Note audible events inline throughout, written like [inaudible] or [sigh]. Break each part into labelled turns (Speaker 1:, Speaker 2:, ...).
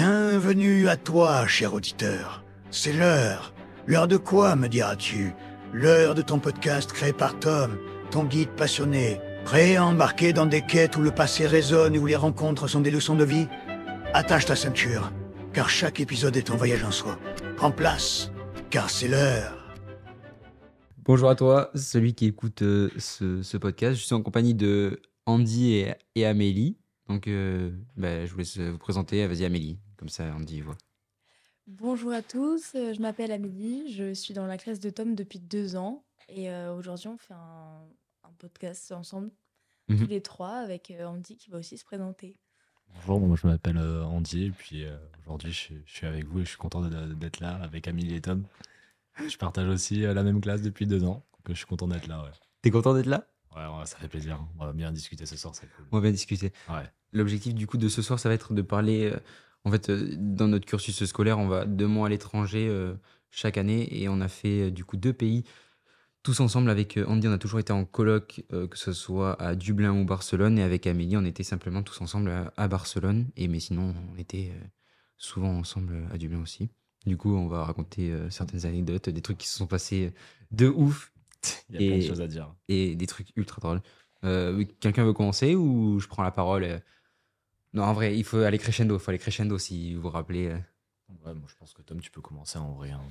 Speaker 1: Bienvenue à toi, cher auditeur. C'est l'heure. L'heure de quoi, me diras-tu L'heure de ton podcast créé par Tom, ton guide passionné, prêt à embarquer dans des quêtes où le passé résonne et où les rencontres sont des leçons de vie Attache ta ceinture, car chaque épisode est un voyage en soi. Prends place, car c'est l'heure.
Speaker 2: Bonjour à toi, celui qui écoute euh, ce, ce podcast. Je suis en compagnie de Andy et, et Amélie. Donc, euh, bah, je vous laisse vous présenter. Vas-y, Amélie. Comme ça, Andy voit.
Speaker 3: Bonjour à tous, euh, je m'appelle Amélie, je suis dans la classe de Tom depuis deux ans et euh, aujourd'hui on fait un, un podcast ensemble,
Speaker 2: Mhm.
Speaker 3: tous les trois, avec euh, Andy qui va aussi se présenter.
Speaker 4: Bonjour, moi je m'appelle euh, Andy et puis euh, aujourd'hui je, suis- je suis avec vous et je suis content de- d'être là avec Amélie et Tom. Je partage aussi euh, la même classe depuis deux ans, donc euh, je suis content d'être là. Ouais.
Speaker 2: T'es content d'être là
Speaker 4: Ouais, ouais, ça fait plaisir. On va bien discuter ce soir, c'est cool.
Speaker 2: On va bien discuter.
Speaker 4: Ouais.
Speaker 2: L'objectif du coup de ce soir, ça va être de parler. euh, en fait, euh, dans notre cursus scolaire, on va deux mois à l'étranger euh, chaque année et on a fait euh, du coup deux pays tous ensemble avec euh, Andy. On a toujours été en colloque, que ce soit à Dublin ou Barcelone, et avec Amélie, on était simplement tous ensemble à, à Barcelone. Et mais sinon, on était euh, souvent ensemble à Dublin aussi. Du coup, on va raconter euh, certaines anecdotes, des trucs qui se sont passés euh, de ouf
Speaker 4: Il y a plein de
Speaker 2: Et-
Speaker 4: choses à dire.
Speaker 2: et des trucs ultra drôles. Euh, Quelqu'un veut commencer ou je prends la parole euh Non, en vrai, il faut aller crescendo. Il faut aller crescendo si vous vous rappelez. euh,
Speaker 4: Ouais, moi, je pense que Tom, tu peux commencer en vrai. hein.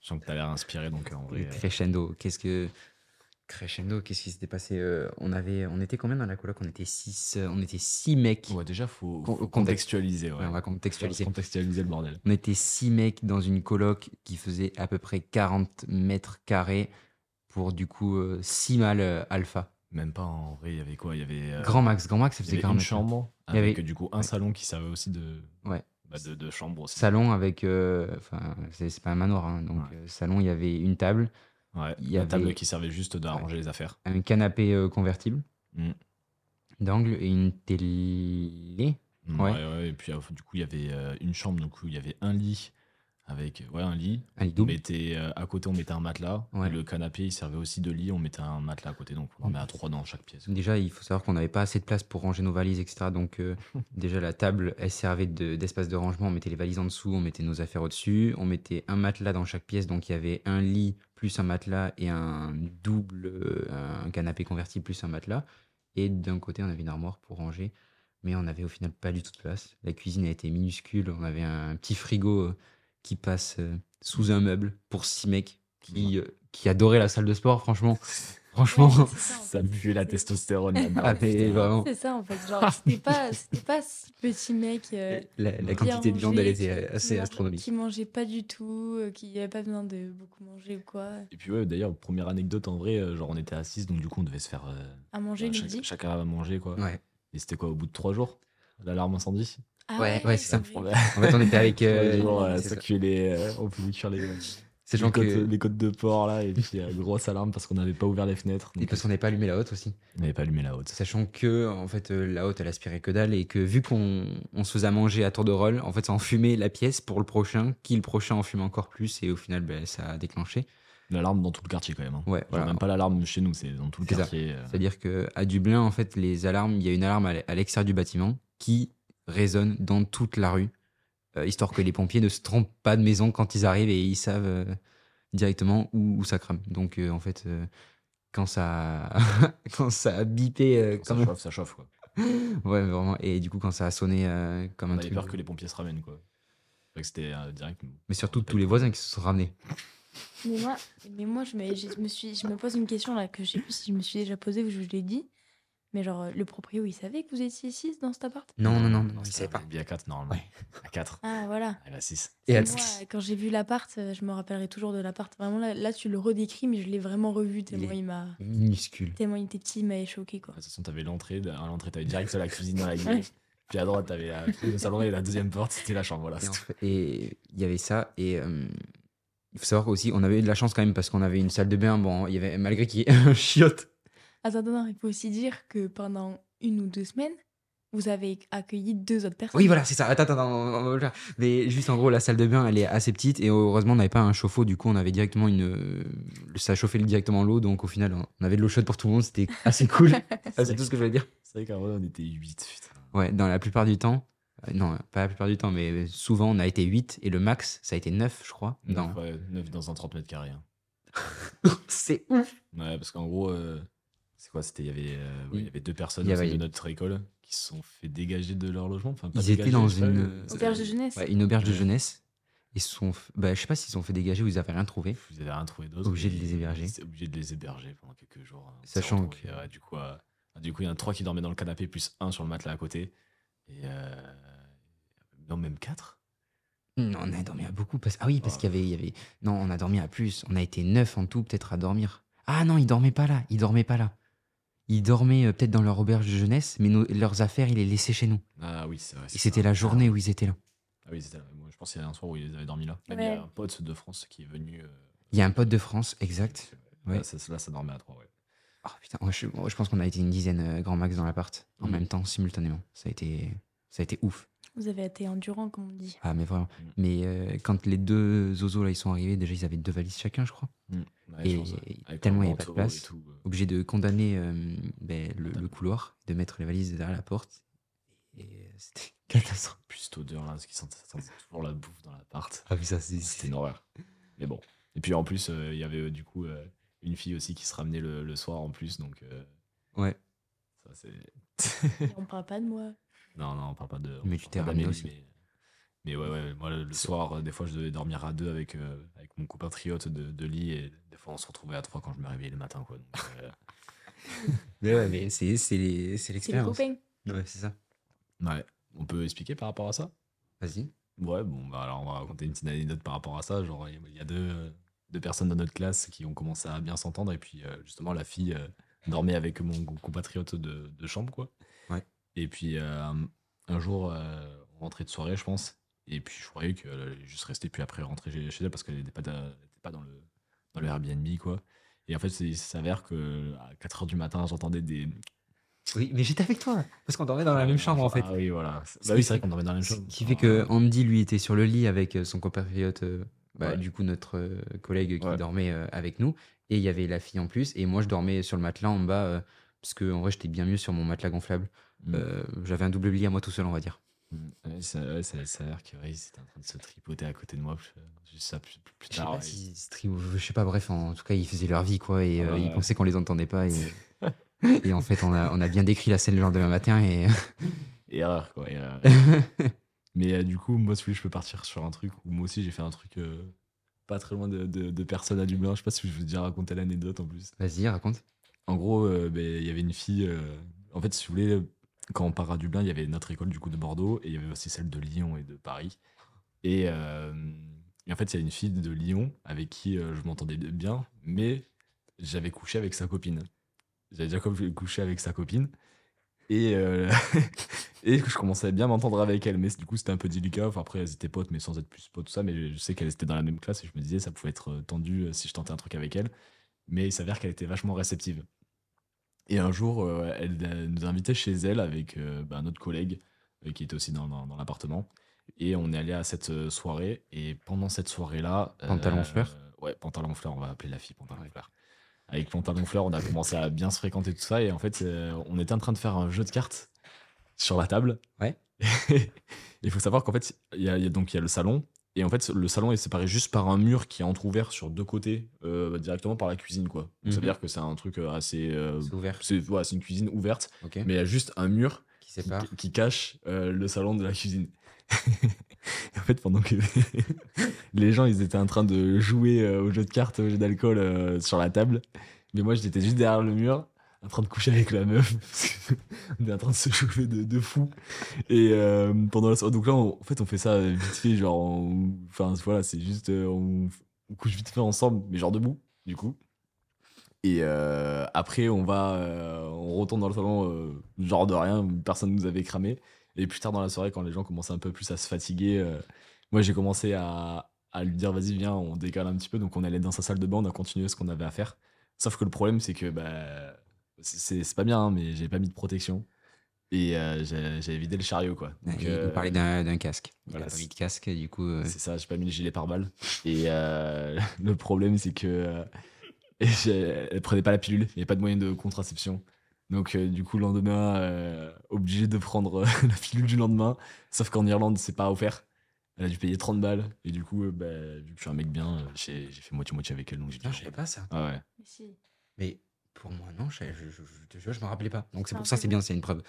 Speaker 4: Je sens que t'as l'air inspiré, donc euh, en
Speaker 2: le
Speaker 4: vrai. euh,
Speaker 2: Crescendo. Qu'est-ce que. Crescendo, qu'est-ce qui s'était passé Euh, on, avait, on était combien dans la coloc On était 6 on était six mecs.
Speaker 4: euh, Ouais, déjà, faut,
Speaker 2: Con-
Speaker 4: faut
Speaker 2: contexte.
Speaker 4: contextualiser. Ouais.
Speaker 2: Ouais, on va
Speaker 4: Faut
Speaker 2: contextualiser.
Speaker 4: contextualiser le bordel.
Speaker 2: On était six mecs dans une coloc qui faisait à peu près 40 mètres carrés pour du coup 6 mâles euh, alpha.
Speaker 4: Même pas en vrai, il y avait quoi Il y avait. euh,
Speaker 2: Grand max, grand max, ça
Speaker 4: il y
Speaker 2: faisait
Speaker 4: avait
Speaker 2: 40
Speaker 4: une
Speaker 2: mètres carrés.
Speaker 4: chambre,
Speaker 2: Il y avait-
Speaker 4: avec euh, du coup un
Speaker 2: Ouais.
Speaker 4: salon qui servait aussi de,
Speaker 2: Ouais.
Speaker 4: bah, de, de chambre aussi.
Speaker 2: salon avec euh, enfin c'est c'est pas un manoir hein, donc
Speaker 4: Ouais.
Speaker 2: euh, salon il y avait une table
Speaker 4: Ouais,
Speaker 2: Il y
Speaker 4: la table
Speaker 2: avait-
Speaker 4: qui servait juste d'arranger les affaires.
Speaker 2: un canapé euh, convertible
Speaker 4: Mm.
Speaker 2: d'angle et une télé
Speaker 4: Mm,
Speaker 2: Ouais.
Speaker 4: Ouais. ouais, et puis euh, du coup, il y avait euh, une chambre, donc où il y avait un lit avec ouais, un lit.
Speaker 2: un lit
Speaker 4: On
Speaker 2: double
Speaker 4: mettait, euh, à côté, on mettait un matelas.
Speaker 2: Ouais.
Speaker 4: Et le canapé, il servait aussi de lit. On mettait un matelas à côté, donc on en
Speaker 2: Mm.
Speaker 4: met à trois dans chaque pièce.
Speaker 2: déjà il faut savoir qu'on n'avait pas assez de place pour ranger nos valises etc donc
Speaker 3: [laughs]
Speaker 2: euh, déjà la table elle servait de- d'espace de, rangement on mettait les valises en dessous on mettait nos affaires au dessus on mettait un matelas dans chaque pièce donc il y avait un lit plus un matelas et un double euh, un canapé converti plus un matelas et d'un côté on avait une armoire pour ranger mais on n'avait au final pas du tout de place. La cuisine a été minuscule, on avait un petit frigo euh, qui passe euh, sous un meuble pour six mecs [laughs]
Speaker 3: [laughs]
Speaker 2: qui, euh, qui adoraient la salle de sport, franchement. [laughs] Franchement,
Speaker 3: Ouais, c'est ça, en
Speaker 4: Ça
Speaker 3: fait.
Speaker 4: pue la testostérone. là-dedans,
Speaker 2: [laughs] ah, mais
Speaker 4: putain.
Speaker 2: vraiment,
Speaker 3: C'est ça en fait, genre c'était pas, c'était pas ce petit mec euh,
Speaker 2: la, la
Speaker 4: bien
Speaker 2: quantité de viande,
Speaker 3: mangé,
Speaker 2: elle
Speaker 3: qui-
Speaker 2: était euh,
Speaker 3: qui
Speaker 2: assez
Speaker 3: mange-
Speaker 2: astronomique.
Speaker 3: Qui mangeait pas du tout, euh, qui avait pas besoin de beaucoup manger ou quoi,
Speaker 4: Et puis, ouais, d'ailleurs, première anecdote en vrai, euh, genre on était à 6, donc du coup, on devait se faire. euh,
Speaker 3: à manger
Speaker 4: bah,
Speaker 3: le
Speaker 4: chac-
Speaker 3: midi.
Speaker 4: chacun à manger, quoi.
Speaker 2: Ouais.
Speaker 4: Et c'était quoi, au bout de trois jours L'alarme incendie
Speaker 3: Ah
Speaker 2: Ouais, ouais, c'est ça.
Speaker 3: vrai.
Speaker 2: En fait, on était
Speaker 4: [laughs]
Speaker 2: avec euh,
Speaker 4: Trois jours,
Speaker 2: c'est ça.
Speaker 4: euh, ça cuit les. euh, on pouvait cuire les.
Speaker 3: [laughs]
Speaker 2: ces gens
Speaker 4: les, côtes,
Speaker 2: que.
Speaker 4: les côtes de porc là et puis euh, grosse alarme parce qu'on n'avait pas ouvert les fenêtres
Speaker 2: Et
Speaker 4: donc
Speaker 2: parce qu'on n'avait pas allumé la haute aussi.
Speaker 4: on n'avait pas allumé la haute
Speaker 2: Sachant que, en fait, euh, la haute, elle aspirait que dalle et que vu qu'on on se faisait à manger à tour de rôle, en fait, ça enfumait la pièce pour le prochain, qui le prochain enfume encore plus et au final, ben, ça a déclenché.
Speaker 4: L'alarme dans tout le quartier quand même. hein.
Speaker 2: Ouais,
Speaker 4: Genre
Speaker 2: voilà.
Speaker 4: Même pas l'alarme chez nous, c'est dans tout le
Speaker 2: C'est ça.
Speaker 4: quartier. euh.
Speaker 2: C'est-à-dire que à Dublin, en fait, les alarmes, il y a une alarme à l- à l'extérieur du bâtiment qui résonne dans toute la rue, euh, histoire que les pompiers ne se trompent pas de maison quand ils arrivent et ils savent euh, directement où, où ça crame. Donc, euh, en fait, euh, quand ça, [laughs] quand ça a bipé, euh,
Speaker 4: ça
Speaker 2: comme-
Speaker 4: chauffe, ça chauffe quoi.
Speaker 2: ouais, vraiment. Et du coup, quand ça a sonné euh, comme
Speaker 4: On
Speaker 2: un
Speaker 4: avait
Speaker 2: truc,
Speaker 4: peur que les pompiers se ramènent quoi. Fait que c'était euh, direct.
Speaker 2: mais surtout tous les voisins qui se sont ramenés.
Speaker 3: Mais moi, mais moi je, me, je me suis, je me pose une question là que je sais plus si je me suis déjà posée ou je vous l'ai dit. Mais genre, euh, le proprio, il savait que vous étiez 6 dans cet appart
Speaker 2: Non, non, non, non, ils
Speaker 4: c'était
Speaker 2: savaient pas.
Speaker 4: un Airbnb à 4 normalement.
Speaker 2: Ouais.
Speaker 4: À 4.
Speaker 3: Ah, voilà.
Speaker 4: À 6.
Speaker 2: Et à
Speaker 3: moi, euh, quand j'ai vu l'appart, euh, je me rappellerai toujours de l'appart. Vraiment, là, là, tu le redécris, mais je l'ai vraiment revu tellement
Speaker 2: Il est-
Speaker 3: il m'a.
Speaker 2: minuscule.
Speaker 3: Tellement il était petit, il m'avait choqué
Speaker 4: De
Speaker 3: quoi.
Speaker 4: toute façon, t'avais l'entrée. de- À l'entrée, t'avais direct la cuisine dans la gueule. Puis à droite, t'avais la- le salon et la deuxième porte, c'était la chambre. Voilà,
Speaker 2: Et
Speaker 4: c'est
Speaker 2: en
Speaker 4: tout.
Speaker 2: fait- Et il y avait ça. Et euh, il faut savoir aussi, on avait eu de la chance quand même parce qu'on avait une salle de bain. Bon, il y avait malgré qu'il y ait un chiotte.
Speaker 3: Attends, attends, attends, il faut aussi dire que pendant une ou deux semaines, vous avez accueilli deux autres personnes.
Speaker 2: Oui, voilà, c'est ça. Attends, attends, on, on va le faire. Mais juste en gros, la salle de bain, elle est assez petite et heureusement, on n'avait pas un chauffe-eau. Du coup, on avait directement une. euh, Ça chauffait directement l'eau. Donc au final, on avait de l'eau chaude pour tout le monde. C'était
Speaker 3: [laughs]
Speaker 2: assez cool. Ah, c'est tout ce que je voulais dire.
Speaker 4: C'est vrai qu'en vrai, on était 8. Putain.
Speaker 2: Ouais, dans la plupart du temps. Euh, non, pas la plupart du temps, mais souvent on a été 8 et le max, ça a été 9, je crois. Non.
Speaker 4: Neuf, ouais, neuf dans un 30 mètres carrés. hein.
Speaker 2: C'est ouf.
Speaker 4: Ouais, parce qu'en gros, euh, c'est quoi C'était il y avait, euh, ouais, il y avait deux personnes
Speaker 2: Il y
Speaker 4: au sein
Speaker 2: avait-
Speaker 4: de notre école qui se sont fait dégager de leur logement. Enfin, pas
Speaker 2: Ils étaient
Speaker 4: dégager,
Speaker 2: dans
Speaker 4: je sais pas,
Speaker 2: une-
Speaker 4: euh,
Speaker 2: Au
Speaker 3: Auberge de jeunesse.
Speaker 2: Ouais, une auberge de
Speaker 4: Ouais.
Speaker 2: jeunesse. Ils se sont. f- Bah, je sais pas s'ils se sont fait dégager ou ils avaient rien trouvé.
Speaker 4: Vous avez rien trouvé d'autre.
Speaker 2: Obligé de
Speaker 4: mais
Speaker 2: les héberger.
Speaker 4: c'est Obligé de les héberger pendant quelques jours. hein. On s'est
Speaker 2: Sachant
Speaker 4: retrouvés, ouais, du coup, euh, du coup, il y en a trois qui dormaient dans le canapé plus un sur le matelas à côté. Et euh, non, même quatre.
Speaker 2: Non, Hmm, on a dormi à beaucoup. Parce... Ah oui, parce
Speaker 4: Ouais.
Speaker 2: qu'il y avait, il y avait. Non, on a dormi à plus. On a été neuf en tout, peut-être à dormir. Ah non, ils dormaient pas là. Ils dormaient pas là. Ils dormaient euh, peut-être dans leur auberge de jeunesse, mais nos- leurs affaires, ils les laissaient chez nous.
Speaker 4: Ah oui, c'est vrai. c'est
Speaker 2: Et c'était
Speaker 4: ça.
Speaker 2: la journée où ils étaient là.
Speaker 4: Ah oui, c'était là. Moi, je pense qu'il y a un soir où ils avaient dormi là. Même
Speaker 3: Ouais.
Speaker 4: il y a un pote de France qui est venu. euh,
Speaker 2: Il y a un pote de France, exact.
Speaker 4: Là,
Speaker 2: Ouais.
Speaker 4: ça, là, ça dormait à trois, ouais.
Speaker 2: Oh putain, moi, je, moi, je pense qu'on a été une dizaine euh, grand max dans l'appart, en
Speaker 4: Mm.
Speaker 2: même temps, simultanément. Ça a été, ça a été ouf.
Speaker 3: Vous avez été endurant, comme on
Speaker 2: [laughs]
Speaker 3: dit.
Speaker 2: Ah mais vraiment.
Speaker 4: Mm.
Speaker 2: Mais euh, quand les deux zozos là ils sont arrivés, déjà ils avaient deux valises chacun, je crois.
Speaker 4: Ouais, je
Speaker 2: Et
Speaker 4: pense, ouais. Avec
Speaker 2: tellement
Speaker 4: leur
Speaker 2: il y avait pas de
Speaker 4: manteau et
Speaker 2: place.
Speaker 4: tout, euh.
Speaker 2: Obligé de condamner euh, ben, le, le couloir, de mettre les valises derrière la porte. Et euh, c'était une catastrophe.
Speaker 4: Puis cette odeur là, ce qui sentait, ça sentait toujours la bouffe dans l'appart.
Speaker 2: Ah oui ça c'est.
Speaker 4: C'était une horreur. Mais bon. Et puis en plus, euh, il y avait euh, du coup euh, une fille aussi qui se ramenait le, le soir en plus, donc euh,
Speaker 2: Ouais.
Speaker 4: ça c'est.
Speaker 3: Et on parle pas de moi.
Speaker 4: Non, non, on parle pas de.
Speaker 2: Mais
Speaker 4: on
Speaker 2: tu
Speaker 4: parle
Speaker 2: t'es
Speaker 4: pas
Speaker 2: ramené
Speaker 4: d'Amélie,
Speaker 2: aussi.
Speaker 4: Mais, mais ouais, ouais, moi le le soir, euh, des fois je devais dormir à deux avec, euh, avec mon compatriote de, de lit et des fois on se retrouvait à trois quand je me réveillais le matin, quoi. Donc,
Speaker 2: [laughs]
Speaker 4: euh,
Speaker 2: Mais ouais mais c'est c'est les- c'est
Speaker 3: C'est les
Speaker 2: l'expérience.
Speaker 3: copains.
Speaker 2: Ouais c'est ça.
Speaker 4: ouais. On peut expliquer par rapport à ça
Speaker 2: Vas-y.
Speaker 4: Ouais, bon, bah alors on va raconter une petite anecdote par rapport à ça. Genre, il y a deux, euh, deux personnes de notre classe qui ont commencé à bien s'entendre, et puis euh, justement, la fille euh, dormait avec mon co- compatriote de, de chambre, quoi.
Speaker 2: Ouais.
Speaker 4: Et puis, euh, un jour, euh, on rentrait de soirée, je pense, et puis je croyais qu'elle allait juste rester, puis après rentrer chez, chez elle parce qu'elle n'était pas, dans- elle était pas dans, le, dans le Airbnb, quoi. Et en fait, c'est- il s'avère que à 4h du matin, j'entendais des.
Speaker 2: Oui mais j'étais avec toi parce qu'on dormait dans la même chambre en fait.
Speaker 4: Ah oui, voilà.
Speaker 2: Ce
Speaker 4: Bah
Speaker 2: qui
Speaker 4: oui, c'est vrai
Speaker 2: fait-
Speaker 4: qu'on dormait dans la même
Speaker 2: Ce
Speaker 4: chambre.
Speaker 2: qui fait
Speaker 4: Ah.
Speaker 2: que Andy, lui, était sur le lit avec euh, son compatriote, euh, bah,
Speaker 4: Ouais.
Speaker 2: du coup, notre euh, collègue qui
Speaker 4: Ouais.
Speaker 2: dormait euh, avec nous. Et il y avait la fille en plus. Et moi, je dormais sur le matelas en bas, euh, parce que en vrai, j'étais bien mieux sur mon matelas gonflable.
Speaker 4: Mm.
Speaker 2: Euh, J'avais un double lit à moi tout seul, on va dire.
Speaker 4: Mm. Ouais, ça, ouais, ça, ça a l'air que Ray était en train de se tripoter à côté de moi. je- Juste ça plus, plus
Speaker 2: Je sais
Speaker 4: tard.
Speaker 2: pas
Speaker 4: Ah ouais.
Speaker 2: si stream ou- je sais pas, bref, en tout cas, ils faisaient leur vie, quoi. Et
Speaker 4: Ah
Speaker 2: euh,
Speaker 4: bah
Speaker 2: ils
Speaker 4: ouais.
Speaker 2: pensaient qu'on les entendait pas. Et, euh, et en fait, on a, on a bien décrit la scène le lendemain matin. Et euh,
Speaker 4: Erreur, quoi. erreur. Mais euh, du coup, moi, si vous voulez, je peux partir sur un truc où moi aussi j'ai fait un truc euh, pas très loin de, de, de personne à Dublin. Je sais pas si je vous ai déjà raconté l'anecdote en plus.
Speaker 2: [laughs] vas-y, raconte.
Speaker 4: En gros, euh, ben, il y avait une fille. euh, en fait, si vous voulez, quand on part à Dublin, il y avait notre école du coup de Bordeaux et il y avait aussi celle de Lyon et de Paris. Et, euh, et en fait, il y a une fille de Lyon avec qui euh, je m'entendais bien, mais j'avais couché avec sa copine. J'avais déjà cou- couché avec sa copine. Et, euh, [laughs] et je commençais à bien m'entendre avec elle. Mais du coup, c'était un peu délicat. Enfin, après, elles étaient potes, mais sans être plus potes, tout ça. Mais je sais qu'elles étaient dans la même classe et je me disais, ça pouvait être euh, tendu euh, si je tentais un truc avec elle. Mais il s'avère qu'elle était vachement réceptive. Et un jour, euh, elle euh, nous invitait chez elle avec euh, bah, un autre collègue euh, qui était aussi dans, dans- dans l'appartement. Et on est allé à cette euh, soirée. Et pendant cette soirée-là. euh,
Speaker 2: Pantalon fleur
Speaker 4: Ouais, pantalon fleur, on va appeler la fille pantalon fleur. Avec pantalon fleur, on a commencé à bien se fréquenter tout ça. Et en fait, euh, on était en train de faire un jeu de cartes sur la table.
Speaker 2: Ouais.
Speaker 4: [laughs] Il faut savoir qu'en fait, il y a, il y a- donc il y a le salon. Et en fait, le salon est séparé juste par un mur qui est entrouvert sur deux côtés, euh, directement par la cuisine, quoi. Donc, Ça veut
Speaker 2: Mhm.
Speaker 4: dire que c'est un truc euh, assez. euh,
Speaker 2: C'est ouvert.
Speaker 4: c'est ouais, c'est une cuisine ouverte,
Speaker 2: Ok.
Speaker 4: mais il y a juste un mur
Speaker 2: Qui
Speaker 4: qui,
Speaker 2: sépare.
Speaker 4: qui cache euh, le salon de la cuisine. [laughs] Et en fait, pendant que [laughs] les gens ils étaient en train de jouer euh, au jeu de cartes, au jeu d'alcool euh, sur la table, mais moi j'étais juste derrière le mur en train de coucher avec la meuf. [laughs] parce que on est en train de se chauffer de, de fou. Et euh, pendant la soirée, donc là, on- en fait, on fait ça euh, vite fait, genre, on- enfin voilà, c'est juste, euh, on, on couche vite fait ensemble, mais genre debout, du coup. Et euh, après, on va, euh, on retourne dans le salon, euh, genre de rien, où personne nous avait cramé. Et plus tard dans la soirée, quand les gens commençaient un peu plus à se fatiguer, euh, moi j'ai commencé à, à lui dire vas-y, viens, on décale un petit peu. Donc on allait dans sa salle de bain, on a continué ce qu'on avait à faire. Sauf que le problème, c'est que bah, c'est c'est pas bien, hein, mais j'ai pas mis de protection. Et euh, j'ai- j'avais vidé le chariot, quoi. Donc,
Speaker 2: Il-
Speaker 4: euh,
Speaker 2: Il parlait d'un d'un casque. Il
Speaker 4: voilà,
Speaker 2: a pas
Speaker 4: c'est-
Speaker 2: mis de casque, et du coup. euh,
Speaker 4: c'est ça, j'ai pas mis le gilet pare-balles. Et euh, [laughs] le problème, c'est que euh, et j'ai- elle prenait pas la pilule, il n'y avait pas de moyen de contraception. Donc, euh, du coup, le lendemain, euh, obligé de prendre [laughs] euh, la pilule du lendemain. Sauf qu'en Irlande, c'est pas offert. Elle a dû payer 30 balles. Et du coup, euh, bah, vu que je suis un mec bien, euh, j'ai j'ai fait moitié-moitié avec elle. Donc, j'ai dit,
Speaker 2: Putain, je savais pas ça.
Speaker 4: Ah ouais.
Speaker 3: Mais si,
Speaker 2: Mais pour moi, non, je, je, je, je te jure, je me rappelais pas. Donc c'est
Speaker 3: Ah,
Speaker 2: pour ça,
Speaker 3: c'est
Speaker 2: c'est bien, c'est une preuve.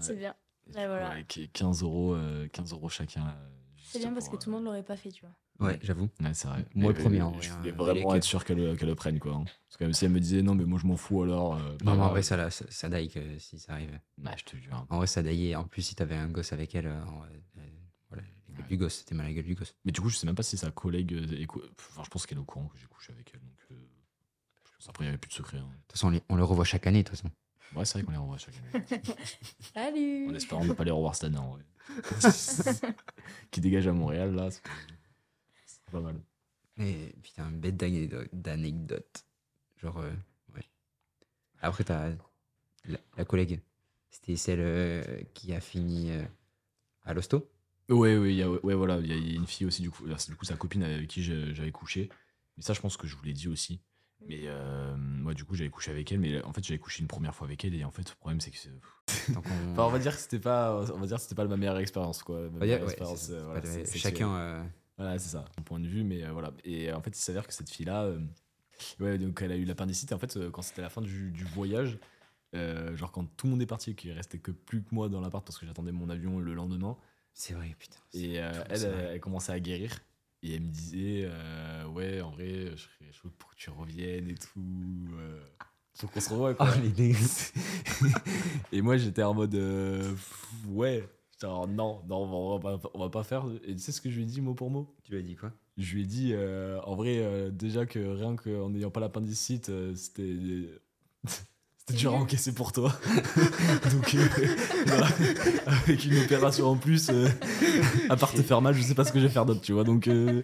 Speaker 3: c'est bien.
Speaker 4: Du
Speaker 3: Ouais,
Speaker 4: coup,
Speaker 3: voilà.
Speaker 4: ouais, qui- 15 euros, euh, 15 euros chacun. là, juste
Speaker 3: C'est bien parce que
Speaker 4: pour,
Speaker 3: tout le monde l'aurait pas fait, tu vois.
Speaker 2: Ouais, j'avoue.
Speaker 4: euh, ouais, c'est vrai.
Speaker 2: Moi,
Speaker 4: Mais-
Speaker 2: le premier,
Speaker 4: mais
Speaker 2: en vrai,
Speaker 4: Je
Speaker 2: hein,
Speaker 4: voulais
Speaker 2: les
Speaker 4: vraiment
Speaker 2: que-
Speaker 4: être sûr qu'elle le- qu'elle le prenne, quoi. hein. Parce que même si elle me disait non, mais moi je m'en fous alors. euh, pas
Speaker 2: Non, mais en
Speaker 4: grave.
Speaker 2: vrai, ça, là, ça, ça daille que si ça arrive.
Speaker 4: Ouais, je te jure.
Speaker 2: En vrai, ça daillait. En plus, si t'avais un gosse avec elle, euh, en vrai, euh, voilà, la gueule
Speaker 4: Ouais.
Speaker 2: du gosse, c'était mal à la gueule du gosse.
Speaker 4: Mais du coup, je sais même pas si sa collègue. euh, est cou- Enfin, je pense qu'elle est au courant que j'ai couché avec elle. Donc, euh, je pense après, il n'y avait plus de secret. hein.
Speaker 2: De toute façon, on, les- on le revoit chaque année, de toute façon.
Speaker 4: Ouais, c'est vrai qu'on les revoit chaque [laughs] année.
Speaker 3: [laughs] Salut
Speaker 4: En espérant ne pas les revoir cette année, [laughs] en vrai. Qui dégage à Montréal, là. c'est- C'est pas mal.
Speaker 2: Et putain, bête d'ane- d'anecdote. Genre, euh, ouais. Après, t'as la, la collègue. C'était celle euh, qui a fini euh, à l'hosto.
Speaker 4: Ouais, ouais, il y a- ouais voilà. Il y a une fille aussi, du coup. alors, c'est du coup, sa copine avec qui j'ai- j'avais couché. Mais ça, je pense que je vous l'ai dit aussi. Mais euh, moi, du coup, j'avais couché avec elle. Mais en fait, j'avais couché une première fois avec elle. Et en fait, le problème, c'est que. c'est-
Speaker 2: Donc, [laughs] on-
Speaker 4: Enfin, on va dire que c'était pas, on va dire que c'était pas ma meilleure expérience, quoi. Ma
Speaker 2: on va dire-
Speaker 4: meilleure
Speaker 2: ouais,
Speaker 4: expérience,
Speaker 2: c'est ça,
Speaker 4: euh,
Speaker 2: c'est
Speaker 4: voilà,
Speaker 2: pas de-
Speaker 4: c'est- c'est-
Speaker 2: chacun. euh,
Speaker 4: Voilà, c'est ça, mon point de vue, mais euh, voilà. Et euh, en fait, il s'avère que cette fille-là, euh, ouais, donc elle a eu l'appendicite. Et en fait, euh, quand c'était la fin du, du voyage, euh, genre quand tout le monde est parti, qu'il restait que plus que moi dans l'appart parce que j'attendais mon avion le lendemain,
Speaker 2: C'est vrai, putain. c'est-
Speaker 4: et euh,
Speaker 2: tout,
Speaker 4: elle,
Speaker 2: c'est
Speaker 4: elle,
Speaker 2: vrai.
Speaker 4: elle commençait à guérir. Et elle me disait, euh, ouais, en vrai, je serais chaud pour que tu reviennes et tout. euh, pour qu'on se revoie, quoi.
Speaker 2: Oh, les dégueulasses.
Speaker 4: [laughs] Et moi, j'étais en mode, euh, pff, ouais, genre, non, non, on va, pas, on va pas faire. Et tu sais ce que je lui ai dit mot pour mot
Speaker 2: Tu as dit quoi
Speaker 4: je lui ai dit, euh, en vrai, euh, déjà que rien qu'en n'ayant pas l'appendicite, euh, c'était. [laughs] C'était dur à
Speaker 3: Nul.
Speaker 4: encaisser pour toi. [laughs] Donc, euh, voilà. [laughs] avec une opération en plus, euh, à part te faire mal, je sais pas ce que je vais faire d'autre, tu vois. Donc, euh,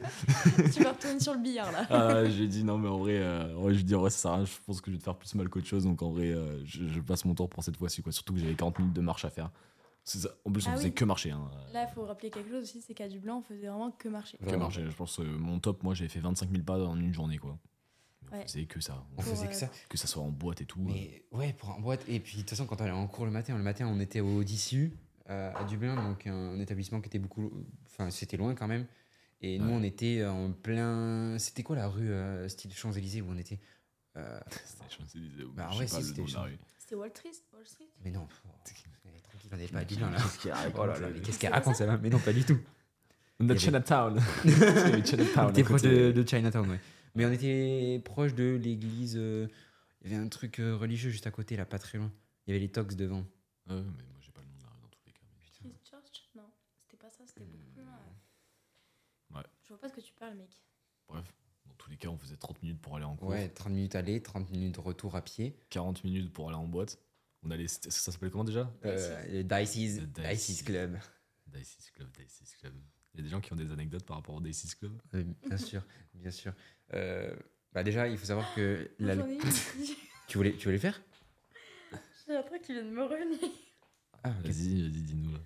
Speaker 3: Tu vas retourner sur le billard là.
Speaker 4: ah, j'ai dit non, mais en vrai, euh, en vrai, je lui ai dit, en vrai, ça sert à rien, je pense que je vais te faire plus mal qu'autre chose. Donc, en vrai, euh, je, je passe mon tour pour cette fois-ci, quoi. Surtout que j'avais 40 minutes de marche à faire. C'est ça. En plus, on
Speaker 3: Ah oui.
Speaker 4: faisait que marcher. Hein.
Speaker 3: Là, il faut rappeler quelque chose aussi, c'est qu'à Dublin, on faisait vraiment que marcher.
Speaker 4: Que
Speaker 2: Vraiment.
Speaker 4: marcher. Je pense que mon top, moi, j'ai fait 25 000 pas en une journée, quoi. On
Speaker 3: Ouais.
Speaker 4: faisait que ça.
Speaker 2: On
Speaker 3: Pour,
Speaker 2: faisait que
Speaker 3: euh,
Speaker 2: ça.
Speaker 4: que ça soit en boîte et tout.
Speaker 2: Mais ouais, pour en boîte. Et puis de toute façon, quand on allait en cours le matin, le matin, on était au Dissu euh, à Dublin, donc un établissement qui était beaucoup. lo- Enfin, c'était loin quand même. Et nous,
Speaker 4: Ouais.
Speaker 2: on était en plein. C'était quoi la rue euh, style Champs-Élysées où on était Euh,
Speaker 4: C'était Champs-Élysées, ou
Speaker 2: Bah
Speaker 4: je sais
Speaker 2: ouais,
Speaker 4: euh, pas
Speaker 2: si,
Speaker 4: le
Speaker 2: c'était
Speaker 4: nom de la
Speaker 2: Champs-
Speaker 4: rue.
Speaker 3: C'était Wall Street, Wall Street.
Speaker 2: Mais non, pff, eh, tranquille, on n'est pas à Dublin là.
Speaker 4: Qu'est-ce qu'il raconte,
Speaker 2: Oh là là,
Speaker 4: euh,
Speaker 2: mais qu'est-ce qu'elle raconte celle-là Mais non, pas du tout.
Speaker 4: On a
Speaker 2: Il y avait- [laughs]
Speaker 4: Chinatown. Il y avait
Speaker 2: On
Speaker 4: Chinatown.
Speaker 2: était
Speaker 4: à
Speaker 2: proche de,
Speaker 4: côté.
Speaker 2: de Chinatown, ouais. Mais on était proche de l'église. euh, Il y avait un truc euh, religieux juste à côté, là, pas très loin. Il y avait les tox devant.
Speaker 4: Euh, mais moi, j'ai pas le nom de la rue dans tous les cas. mais putain.
Speaker 3: Christchurch Non, c'était pas ça, c'était beaucoup plus loin.
Speaker 4: Ouais.
Speaker 3: Je vois pas de ce que tu parles, mec.
Speaker 4: Bref, dans tous les cas, on faisait 30 minutes pour aller en cours,
Speaker 2: Ouais, 30 minutes aller, 30 minutes retour à pied.
Speaker 4: 40 minutes pour aller en boîte. On allait, c'était- ça s'appelle comment déjà
Speaker 2: Euh, le Dices,
Speaker 4: Le
Speaker 2: Dices
Speaker 4: Dices.
Speaker 2: Club.
Speaker 4: Dices Club, Dices Club. Il y a des gens qui ont des anecdotes par rapport au Dices Club.
Speaker 2: Euh, bien sûr, bien sûr. Euh, bah déjà, il faut savoir que
Speaker 3: Moi,
Speaker 2: l'al-
Speaker 3: J'en ai une.
Speaker 2: tu voulais, tu voulais le faire
Speaker 3: [laughs] J'ai l'impression qu'il vient de me revenir.
Speaker 2: Ah, ok.
Speaker 4: Vas-y, vas-y, dis-nous là.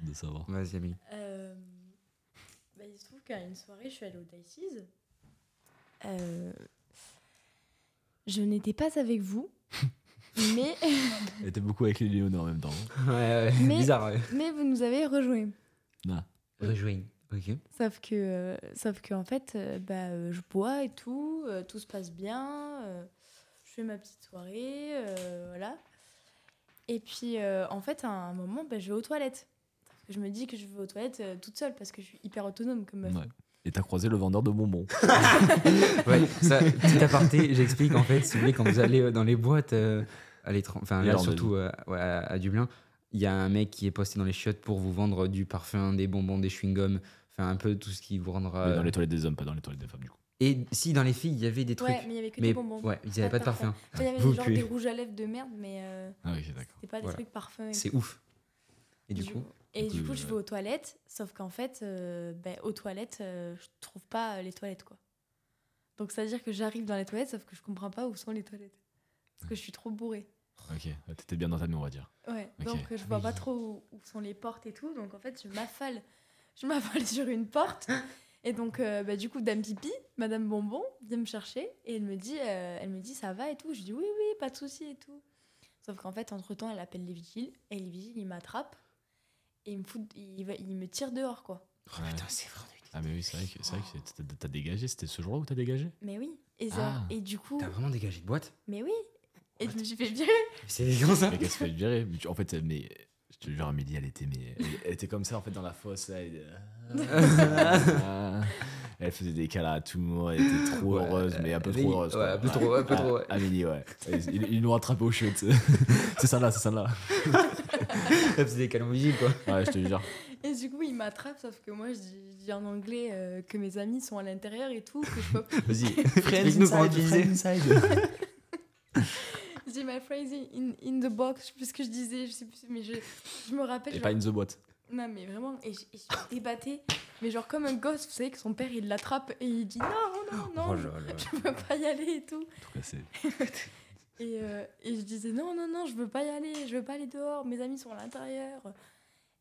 Speaker 4: J'ai hâte
Speaker 2: [laughs]
Speaker 4: De savoir.
Speaker 2: Vas-y, Amélie.
Speaker 3: Euh, bah, il se trouve qu'à une soirée, je suis allée au Dices. Euh, je n'étais pas avec vous, mais,
Speaker 4: Elle était beaucoup avec les Léonards en même temps. hein.
Speaker 2: Ouais, ouais,
Speaker 3: Mais-
Speaker 2: bizarre. Ouais.
Speaker 3: mais vous nous avez rejoints.
Speaker 2: Rejoins. Ok.
Speaker 3: Sauf que, euh, sauf que en fait, euh, bah, euh, je bois et tout, euh, tout se passe bien, euh, je fais ma petite soirée, euh, voilà. Et puis, euh, en fait, à un moment, bah, je vais aux toilettes. Sauf que Je me dis que je vais aux toilettes euh, toute seule parce que je suis hyper autonome comme meuf.
Speaker 4: Ouais. Et t'as croisé le vendeur de bonbons.
Speaker 2: Ouais, ça, petit aparté, j'explique en fait, si vous voulez, quand vous allez euh, dans les boîtes, euh, à l'étran- enfin
Speaker 4: Et
Speaker 2: là
Speaker 4: alors,
Speaker 2: surtout euh, ouais, à, à Dublin, il y a un mec qui est posté dans les chiottes pour vous vendre du parfum, des bonbons, des chewing-gums, enfin un peu tout ce qui vous rendra.
Speaker 4: Mais dans les toilettes des hommes, pas dans les toilettes des femmes, du coup.
Speaker 2: Et si dans les filles, il y avait des trucs.
Speaker 3: Ouais, mais il n'y avait que
Speaker 2: mais
Speaker 3: des bonbons.
Speaker 2: ouais, ils n'avaient pas de parfum.
Speaker 3: Enfin, Il y avait
Speaker 2: Vous
Speaker 3: genre
Speaker 2: puez.
Speaker 3: des rouges à lèvres de merde, mais euh,
Speaker 4: Ah, ok, d'accord.
Speaker 3: c'était pas des
Speaker 2: Voilà.
Speaker 3: trucs parfums. et
Speaker 2: C'est ouf. Et du coup, euh,
Speaker 3: et
Speaker 4: du
Speaker 3: du
Speaker 4: coup,
Speaker 3: coup, je
Speaker 4: ouais.
Speaker 3: vais aux toilettes, sauf qu'en fait, euh, ben, aux toilettes, euh, je trouve pas euh, les toilettes, quoi. Donc, ça veut dire que j'arrive dans les toilettes, sauf que je comprends pas où sont les toilettes. Parce que je suis trop bourrée.
Speaker 4: Ok, ouais, t'étais bien dans ta nuit, on va dire.
Speaker 3: Ouais,
Speaker 4: Ok.
Speaker 3: donc euh, je vois pas trop où, où sont les portes et tout, donc en fait, je m'affale. Je m'affale [laughs] sur une porte. Et donc, euh, ben, du coup, Dame Pipi, Madame Bonbon, vient me chercher et elle me dit, euh, elle me dit ça va et tout. Je dis oui, oui, pas de souci et tout. Sauf qu'en fait, entre-temps, elle appelle les vigiles, et les vigiles, ils m'attrapent, et ils me, foutent, ils, va- ils me tirent dehors, quoi.
Speaker 2: Oh putain, c'est vrai.
Speaker 4: Ah, mais oui, c'est vrai que, c'est vrai que c'est- t'as- t'as dégagé. C'était ce jour-là où t'as dégagé
Speaker 3: Mais oui. Et, ça,
Speaker 4: Ah.
Speaker 3: et du coup,
Speaker 2: T'as vraiment dégagé de boîte
Speaker 3: mais oui. Et je me suis fait virer.
Speaker 2: C'est élégant ça
Speaker 4: Mais qu'est-ce qu'elle dirait Mais tu- En fait, mais. Je te jure, Amélie, elle était, mais, elle, elle était comme ça, en fait, dans la fosse. Là, elle,
Speaker 2: [laughs]
Speaker 4: Ah. [laughs] Elle faisait des câlins à tout le monde. Elle était trop
Speaker 2: Ouais,
Speaker 4: heureuse, mais un peu
Speaker 2: Amélie,
Speaker 4: trop heureuse.
Speaker 2: ouais,
Speaker 4: quoi.
Speaker 2: un peu trop, un peu
Speaker 4: Ah,
Speaker 2: trop, ouais.
Speaker 4: Amélie, ouais. Ils, ils l'ont rattrapée aux cheveux. tu sais. [laughs] c'est ça là, c'est ça là.
Speaker 2: Elle faisait des câlins vigiles quoi.
Speaker 4: Ouais, je te jure.
Speaker 3: Et du coup, ils m'attrapent, sauf que moi, je dis, je dis en anglais euh, que mes amis sont à l'intérieur et tout, que je peux
Speaker 2: Vas-y, explique-nous comment tu disais.
Speaker 3: Je dis my phrase in, in the box, je sais plus ce que je disais, je sais plus, mais je, je me rappelle.
Speaker 4: Et
Speaker 3: genre-
Speaker 4: pas in the boîte.
Speaker 3: Non, mais vraiment, et je, et je suis débattée, mais genre comme un gosse, vous savez que son père il l'attrape et il dit non, non, non,
Speaker 2: Oh
Speaker 3: je,
Speaker 2: là là.
Speaker 3: [laughs] je veux pas y aller et tout.
Speaker 4: En tout cas, c'est-
Speaker 3: Et, euh, et je disais non, non, non, je veux pas y aller, je veux pas aller dehors, mes amis sont à l'intérieur.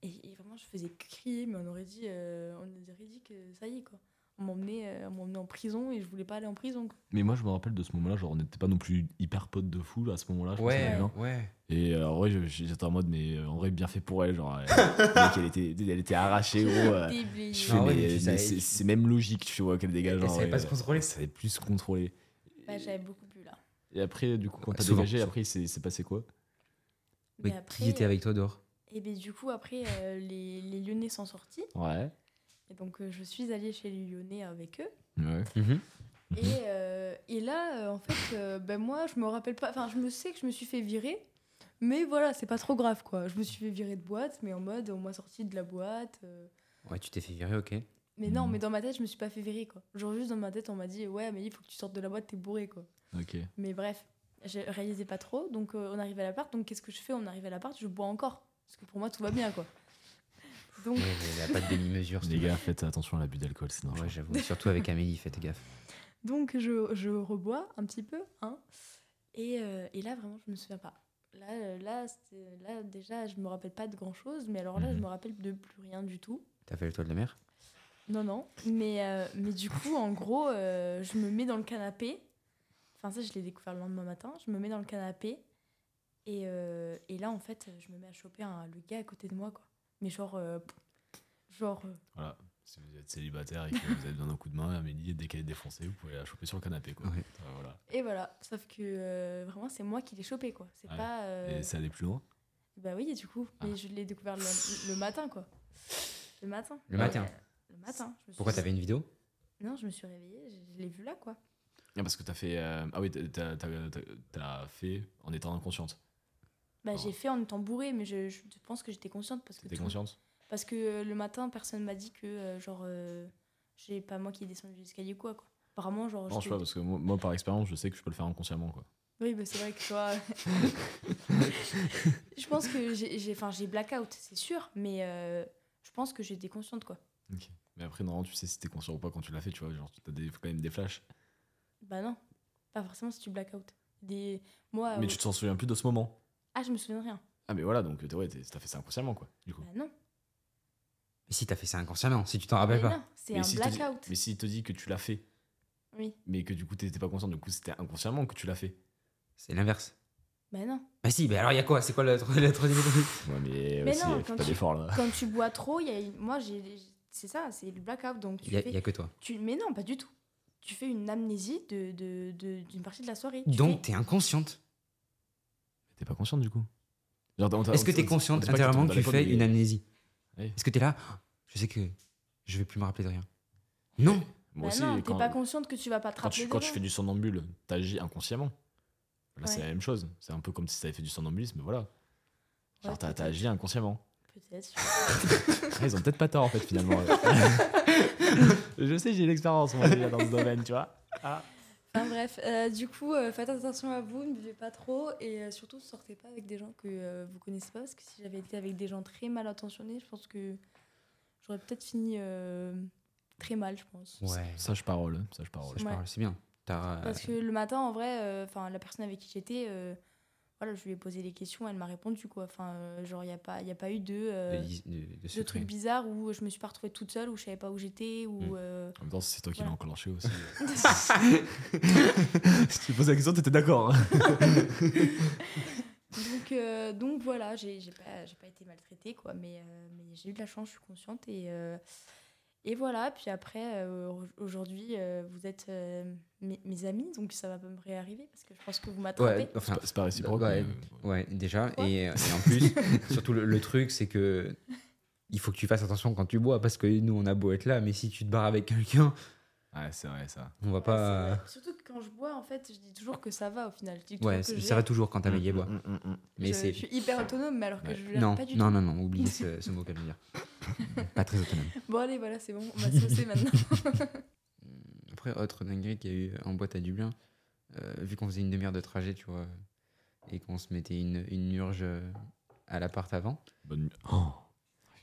Speaker 3: Et, et vraiment, je faisais que crier, mais on aurait dit, euh, on aurait dit que ça y est quoi. On m'emmenait euh, on m'emmenait en prison et je voulais pas aller en prison. quoi.
Speaker 4: Mais moi, je me rappelle de ce moment-là, genre, on n'était pas non plus hyper potes de fou là, à ce moment-là. je pense, avec
Speaker 2: Ouais,
Speaker 4: Jean.
Speaker 2: ouais.
Speaker 4: Et euh, en vrai, je- j'étais en mode, mais euh, en vrai, bien fait pour elle. Genre, elle, le mec, elle, était, elle était arrachée, gros. euh,
Speaker 3: Déblayée.
Speaker 4: Je
Speaker 2: Ah
Speaker 4: fais,
Speaker 2: ouais,
Speaker 4: mais,
Speaker 2: mais tu
Speaker 4: mais
Speaker 2: savais-
Speaker 4: c'est c'est même logique, tu vois, qu'elle dégage.
Speaker 2: Elle
Speaker 4: en
Speaker 2: savait
Speaker 4: vrai,
Speaker 2: pas se
Speaker 4: euh,
Speaker 2: contrôler.
Speaker 4: Elle savait plus se contrôler.
Speaker 3: Bah, J'avais beaucoup bu là.
Speaker 4: Et après, du coup, quand
Speaker 2: Ouais,
Speaker 4: t'as
Speaker 2: souvent.
Speaker 4: dégagé, après, il s'est il s'est passé quoi
Speaker 2: Mais
Speaker 3: Mais après,
Speaker 2: qui était avec toi dehors
Speaker 3: Et ben du coup, après, euh, les, les Lyonnais sont sortis.
Speaker 4: Ouais.
Speaker 3: Et donc, euh, je suis allée chez les Lyonnais avec eux.
Speaker 4: Ouais.
Speaker 3: Et, euh, et là, euh, en fait, euh, ben moi, je me rappelle pas. Enfin, je me sais que je me suis fait virer. Mais voilà, c'est pas trop grave, quoi. Je me suis fait virer de boîte, mais en mode, on m'a sorti de la boîte. euh.
Speaker 2: Ouais, tu t'es fait virer, ok.
Speaker 3: Mais non,
Speaker 4: Mhm.
Speaker 3: mais dans ma tête, je me suis pas fait virer, quoi. Genre, juste dans ma tête, on m'a dit, ouais, mais il faut que tu sortes de la boîte, t'es bourré, quoi.
Speaker 4: Ok.
Speaker 3: Mais bref, je réalisais pas trop. Donc, euh, on arrive à l'appart. Donc, qu'est-ce que je fais On arrive à l'appart, je bois encore. Parce que pour moi, tout va bien, quoi. Donc,
Speaker 2: Ouais, mais elle a pas de demi-mesure,
Speaker 4: [laughs] Les
Speaker 2: c'est
Speaker 4: gars, faites attention à l'abus d'alcool, sinon.
Speaker 2: Ouais, j'avoue. Surtout avec Amélie, faites gaffe.
Speaker 3: Donc je, je rebois un petit peu, hein. Et, euh, et là, vraiment, je me souviens pas. Là, euh, là, c'était- là, déjà, je me rappelle pas de grand chose, mais alors là, je
Speaker 4: Mhm.
Speaker 3: me rappelle de plus rien du tout.
Speaker 2: T'as fait l'étoile de mer
Speaker 3: Non, non. Mais, euh, mais du coup, en gros, euh, je me mets dans le canapé. Enfin, ça, je l'ai découvert le lendemain matin. Je me mets dans le canapé. Et, euh, et là, en fait, je me mets à choper un- le gars à côté de moi, quoi. Mais genre. euh, genre. euh,
Speaker 4: Voilà. Si vous êtes célibataire et que vous avez besoin d'un coup de main, Amélie, dès qu'elle est défoncée, vous pouvez la choper sur le canapé, quoi.
Speaker 2: Ouais.
Speaker 4: Ouais, Voilà.
Speaker 3: Et voilà. Sauf que euh, vraiment, c'est moi qui l'ai chopé, quoi. C'est
Speaker 4: Ouais.
Speaker 3: pas. euh,
Speaker 4: Et ça allait plus loin
Speaker 3: Bah oui, du coup. Mais
Speaker 4: Ah.
Speaker 3: je l'ai découvert le, le matin, quoi. Le matin.
Speaker 2: Le matin.
Speaker 3: Le matin. Je me suis
Speaker 2: Pourquoi
Speaker 3: dit-
Speaker 2: t'avais une vidéo
Speaker 3: Non, je me suis réveillée, je, je l'ai vu là, quoi.
Speaker 4: Ah, parce que t'as fait. euh, Ah oui, t'as- t'as- t'as t'as- t'as fait en étant inconsciente.
Speaker 3: Bah
Speaker 4: Oh.
Speaker 3: j'ai fait en étant bourrée, mais je, je pense que j'étais consciente parce que
Speaker 4: T'étais
Speaker 3: tout-
Speaker 4: consciente
Speaker 3: parce que euh, le matin, personne m'a dit que euh, genre euh, j'ai pas moi qui ai descendu l'escalier ou quoi, quoi. Apparemment, genre.
Speaker 4: Non, je
Speaker 3: j'étais-
Speaker 4: sais pas, parce que moi, moi, par expérience, je sais que je peux le faire inconsciemment, quoi.
Speaker 3: Oui, bah c'est vrai que
Speaker 4: [laughs]
Speaker 3: toi. je pense que j'ai, j'ai, enfin, j'ai blackout, c'est sûr, mais euh, je pense que j'étais consciente, quoi.
Speaker 4: Mais après, normalement, tu sais si t'es conscient ou pas quand tu l'as fait, tu vois. Genre, t'as des, quand même des flashs.
Speaker 3: Bah non, pas forcément si tu blackout. Des... Moi,
Speaker 4: mais
Speaker 3: euh,
Speaker 4: tu t'en souviens plus de ce moment.
Speaker 3: ah, je me souviens de rien.
Speaker 4: Ah, mais voilà, donc t'es- ouais, t'es- t'as fait ça inconsciemment, quoi. Du coup.
Speaker 3: Bah non.
Speaker 2: Mais si, t'as fait ça inconsciemment, si tu t'en rappelles
Speaker 3: Mais
Speaker 2: pas.
Speaker 3: non, c'est
Speaker 4: Ah, bah, mais
Speaker 3: un
Speaker 4: s'il te dit-
Speaker 3: blackout.
Speaker 4: mais s'il te dit que tu l'as fait,
Speaker 3: Oui.
Speaker 4: mais que du coup, t'étais pas conscient, du coup, c'était inconsciemment que tu l'as fait.
Speaker 2: C'est l'inverse.
Speaker 3: Bah non.
Speaker 2: Bah si, bah alors y a quoi C'est quoi la, [laughs] tro- la troisième étoile
Speaker 4: Ouais, mais,
Speaker 3: Mais
Speaker 4: aussi,
Speaker 3: non,
Speaker 4: fais
Speaker 3: quand
Speaker 4: pas
Speaker 3: tu-
Speaker 4: d'effort, là.
Speaker 3: Quand tu bois trop, il y a... moi, j'ai... c'est ça, c'est le blackout. Donc tu
Speaker 2: y a,
Speaker 3: fais...
Speaker 2: y a que toi.
Speaker 3: Tu... Mais non, pas du tout. Tu fais une amnésie de, de, de- d'une partie de la soirée. Tu
Speaker 2: Donc
Speaker 3: fais-
Speaker 2: t'es inconsciente.
Speaker 4: T'es pas consciente, du coup. Genre, on t'a-
Speaker 2: Est-ce que
Speaker 4: Bah, on-
Speaker 2: t'es
Speaker 4: on- on
Speaker 2: consciente
Speaker 4: dit pas que
Speaker 2: intérieurement
Speaker 4: t'es
Speaker 2: que tu
Speaker 4: dans la
Speaker 2: fais
Speaker 4: faute,
Speaker 2: une
Speaker 4: mais-
Speaker 2: amnésie
Speaker 4: Oui.
Speaker 2: Est-ce que t'es là Oh, Je sais que je vais plus me rappeler de rien. Non
Speaker 3: Bah
Speaker 4: Moi aussi,
Speaker 3: non,
Speaker 4: quand,
Speaker 3: t'es pas consciente que tu vas pas te
Speaker 4: quand
Speaker 3: rappeler
Speaker 4: tu,
Speaker 3: de
Speaker 4: quand tu
Speaker 3: rien.
Speaker 4: fais du somnambule, t'agis inconsciemment. Là, c'est
Speaker 3: Ouais.
Speaker 4: la même chose. C'est un peu comme si t'avais fait du somnambulisme, voilà. Genre,
Speaker 3: Ouais,
Speaker 4: t'as t'as
Speaker 3: peut-être.
Speaker 4: agi inconsciemment.
Speaker 3: Peut-être.
Speaker 4: Ouais, ils ont peut-être pas tort en
Speaker 3: [laughs]
Speaker 4: fait finalement. [laughs] je sais, j'ai l'expérience moi déjà dans ce domaine, tu vois.
Speaker 3: Enfin bref, euh, du coup, euh, faites attention à vous, ne buvez pas trop et euh, surtout sortez pas avec des gens que euh, vous connaissez pas parce que si j'avais été avec des gens très mal intentionnés, je pense que j'aurais peut-être fini euh, très mal, je pense.
Speaker 2: Ouais.
Speaker 4: Sage parole, hein, sage
Speaker 2: Ça,
Speaker 4: parole.
Speaker 2: je
Speaker 3: Ouais.
Speaker 2: parle, c'est bien. T'as- euh,
Speaker 3: Parce que le matin, en vrai, euh, enfin la personne avec qui j'étais, euh, voilà, je lui ai posé des questions, elle m'a répondu quoi. Enfin, euh, genre il y a pas, il y a pas eu de, euh,
Speaker 2: de, de- de
Speaker 3: de
Speaker 2: secret.
Speaker 4: [laughs]
Speaker 3: trucs bizarres où je me suis pas retrouvée toute seule, où je savais pas où j'étais, ou
Speaker 2: Mm.
Speaker 3: euh, [laughs]
Speaker 4: En même temps, c'est toi qui l'as
Speaker 3: Voilà.
Speaker 4: enclenché aussi. hein. si tu poses la question, t'étais d'accord.
Speaker 3: Donc, euh, donc voilà, j'ai j'ai pas, j'ai pas été maltraitée, quoi. Mais, euh, mais j'ai eu de la chance, je suis consciente. Et, euh, et voilà, puis après, euh, au- aujourd'hui, euh, vous êtes euh, mes, mes amis, donc ça va pas me réarriver parce que je pense que vous m'attrapez.
Speaker 2: Ouais, enfin,
Speaker 4: C'est pas réciproque.
Speaker 2: Ah. Ouais.
Speaker 4: mais- euh,
Speaker 2: Ouais, déjà.
Speaker 3: Quoi
Speaker 2: Et, et en plus, [laughs] surtout le, le truc, c'est que il faut que tu fasses attention quand tu bois, parce que nous, on a beau être là, mais si tu te barres avec quelqu'un,
Speaker 4: Ouais, c'est vrai, ça.
Speaker 2: on va
Speaker 3: Ouais, c'est
Speaker 2: pas.
Speaker 3: vrai. Surtout que quand je bois, en fait, je dis toujours que ça va au final. Je dis toujours
Speaker 2: Ouais,
Speaker 3: que
Speaker 2: c'est-
Speaker 3: je
Speaker 2: ça
Speaker 3: gère.
Speaker 2: va toujours quand t'as
Speaker 4: Mm,
Speaker 2: veillé
Speaker 4: mm,
Speaker 2: bois.
Speaker 4: mm, mm, mm.
Speaker 2: Mais
Speaker 3: je, je
Speaker 2: c'est.
Speaker 3: suis hyper autonome, mais alors que
Speaker 4: Ouais.
Speaker 3: je l'ai
Speaker 2: Non,
Speaker 3: pas du
Speaker 2: non,
Speaker 3: tout.
Speaker 2: non, non, oubliez ce, ce mot qu'elle vient de
Speaker 3: [laughs]
Speaker 2: dire. pas très autonome.
Speaker 3: Bon, allez, voilà, c'est bon, on
Speaker 2: [laughs]
Speaker 3: va se saucer maintenant.
Speaker 2: Après, autre dinguerie qu'il y a eu en boîte à Dublin, euh, vu qu'on faisait une demi-heure de trajet, tu vois, et qu'on se mettait une, une urge euh, à l'appart avant.
Speaker 4: Bonne nuit. Oh.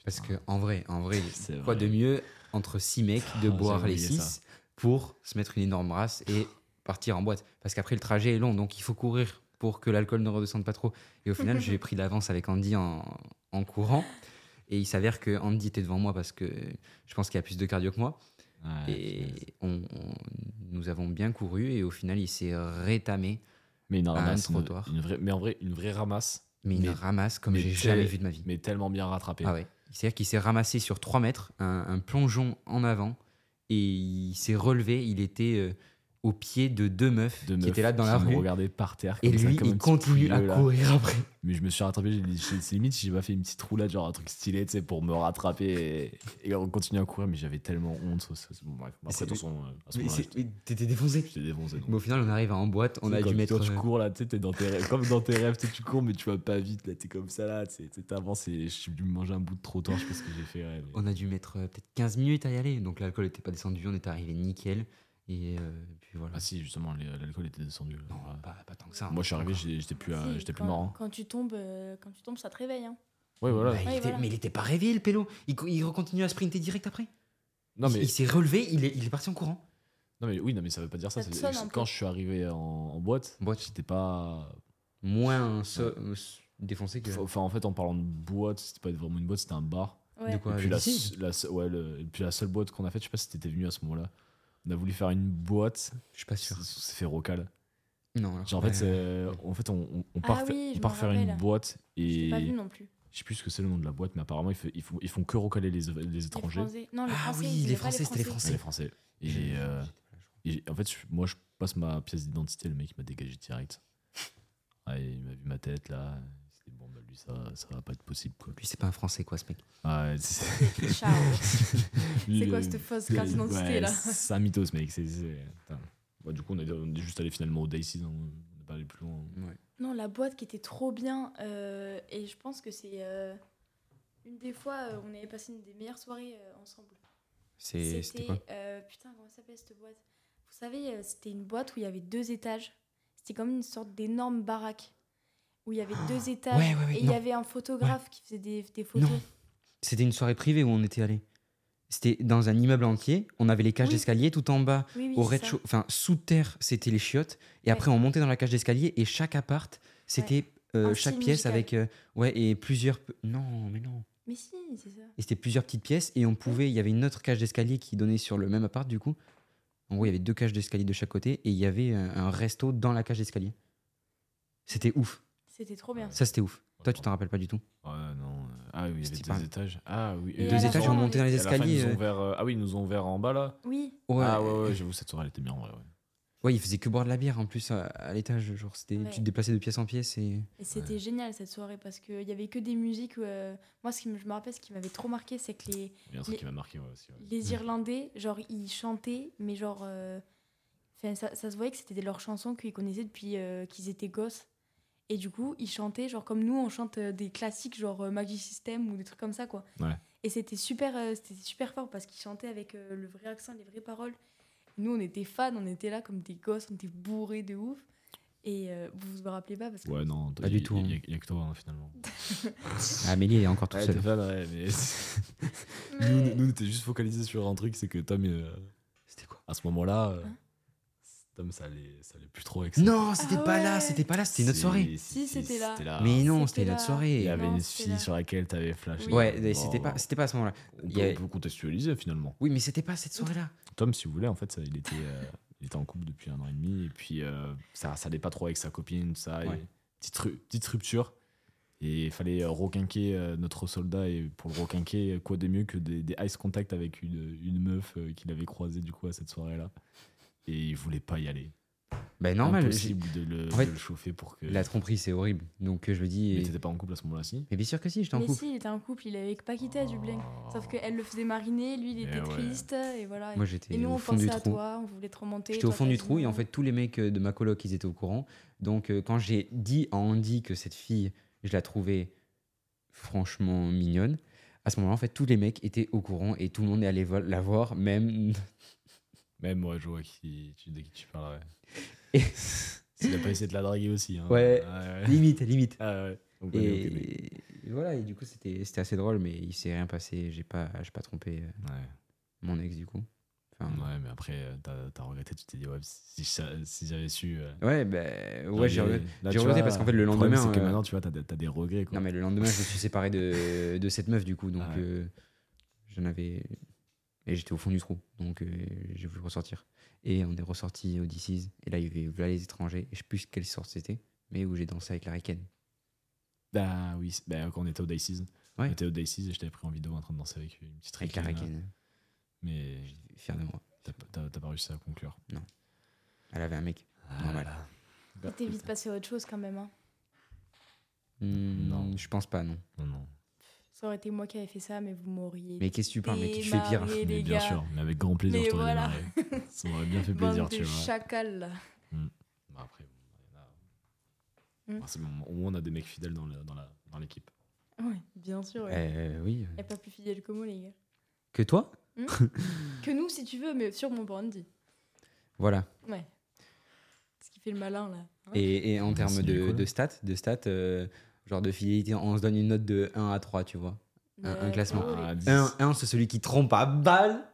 Speaker 2: Parce que en vrai, en vrai,
Speaker 4: [laughs] C'est
Speaker 2: quoi
Speaker 4: vrai.
Speaker 2: de mieux entre six mecs de
Speaker 4: Ah,
Speaker 2: boire
Speaker 4: j'avais
Speaker 2: les
Speaker 4: oublié
Speaker 2: six
Speaker 4: ça.
Speaker 2: pour se mettre une énorme race et partir en boîte. Parce qu'après le trajet est long, donc il faut courir pour que l'alcool ne redescende pas trop. Et au final, j'ai pris de l'avance avec Andy en, en courant. Et il s'avère que Andy était devant moi parce que je pense qu'il a plus de cardio que moi.
Speaker 4: Ouais, punaise.
Speaker 2: et on, on- nous avons bien couru et au final, il s'est rétamé.
Speaker 4: Mais une
Speaker 2: un
Speaker 4: ramasse. une-
Speaker 2: trottoir.
Speaker 4: une vraie- mais en vrai, une vraie ramasse.
Speaker 2: Mais une
Speaker 4: Mais-
Speaker 2: ramasse comme
Speaker 4: mais
Speaker 2: j'ai
Speaker 4: tel-
Speaker 2: jamais vu de ma vie.
Speaker 4: Mais tellement bien rattrapée.
Speaker 2: Ah ouais. C'est-à-dire qu'il s'est ramassé sur 3 mètres, un, un plongeon en avant, et il s'est relevé. Il était euh, au pied de deux meufs
Speaker 4: De
Speaker 2: qui
Speaker 4: meufs
Speaker 2: étaient là dans la
Speaker 4: qui me
Speaker 2: rue.
Speaker 4: regardaient par terre.
Speaker 2: Et
Speaker 4: comme ça,
Speaker 2: lui,
Speaker 4: comme un
Speaker 2: il
Speaker 4: petit
Speaker 2: continue à
Speaker 4: pouilleux, là.
Speaker 2: courir après.
Speaker 4: Mais je me suis rattrapé, j'ai dit, c'est c'est limite si j'ai pas fait une petite roulade, genre un truc stylé, tu sais, pour me rattraper et, et on continue à courir, mais j'avais tellement honte. ça- ça- bon, bref, Bon, après,
Speaker 2: c'est-
Speaker 4: de toute façon, euh, à ce
Speaker 2: Mais
Speaker 4: moment-là,
Speaker 2: c'est- mais t'étais défoncé.
Speaker 4: j'étais défoncé. donc.
Speaker 2: Mais au final, on arrive en boîte, on
Speaker 4: Tu sais,
Speaker 2: a
Speaker 4: quand
Speaker 2: dû mettre.
Speaker 4: Quand tu
Speaker 2: euh,
Speaker 4: cours là, tu sais, t'es dans tes rêves. Comme dans tes rêves, tu sais, tu cours, mais tu vas pas vite, là, t'es comme ça là, tu sais, tu sais, t'avances et je suis dû me manger un bout de trottoir, je sais pas ce que j'ai fait. ouais, mais-
Speaker 2: On a dû mettre euh, peut-être 15 minutes à y aller. Donc l'alcool n'était pas descendu, on est arrivé nickel. Et euh, puis voilà.
Speaker 4: Ah si, justement, les- l'alcool était descendu.
Speaker 2: Non,
Speaker 4: Ouais.
Speaker 2: pas, pas tant que ça. hein.
Speaker 4: Moi, je suis arrivé, j'ai- j'étais plus, à-
Speaker 3: Si,
Speaker 4: j'étais plus
Speaker 3: quand-
Speaker 4: marrant.
Speaker 3: Quand tu tombes, euh, quand tu tombes, ça te réveille. Hein.
Speaker 4: Ouais, voilà.
Speaker 2: Bah, il
Speaker 3: Ouais,
Speaker 2: était-
Speaker 3: voilà.
Speaker 2: Mais il était pas réveillé, le pélo. Il, co- il continue à sprinter direct après.
Speaker 4: Non
Speaker 2: Il-
Speaker 4: mais,
Speaker 2: Il s'est relevé, il est, il est parti en courant.
Speaker 4: non mais oui, non mais ça veut pas dire ça.
Speaker 3: Ça te
Speaker 4: c'est-
Speaker 3: sonne un
Speaker 4: Quand
Speaker 3: peu.
Speaker 4: je suis arrivé en, en boîte,
Speaker 2: Boîte.
Speaker 4: j'étais pas.
Speaker 2: moins so- euh, s- défoncé que.
Speaker 4: Enfin, en fait, en parlant de boîte, c'était pas vraiment une boîte, c'était un bar.
Speaker 3: Ouais.
Speaker 2: De quoi
Speaker 4: Et
Speaker 2: avec
Speaker 4: puis la,
Speaker 2: des
Speaker 4: se- la se- ouais, le- et puis la seule boîte qu'on a faite, je sais pas si t'étais venu à ce moment-là. On a voulu faire une boîte,
Speaker 2: Je suis pas
Speaker 4: c'est
Speaker 2: sûr.
Speaker 4: c'est fait rocal.
Speaker 2: Non. alors,
Speaker 4: Genre en
Speaker 2: ouais.
Speaker 4: fait, c'est- en fait, on, on- on part,
Speaker 3: Ah
Speaker 4: fa-
Speaker 3: oui, je
Speaker 4: on part
Speaker 3: m'en
Speaker 4: faire une
Speaker 3: rappelle.
Speaker 4: boîte
Speaker 3: Je t'ai
Speaker 4: et
Speaker 3: pas vu
Speaker 4: je
Speaker 3: non plus.
Speaker 4: sais plus ce que c'est le nom de la boîte, mais apparemment ils, fait- ils font, ils font que recaler les, les
Speaker 3: Les
Speaker 4: étrangers,
Speaker 3: Français. Non, les
Speaker 2: Ah
Speaker 3: Français.
Speaker 2: oui,
Speaker 3: ils
Speaker 2: les
Speaker 3: aimaient pas
Speaker 2: Français, c'était les
Speaker 4: et les Français. Et,
Speaker 2: J'étais- j'étais pas
Speaker 4: euh,
Speaker 2: là, je crois.
Speaker 4: et j'ai- en fait, je- moi je passe ma pièce d'identité, le mec m'a dégagé direct. Ah, il m'a vu ma tête là, c'était bon, bah lui ça, ça va pas être possible quoi.
Speaker 2: Lui, c'est pas un français, quoi, ce mec.
Speaker 4: Ah, c'est
Speaker 2: [laughs]
Speaker 3: Ciao. [laughs]
Speaker 4: lui,
Speaker 3: C'est quoi
Speaker 4: le- [laughs]
Speaker 3: cette fausse carte d'identité
Speaker 4: ouais,
Speaker 3: là
Speaker 4: C'est un mythos, mec. c'est- c'est- putain. Ouais, du coup, on est, on est juste allé finalement au Daisy, on n'est pas allé plus loin.
Speaker 3: Non, la boîte qui était trop bien. euh, et je pense que c'est euh, une des fois euh, on avait passé une des meilleures soirées euh, ensemble.
Speaker 2: C'est- C'était quoi
Speaker 3: euh, putain, comment ça s'appelait cette boîte Vous savez, euh, c'était une boîte où il y avait deux étages. C'était comme une sorte d'énorme baraque où il y avait deux étages
Speaker 2: Ah, ouais, ouais,
Speaker 3: et il y
Speaker 2: non.
Speaker 3: avait un photographe qui faisait des, des photos.
Speaker 2: Non. C'était une soirée privée où on était allé. C'était dans un immeuble entier. On avait les cages
Speaker 3: Oui.
Speaker 2: d'escalier tout en bas,
Speaker 3: Oui, oui,
Speaker 2: au
Speaker 3: c'est ça.
Speaker 2: rez-de-chaussée. Enfin, sous terre, c'était les chiottes. Et
Speaker 3: Ouais.
Speaker 2: après, on montait dans la cage d'escalier et chaque appart, c'était euh,
Speaker 3: Un
Speaker 2: chaque
Speaker 3: style
Speaker 2: pièce
Speaker 3: musical.
Speaker 2: avec. euh, ouais, et plusieurs. pe- Non, mais non.
Speaker 3: Mais si, c'est ça.
Speaker 2: Et c'était plusieurs petites pièces et on pouvait. Il y avait une autre cage d'escalier qui donnait sur le même appart, du coup. En gros, il y avait deux cages d'escalier de chaque côté et il y avait un, un resto dans la cage d'escalier. C'était ouf.
Speaker 3: C'était trop bien.
Speaker 2: Ça, c'était ouf. Toi, tu t'en rappelles pas du tout.
Speaker 4: Ah non. euh, Ah oui, il y
Speaker 2: C'était
Speaker 4: avait
Speaker 2: pas-
Speaker 4: deux étages. Ah oui.
Speaker 3: Et
Speaker 4: euh,
Speaker 3: à
Speaker 2: Deux
Speaker 3: la
Speaker 2: étages,
Speaker 3: fin,
Speaker 2: on
Speaker 3: on
Speaker 2: montait dans les
Speaker 4: Et à la fin, ils
Speaker 2: escaliers.
Speaker 4: nous ont
Speaker 2: euh,
Speaker 4: ouvert, euh, ah oui, ils nous ont ouvert en bas là.
Speaker 3: Oui,
Speaker 2: ouais.
Speaker 4: Ah ouais, ouais, j'avoue, cette soirée elle était bien. Ouais, ouais.
Speaker 2: Ouais, il faisait que boire de la bière en plus à, à l'étage. Genre, c'était,
Speaker 3: Ouais.
Speaker 2: tu te déplaçais de pièce en pièce et.
Speaker 3: et c'était génial cette soirée parce qu'il y avait que des musiques. où, euh, Moi, ce qui me- je me rappelle, ce qui m'avait trop marqué, c'est que les,
Speaker 4: Il y a un truc
Speaker 3: Mais-
Speaker 4: qui m'a marqué ouais, aussi. ouais.
Speaker 3: les Irlandais, genre, ils chantaient, mais genre. euh, 'fin, ça, ça se voyait que c'était leurs chansons qu'ils connaissaient depuis euh, qu'ils étaient gosses. Et du coup, ils chantaient, genre, comme nous, on chante euh, des classiques, genre euh, Magic System ou des trucs comme ça, quoi.
Speaker 4: Ouais.
Speaker 3: Et c'était super, euh, c'était super fort parce qu'ils chantaient avec euh, le vrai accent, les vraies paroles. Nous, on était fans, on était là comme des gosses, on était bourrés de ouf. Et euh, vous vous rappelez pas parce que.
Speaker 4: Ouais, non,
Speaker 2: Pas du tout,
Speaker 4: Il y,
Speaker 2: hein.
Speaker 4: a- il y a que toi hein, finalement.
Speaker 2: Ah, Amélie elle est encore toute
Speaker 4: Ouais,
Speaker 2: seule.
Speaker 4: t'es fan, ouais, mais. [laughs]
Speaker 3: Mais-
Speaker 4: nous, nous, on était juste focalisés sur un truc, c'est que Tom, euh,
Speaker 2: C'était quoi
Speaker 4: à ce moment-là, euh,
Speaker 3: Hein
Speaker 4: Tom, ça allait, ça allait plus trop avec ça.
Speaker 2: Non, c'était
Speaker 3: Ah
Speaker 2: pas là,
Speaker 3: ouais.
Speaker 2: c'était pas là, c'était notre
Speaker 4: C'est-
Speaker 2: soirée.
Speaker 3: Si, c'était là.
Speaker 2: Mais non, c'était
Speaker 3: C'était
Speaker 2: notre
Speaker 3: là.
Speaker 2: soirée.
Speaker 4: Il y avait
Speaker 3: Non,
Speaker 4: une
Speaker 3: c'était
Speaker 4: fille
Speaker 3: là.
Speaker 4: sur laquelle t'avais flash.
Speaker 3: Oui.
Speaker 2: Ouais, mais c'était pas, c'était pas à ce moment-là.
Speaker 4: On
Speaker 2: il y
Speaker 4: peut,
Speaker 2: avait-
Speaker 4: on peut contextualiser finalement.
Speaker 2: Oui, mais c'était pas cette soirée-là.
Speaker 4: Tom, si vous voulez, en fait, ça, il, était, euh, il était en couple depuis un an et demi, et puis euh, ça, ça allait pas trop avec sa copine, tout ça. et
Speaker 2: Ouais.
Speaker 4: petite, ru- petite rupture. Et il fallait euh, requinquer euh, notre soldat. Et pour le requinquer, quoi de mieux que des, des ice contact avec une, une meuf euh, qu'il avait croisée du coup à cette soirée-là. Et il voulait pas y aller.
Speaker 2: Bah, normal. j'ai-
Speaker 4: Impossible de le,
Speaker 2: en fait,
Speaker 4: de le chauffer pour que.
Speaker 2: La tromperie, c'est horrible. Donc, euh, je me dis.
Speaker 4: Mais
Speaker 2: et-
Speaker 4: t'étais pas en couple à ce moment-là, si
Speaker 2: Mais bien sûr que si, j'étais en
Speaker 3: Mais
Speaker 2: couple.
Speaker 3: si, il était en couple, il est avec Paquita du Dublin.
Speaker 4: Oh.
Speaker 3: Sauf qu'elle le faisait mariner, lui il
Speaker 4: Eh
Speaker 3: était
Speaker 4: ouais.
Speaker 3: triste, et voilà.
Speaker 2: Moi,
Speaker 3: et
Speaker 2: j'étais
Speaker 3: nous
Speaker 2: au
Speaker 3: on
Speaker 2: fond du
Speaker 3: pensait à
Speaker 2: trou.
Speaker 3: toi, on voulait te remonter.
Speaker 2: J'étais au
Speaker 3: toi,
Speaker 2: fond
Speaker 3: t'as
Speaker 2: du
Speaker 3: dit
Speaker 2: trou et en
Speaker 3: non.
Speaker 2: fait tous les mecs euh, de ma coloc ils étaient au courant. Donc euh, quand j'ai dit à Andy que cette fille je la trouvais franchement mignonne, à ce moment-là en fait tous les mecs étaient au courant et tout le monde est allé vo- la voir même. [laughs]
Speaker 4: Même moi, je vois qui, tu, de qui tu parles.
Speaker 2: Et-
Speaker 4: Ouais. S'il a pas essayé de la draguer aussi. Hein.
Speaker 2: Ouais.
Speaker 4: Ah ouais.
Speaker 2: limite, limite.
Speaker 4: Ah ouais. On connaît, on connaît.
Speaker 2: Et, et voilà et du coup c'était c'était assez drôle mais il s'est rien passé. J'ai pas j'ai pas trompé euh,
Speaker 4: Ouais.
Speaker 2: mon ex du coup. Enfin,
Speaker 4: Ouais, mais après, euh, t'as t'as regretté, tu t'es dit, ouais, si, je sa- si j'avais su. euh,
Speaker 2: ouais ben ouais
Speaker 4: j'aurais-
Speaker 2: j'ai regret- j'ai
Speaker 4: là, tu
Speaker 2: regretté
Speaker 4: vois,
Speaker 2: parce qu'en fait, le
Speaker 4: problème,
Speaker 2: lendemain,
Speaker 4: C'est que
Speaker 2: euh,
Speaker 4: maintenant, tu vois, t'as des, t'as des regrets, quoi.
Speaker 2: Non mais le lendemain je me suis séparé de, de cette meuf du coup donc
Speaker 4: Ah ouais.
Speaker 2: euh, j'en avais et j'étais au fond du trou donc euh, j'ai voulu ressortir et on est ressorti au DC's et là il y avait voilà les étrangers et je sais plus quelle sorte c'était mais où j'ai dansé avec la Riken.
Speaker 4: Ah oui, c'est- bah, quand on était au Daisies.
Speaker 2: Ouais.
Speaker 4: On était au Daisies et je t'avais pris en vidéo en train de danser avec une petite
Speaker 2: Avec la
Speaker 4: Ricaine, là.
Speaker 2: Riken,
Speaker 4: Mais
Speaker 2: fier de moi.
Speaker 4: t'as pas- t'as t'as pas réussi à conclure.
Speaker 2: Elle avait un mec. Normal.
Speaker 4: Ah,
Speaker 3: Il était vite passé à autre chose quand même. hein.
Speaker 2: Hmm,
Speaker 4: Non.
Speaker 2: Je pense pas non.
Speaker 4: Non, non.
Speaker 3: Ça aurait été moi qui avais fait ça, mais vous m'auriez.
Speaker 2: Mais qu'est-ce que tu parles mais qui te fait
Speaker 3: Démarrer
Speaker 2: pire
Speaker 3: Et
Speaker 4: mais
Speaker 3: les
Speaker 4: bien
Speaker 3: gars.
Speaker 4: sûr, mais avec grand plaisir,
Speaker 3: Mais
Speaker 4: je t'aurais
Speaker 3: voilà. [laughs]
Speaker 4: démarré. Ça m'aurait bien fait
Speaker 3: Bande
Speaker 4: plaisir,
Speaker 3: de
Speaker 4: tu vois.
Speaker 3: chacal
Speaker 4: [laughs]
Speaker 3: là.
Speaker 4: Bah, après, bon, y en a-
Speaker 3: Hmm.
Speaker 4: Enfin, c'est bon, au moins, on a des mecs fidèles dans le- dans la- dans l'équipe.
Speaker 3: Ouais, bien sûr. ouais.
Speaker 2: Euh, oui.
Speaker 3: Y a pas plus fidèle que moi, les gars.
Speaker 2: Que toi
Speaker 3: Que nous, si tu veux, mais sur mon brandy.
Speaker 2: Voilà.
Speaker 3: Ouais. Ce qui fait le malin, là. hein.
Speaker 2: Et, et en
Speaker 4: Ouais,
Speaker 2: termes
Speaker 4: c'est du
Speaker 2: de,
Speaker 4: coup, là.
Speaker 2: de stats, de stats euh, genre de fidélité, on se donne une note de 1 à 3, tu vois. un
Speaker 3: Mais
Speaker 2: classement.
Speaker 3: oh, les-
Speaker 4: Ah, dix.
Speaker 2: 1, c'est celui qui trompe à balle.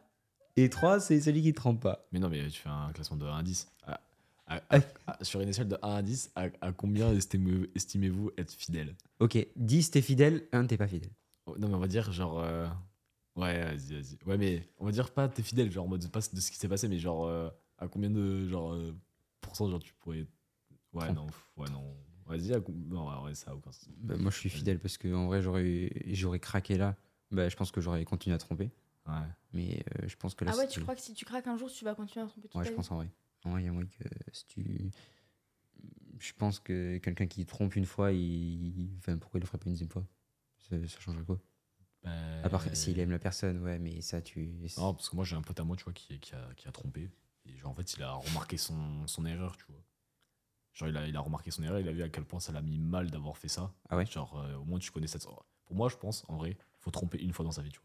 Speaker 2: Et 3, c'est celui qui trompe pas.
Speaker 4: Mais non, mais tu fais un classement de 1 à 10. À- à-
Speaker 2: Ah.
Speaker 4: à- sur une échelle de 1 à 10, à, à combien estimez- estimez-vous être fidèle
Speaker 2: Ok, 10, t'es fidèle, 1, t'es pas fidèle.
Speaker 4: Oh, Non, mais on va dire genre. euh, Ouais, vas-y, vas-y. Ouais, mais on va dire pas t'es fidèle, genre en mode pas de ce qui s'est passé, mais genre euh, à combien de genre euh, pourcent genre tu pourrais. Ouais,
Speaker 2: Trente.
Speaker 4: non, pff, ouais, non. Vas-y, à com- non, ouais, ouais, ça a aucun sens.
Speaker 2: Bah, moi, je suis fidèle parce que en vrai, j'aurais j'aurais craqué là. Bah, je pense que j'aurais continué à tromper.
Speaker 4: Ouais.
Speaker 2: Mais euh, je pense que là.
Speaker 3: Ah ouais,
Speaker 2: si
Speaker 3: tu crois que si tu craques un jour, tu vas continuer à tromper toute
Speaker 2: Ouais,
Speaker 3: ta
Speaker 2: je
Speaker 3: vie
Speaker 2: pense en vrai. En vrai, il y a moyen que si tu. Je pense que quelqu'un qui trompe une fois, il. Enfin, pourquoi il le ferait pas une deuxième fois ça, ça changerait quoi À part
Speaker 4: Euh,
Speaker 2: s'il aime la personne, ouais, mais ça, tu.
Speaker 4: Non, parce que moi j'ai un pote à moi, tu vois, qui, qui a, qui a trompé. Et genre, en fait, il a remarqué son, son erreur, tu vois. Genre, il a, il a remarqué son erreur, il a vu à quel point ça l'a mis mal d'avoir fait ça.
Speaker 2: Ah ouais
Speaker 4: Genre, euh, au moins, tu connais cette. Pour moi, je pense, en vrai, faut tromper une fois dans sa vie, tu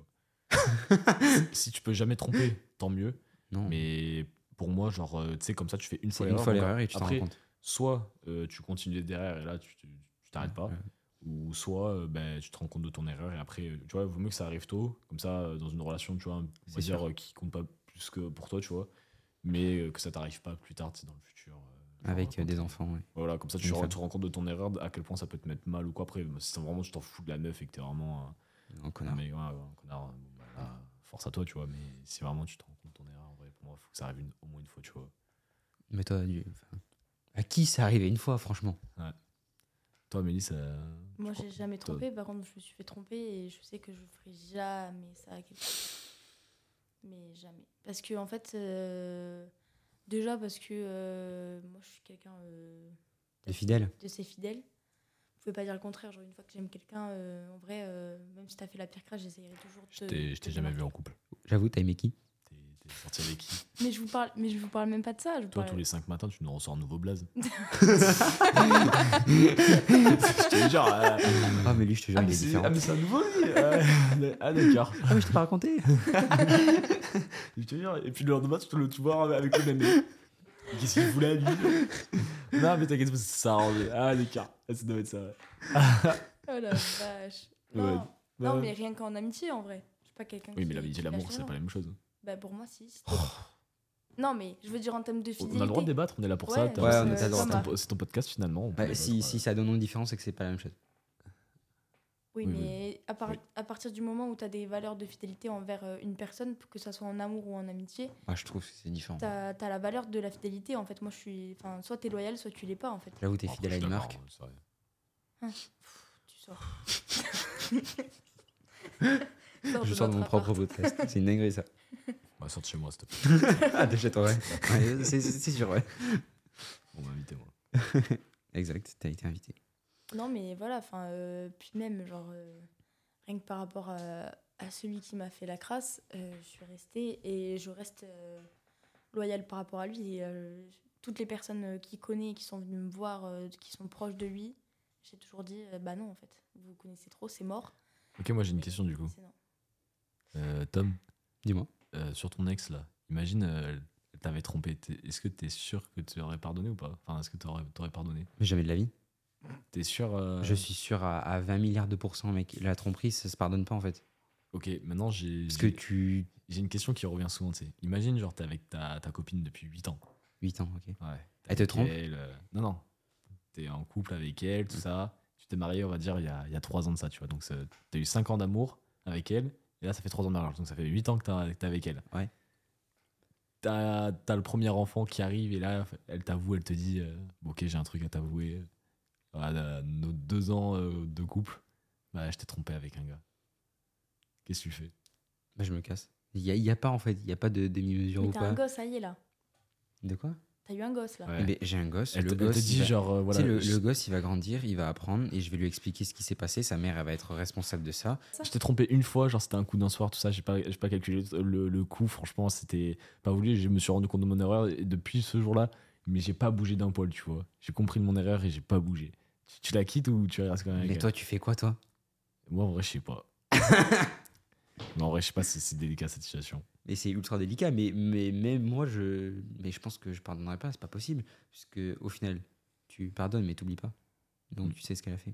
Speaker 2: [laughs]
Speaker 4: vois. si tu peux jamais tromper, tant mieux.
Speaker 2: Non,
Speaker 4: Mais pour moi, genre, euh, tu sais, comme ça, tu fais une
Speaker 2: Hmm. c'est
Speaker 4: fois
Speaker 2: une
Speaker 4: l'erreur.
Speaker 2: fois
Speaker 4: donc,
Speaker 2: l'erreur et tu t'en
Speaker 4: après,
Speaker 2: rends compte.
Speaker 4: Soit euh, tu continues derrière et là, tu tu- tu t'arrêtes pas
Speaker 2: Ouais.
Speaker 4: ou soit euh, ben, tu te rends compte de ton erreur et après euh, tu vois vaut mieux que ça arrive tôt comme ça euh, dans une relation tu vois on
Speaker 2: C'est
Speaker 4: va dire
Speaker 2: sûr.
Speaker 4: euh, qui compte pas plus que pour toi tu vois mais euh, que ça t'arrive pas plus tard tu sais, dans le futur euh, genre,
Speaker 2: Avec euh,
Speaker 4: quand
Speaker 2: des
Speaker 4: t'es-
Speaker 2: enfants, ouais.
Speaker 4: voilà comme ça tu
Speaker 2: Une
Speaker 4: te rends-
Speaker 2: femme.
Speaker 4: te rends compte de ton erreur à quel point ça peut te mettre mal ou quoi après si vraiment tu t'en fous de la meuf et que t'es vraiment euh,
Speaker 2: Un connard.
Speaker 4: mais ouais, ouais, un connard euh, bon, bah, là, force à toi tu vois mais si vraiment tu te rends compte de ton erreur en vrai pour moi faut que ça arrive une- au moins une fois tu vois
Speaker 2: Mais toi, du- enfin, à qui ça arrivait une fois, franchement
Speaker 4: toi Mélisse euh,
Speaker 3: Moi,
Speaker 4: tu crois-
Speaker 3: j'ai jamais
Speaker 4: toi-
Speaker 3: trompé. Par contre, je me suis fait tromper et je sais que je ferai jamais ça à quelqu'un. Mais jamais. Parce que, en fait, euh, déjà parce que euh, moi, je suis quelqu'un euh,
Speaker 2: De fidèle
Speaker 3: de ses fidèles. Vous pouvez pas dire le contraire. Genre, une fois que j'aime quelqu'un, euh, en vrai, euh, même si t'as fait la pire crasse, j'essayerai toujours de.
Speaker 4: je t'ai je t'ai
Speaker 3: de
Speaker 4: jamais
Speaker 3: marquer.
Speaker 4: vu en couple
Speaker 2: J'avoue, t'as aimé qui
Speaker 4: t'es t'es sorti avec qui
Speaker 3: Mais je vous parle, mais je vous parle même pas de ça. Je vous
Speaker 4: Toi,
Speaker 3: parle-
Speaker 4: tous les 5 matins, tu nous ressors un nouveau blaze. [laughs] je te jure. euh,
Speaker 2: Ah, mais lui, je te jure, il est différent.
Speaker 4: ah, mais un nouveau, lui euh,
Speaker 2: [laughs]
Speaker 4: Ah, d'accord.
Speaker 2: Ah, mais je t'ai pas [laughs] raconté
Speaker 4: Je te jure. Et puis le lendemain, tu te le tu vois avec le même. Qu'est-ce qu'il voulait, lui Non, mais t'inquiète, c'est ça arrangé. Ah, d'accord. Ah, ça doit être ça. ouais.
Speaker 3: Oh la vache.
Speaker 4: Ouais.
Speaker 3: Non, non,
Speaker 4: Ouais.
Speaker 3: mais rien qu'en amitié, en vrai. Je suis pas quelqu'un
Speaker 4: Oui,
Speaker 3: qui-
Speaker 4: mais l'amitié et
Speaker 3: qui lâche
Speaker 4: l'amour, c'est
Speaker 3: rien.
Speaker 4: pas la même chose.
Speaker 3: Bah pour moi, si. c'était- Non, mais je veux dire en termes de
Speaker 4: Oh. On
Speaker 3: fidélité.
Speaker 4: a le droit de débattre, on est là pour ça.
Speaker 3: Ouais,
Speaker 4: t'as-
Speaker 2: ouais, on
Speaker 4: c'est-
Speaker 2: est là,
Speaker 4: c'est
Speaker 2: droit.
Speaker 4: ton- C'est ton podcast, finalement. on peut débattre,
Speaker 2: si,
Speaker 4: ouais.
Speaker 2: si ça donne une différence, c'est que c'est pas la même chose.
Speaker 3: Oui,
Speaker 4: Oui,
Speaker 3: mais À, part-
Speaker 4: Oui.
Speaker 3: à partir du moment où tu as des valeurs de fidélité envers euh, une personne, que ça soit en amour ou en amitié,
Speaker 2: Moi, je trouve que c'est différent.
Speaker 3: tu as, la valeur de la fidélité. En fait, moi, je suis. Enfin, soit tu es loyal, soit tu l'es pas, en fait.
Speaker 2: J'avoue, t'es
Speaker 4: Après,
Speaker 2: fidèle
Speaker 4: Ah,
Speaker 2: à
Speaker 4: je suis
Speaker 2: une
Speaker 4: d'accord,
Speaker 2: marque.
Speaker 4: ouais, c'est vrai.
Speaker 3: Tu sors.
Speaker 4: [laughs]
Speaker 3: [laughs]
Speaker 2: Je sors de mon propre podcast. C'est une dinguerie, ça.
Speaker 4: On va sortir Bah, chez moi, s'il te plaît.
Speaker 2: [laughs] Ah, déjà, toi, ouais. Ouais, c'est- C'est c'est sûr, ouais.
Speaker 4: On m'a invité, moi.
Speaker 2: Exact, t'as été invité.
Speaker 3: Non, mais voilà, enfin, euh, puis même, genre, euh, rien que par rapport à, à celui qui m'a fait la crasse, euh, je suis restée et je reste euh, loyale par rapport à lui. Et, euh, toutes les personnes euh, qu'il connaît, et qui sont venues me voir, euh, qui sont proches de lui, j'ai toujours dit, euh, bah non, en fait, vous connaissez trop, c'est mort.
Speaker 4: Ok, moi j'ai une question du coup.
Speaker 3: C'est non.
Speaker 4: Euh, Tom,
Speaker 2: Dis-moi.
Speaker 4: euh, sur ton ex là, imagine, euh, elle t'avait trompé. T'es- Est-ce que t'es sûr que tu aurais pardonné ou pas Enfin, est-ce que t'aurais t'aurais pardonné
Speaker 2: Mais jamais de la vie.
Speaker 4: T'es sûr euh,
Speaker 2: Je suis sûr à, à 20 milliards de pourcents, mec. La tromperie, ça se pardonne pas, en fait.
Speaker 4: Ok, maintenant j'ai
Speaker 2: Parce que
Speaker 4: j'ai-
Speaker 2: tu.
Speaker 4: j'ai une question qui revient souvent, tu sais. Imagine, genre, t'es avec ta, ta copine depuis 8 ans.
Speaker 2: 8 ans, ok.
Speaker 4: Ouais.
Speaker 2: Elle te
Speaker 4: Avec
Speaker 2: trompe
Speaker 4: euh, Non, non. T'es en couple avec elle, tout ça. Tu t'es marié, on va dire, il y a, il y a 3 ans de ça, tu vois. Donc, ça- t'as eu 5 ans d'amour avec elle. Et là, ça fait 3 ans de mariage. Donc, ça fait 8 ans que t'as- que t'es avec elle.
Speaker 2: Ouais.
Speaker 4: T'as t'as le premier enfant qui arrive et là, elle t'avoue, elle te dit euh, Bon, Ok, j'ai un truc à t'avouer. Voilà, nos 2 ans euh, de couple, bah, je t'ai trompé avec un gars. Qu'est-ce que tu fais
Speaker 2: Bah, je me casse. Il n'y a, y a pas, en fait. Il n'y a pas de demi-mesure
Speaker 3: Mais
Speaker 2: ou
Speaker 3: t'as un
Speaker 2: pas.
Speaker 3: gosse, ça y est, là.
Speaker 2: De quoi
Speaker 3: T'as eu un gosse, là.
Speaker 4: Ouais.
Speaker 2: Eh ben, J'ai un gosse.
Speaker 4: Elle,
Speaker 2: le
Speaker 4: te, elle te
Speaker 2: gosse. il
Speaker 4: dit
Speaker 2: va-
Speaker 4: genre euh,
Speaker 2: Tu
Speaker 4: voilà.
Speaker 2: sais, le,
Speaker 4: je-
Speaker 2: le gosse, il va grandir, il va apprendre et je vais lui expliquer ce qui s'est passé. Sa mère, elle va être responsable de ça.
Speaker 4: Je t'ai trompé une fois, genre c'était un coup d'un soir, tout ça, j'ai pas, j'ai pas calculé le, le coup, franchement, c'était pas voulu, je me suis rendu compte de mon erreur et depuis ce jour-là, mais j'ai pas bougé d'un poil, tu vois. J'ai compris de mon erreur et j'ai pas bougé. Tu, tu la quittes ou tu restes quand même avec
Speaker 2: Mais
Speaker 4: elle
Speaker 2: toi, tu fais quoi, toi
Speaker 4: Moi, en vrai, je
Speaker 2: [laughs]
Speaker 4: sais pas. mais en vrai, je sais pas, c'est, c'est délicat cette situation.
Speaker 2: Mais c'est ultra délicat. Mais, mais même moi, je, mais je pense que je pardonnerai pas. C'est pas possible. Puisque au final, tu pardonnes, mais t'oublies pas.
Speaker 4: Hmm.
Speaker 2: Donc tu sais ce qu'elle a fait.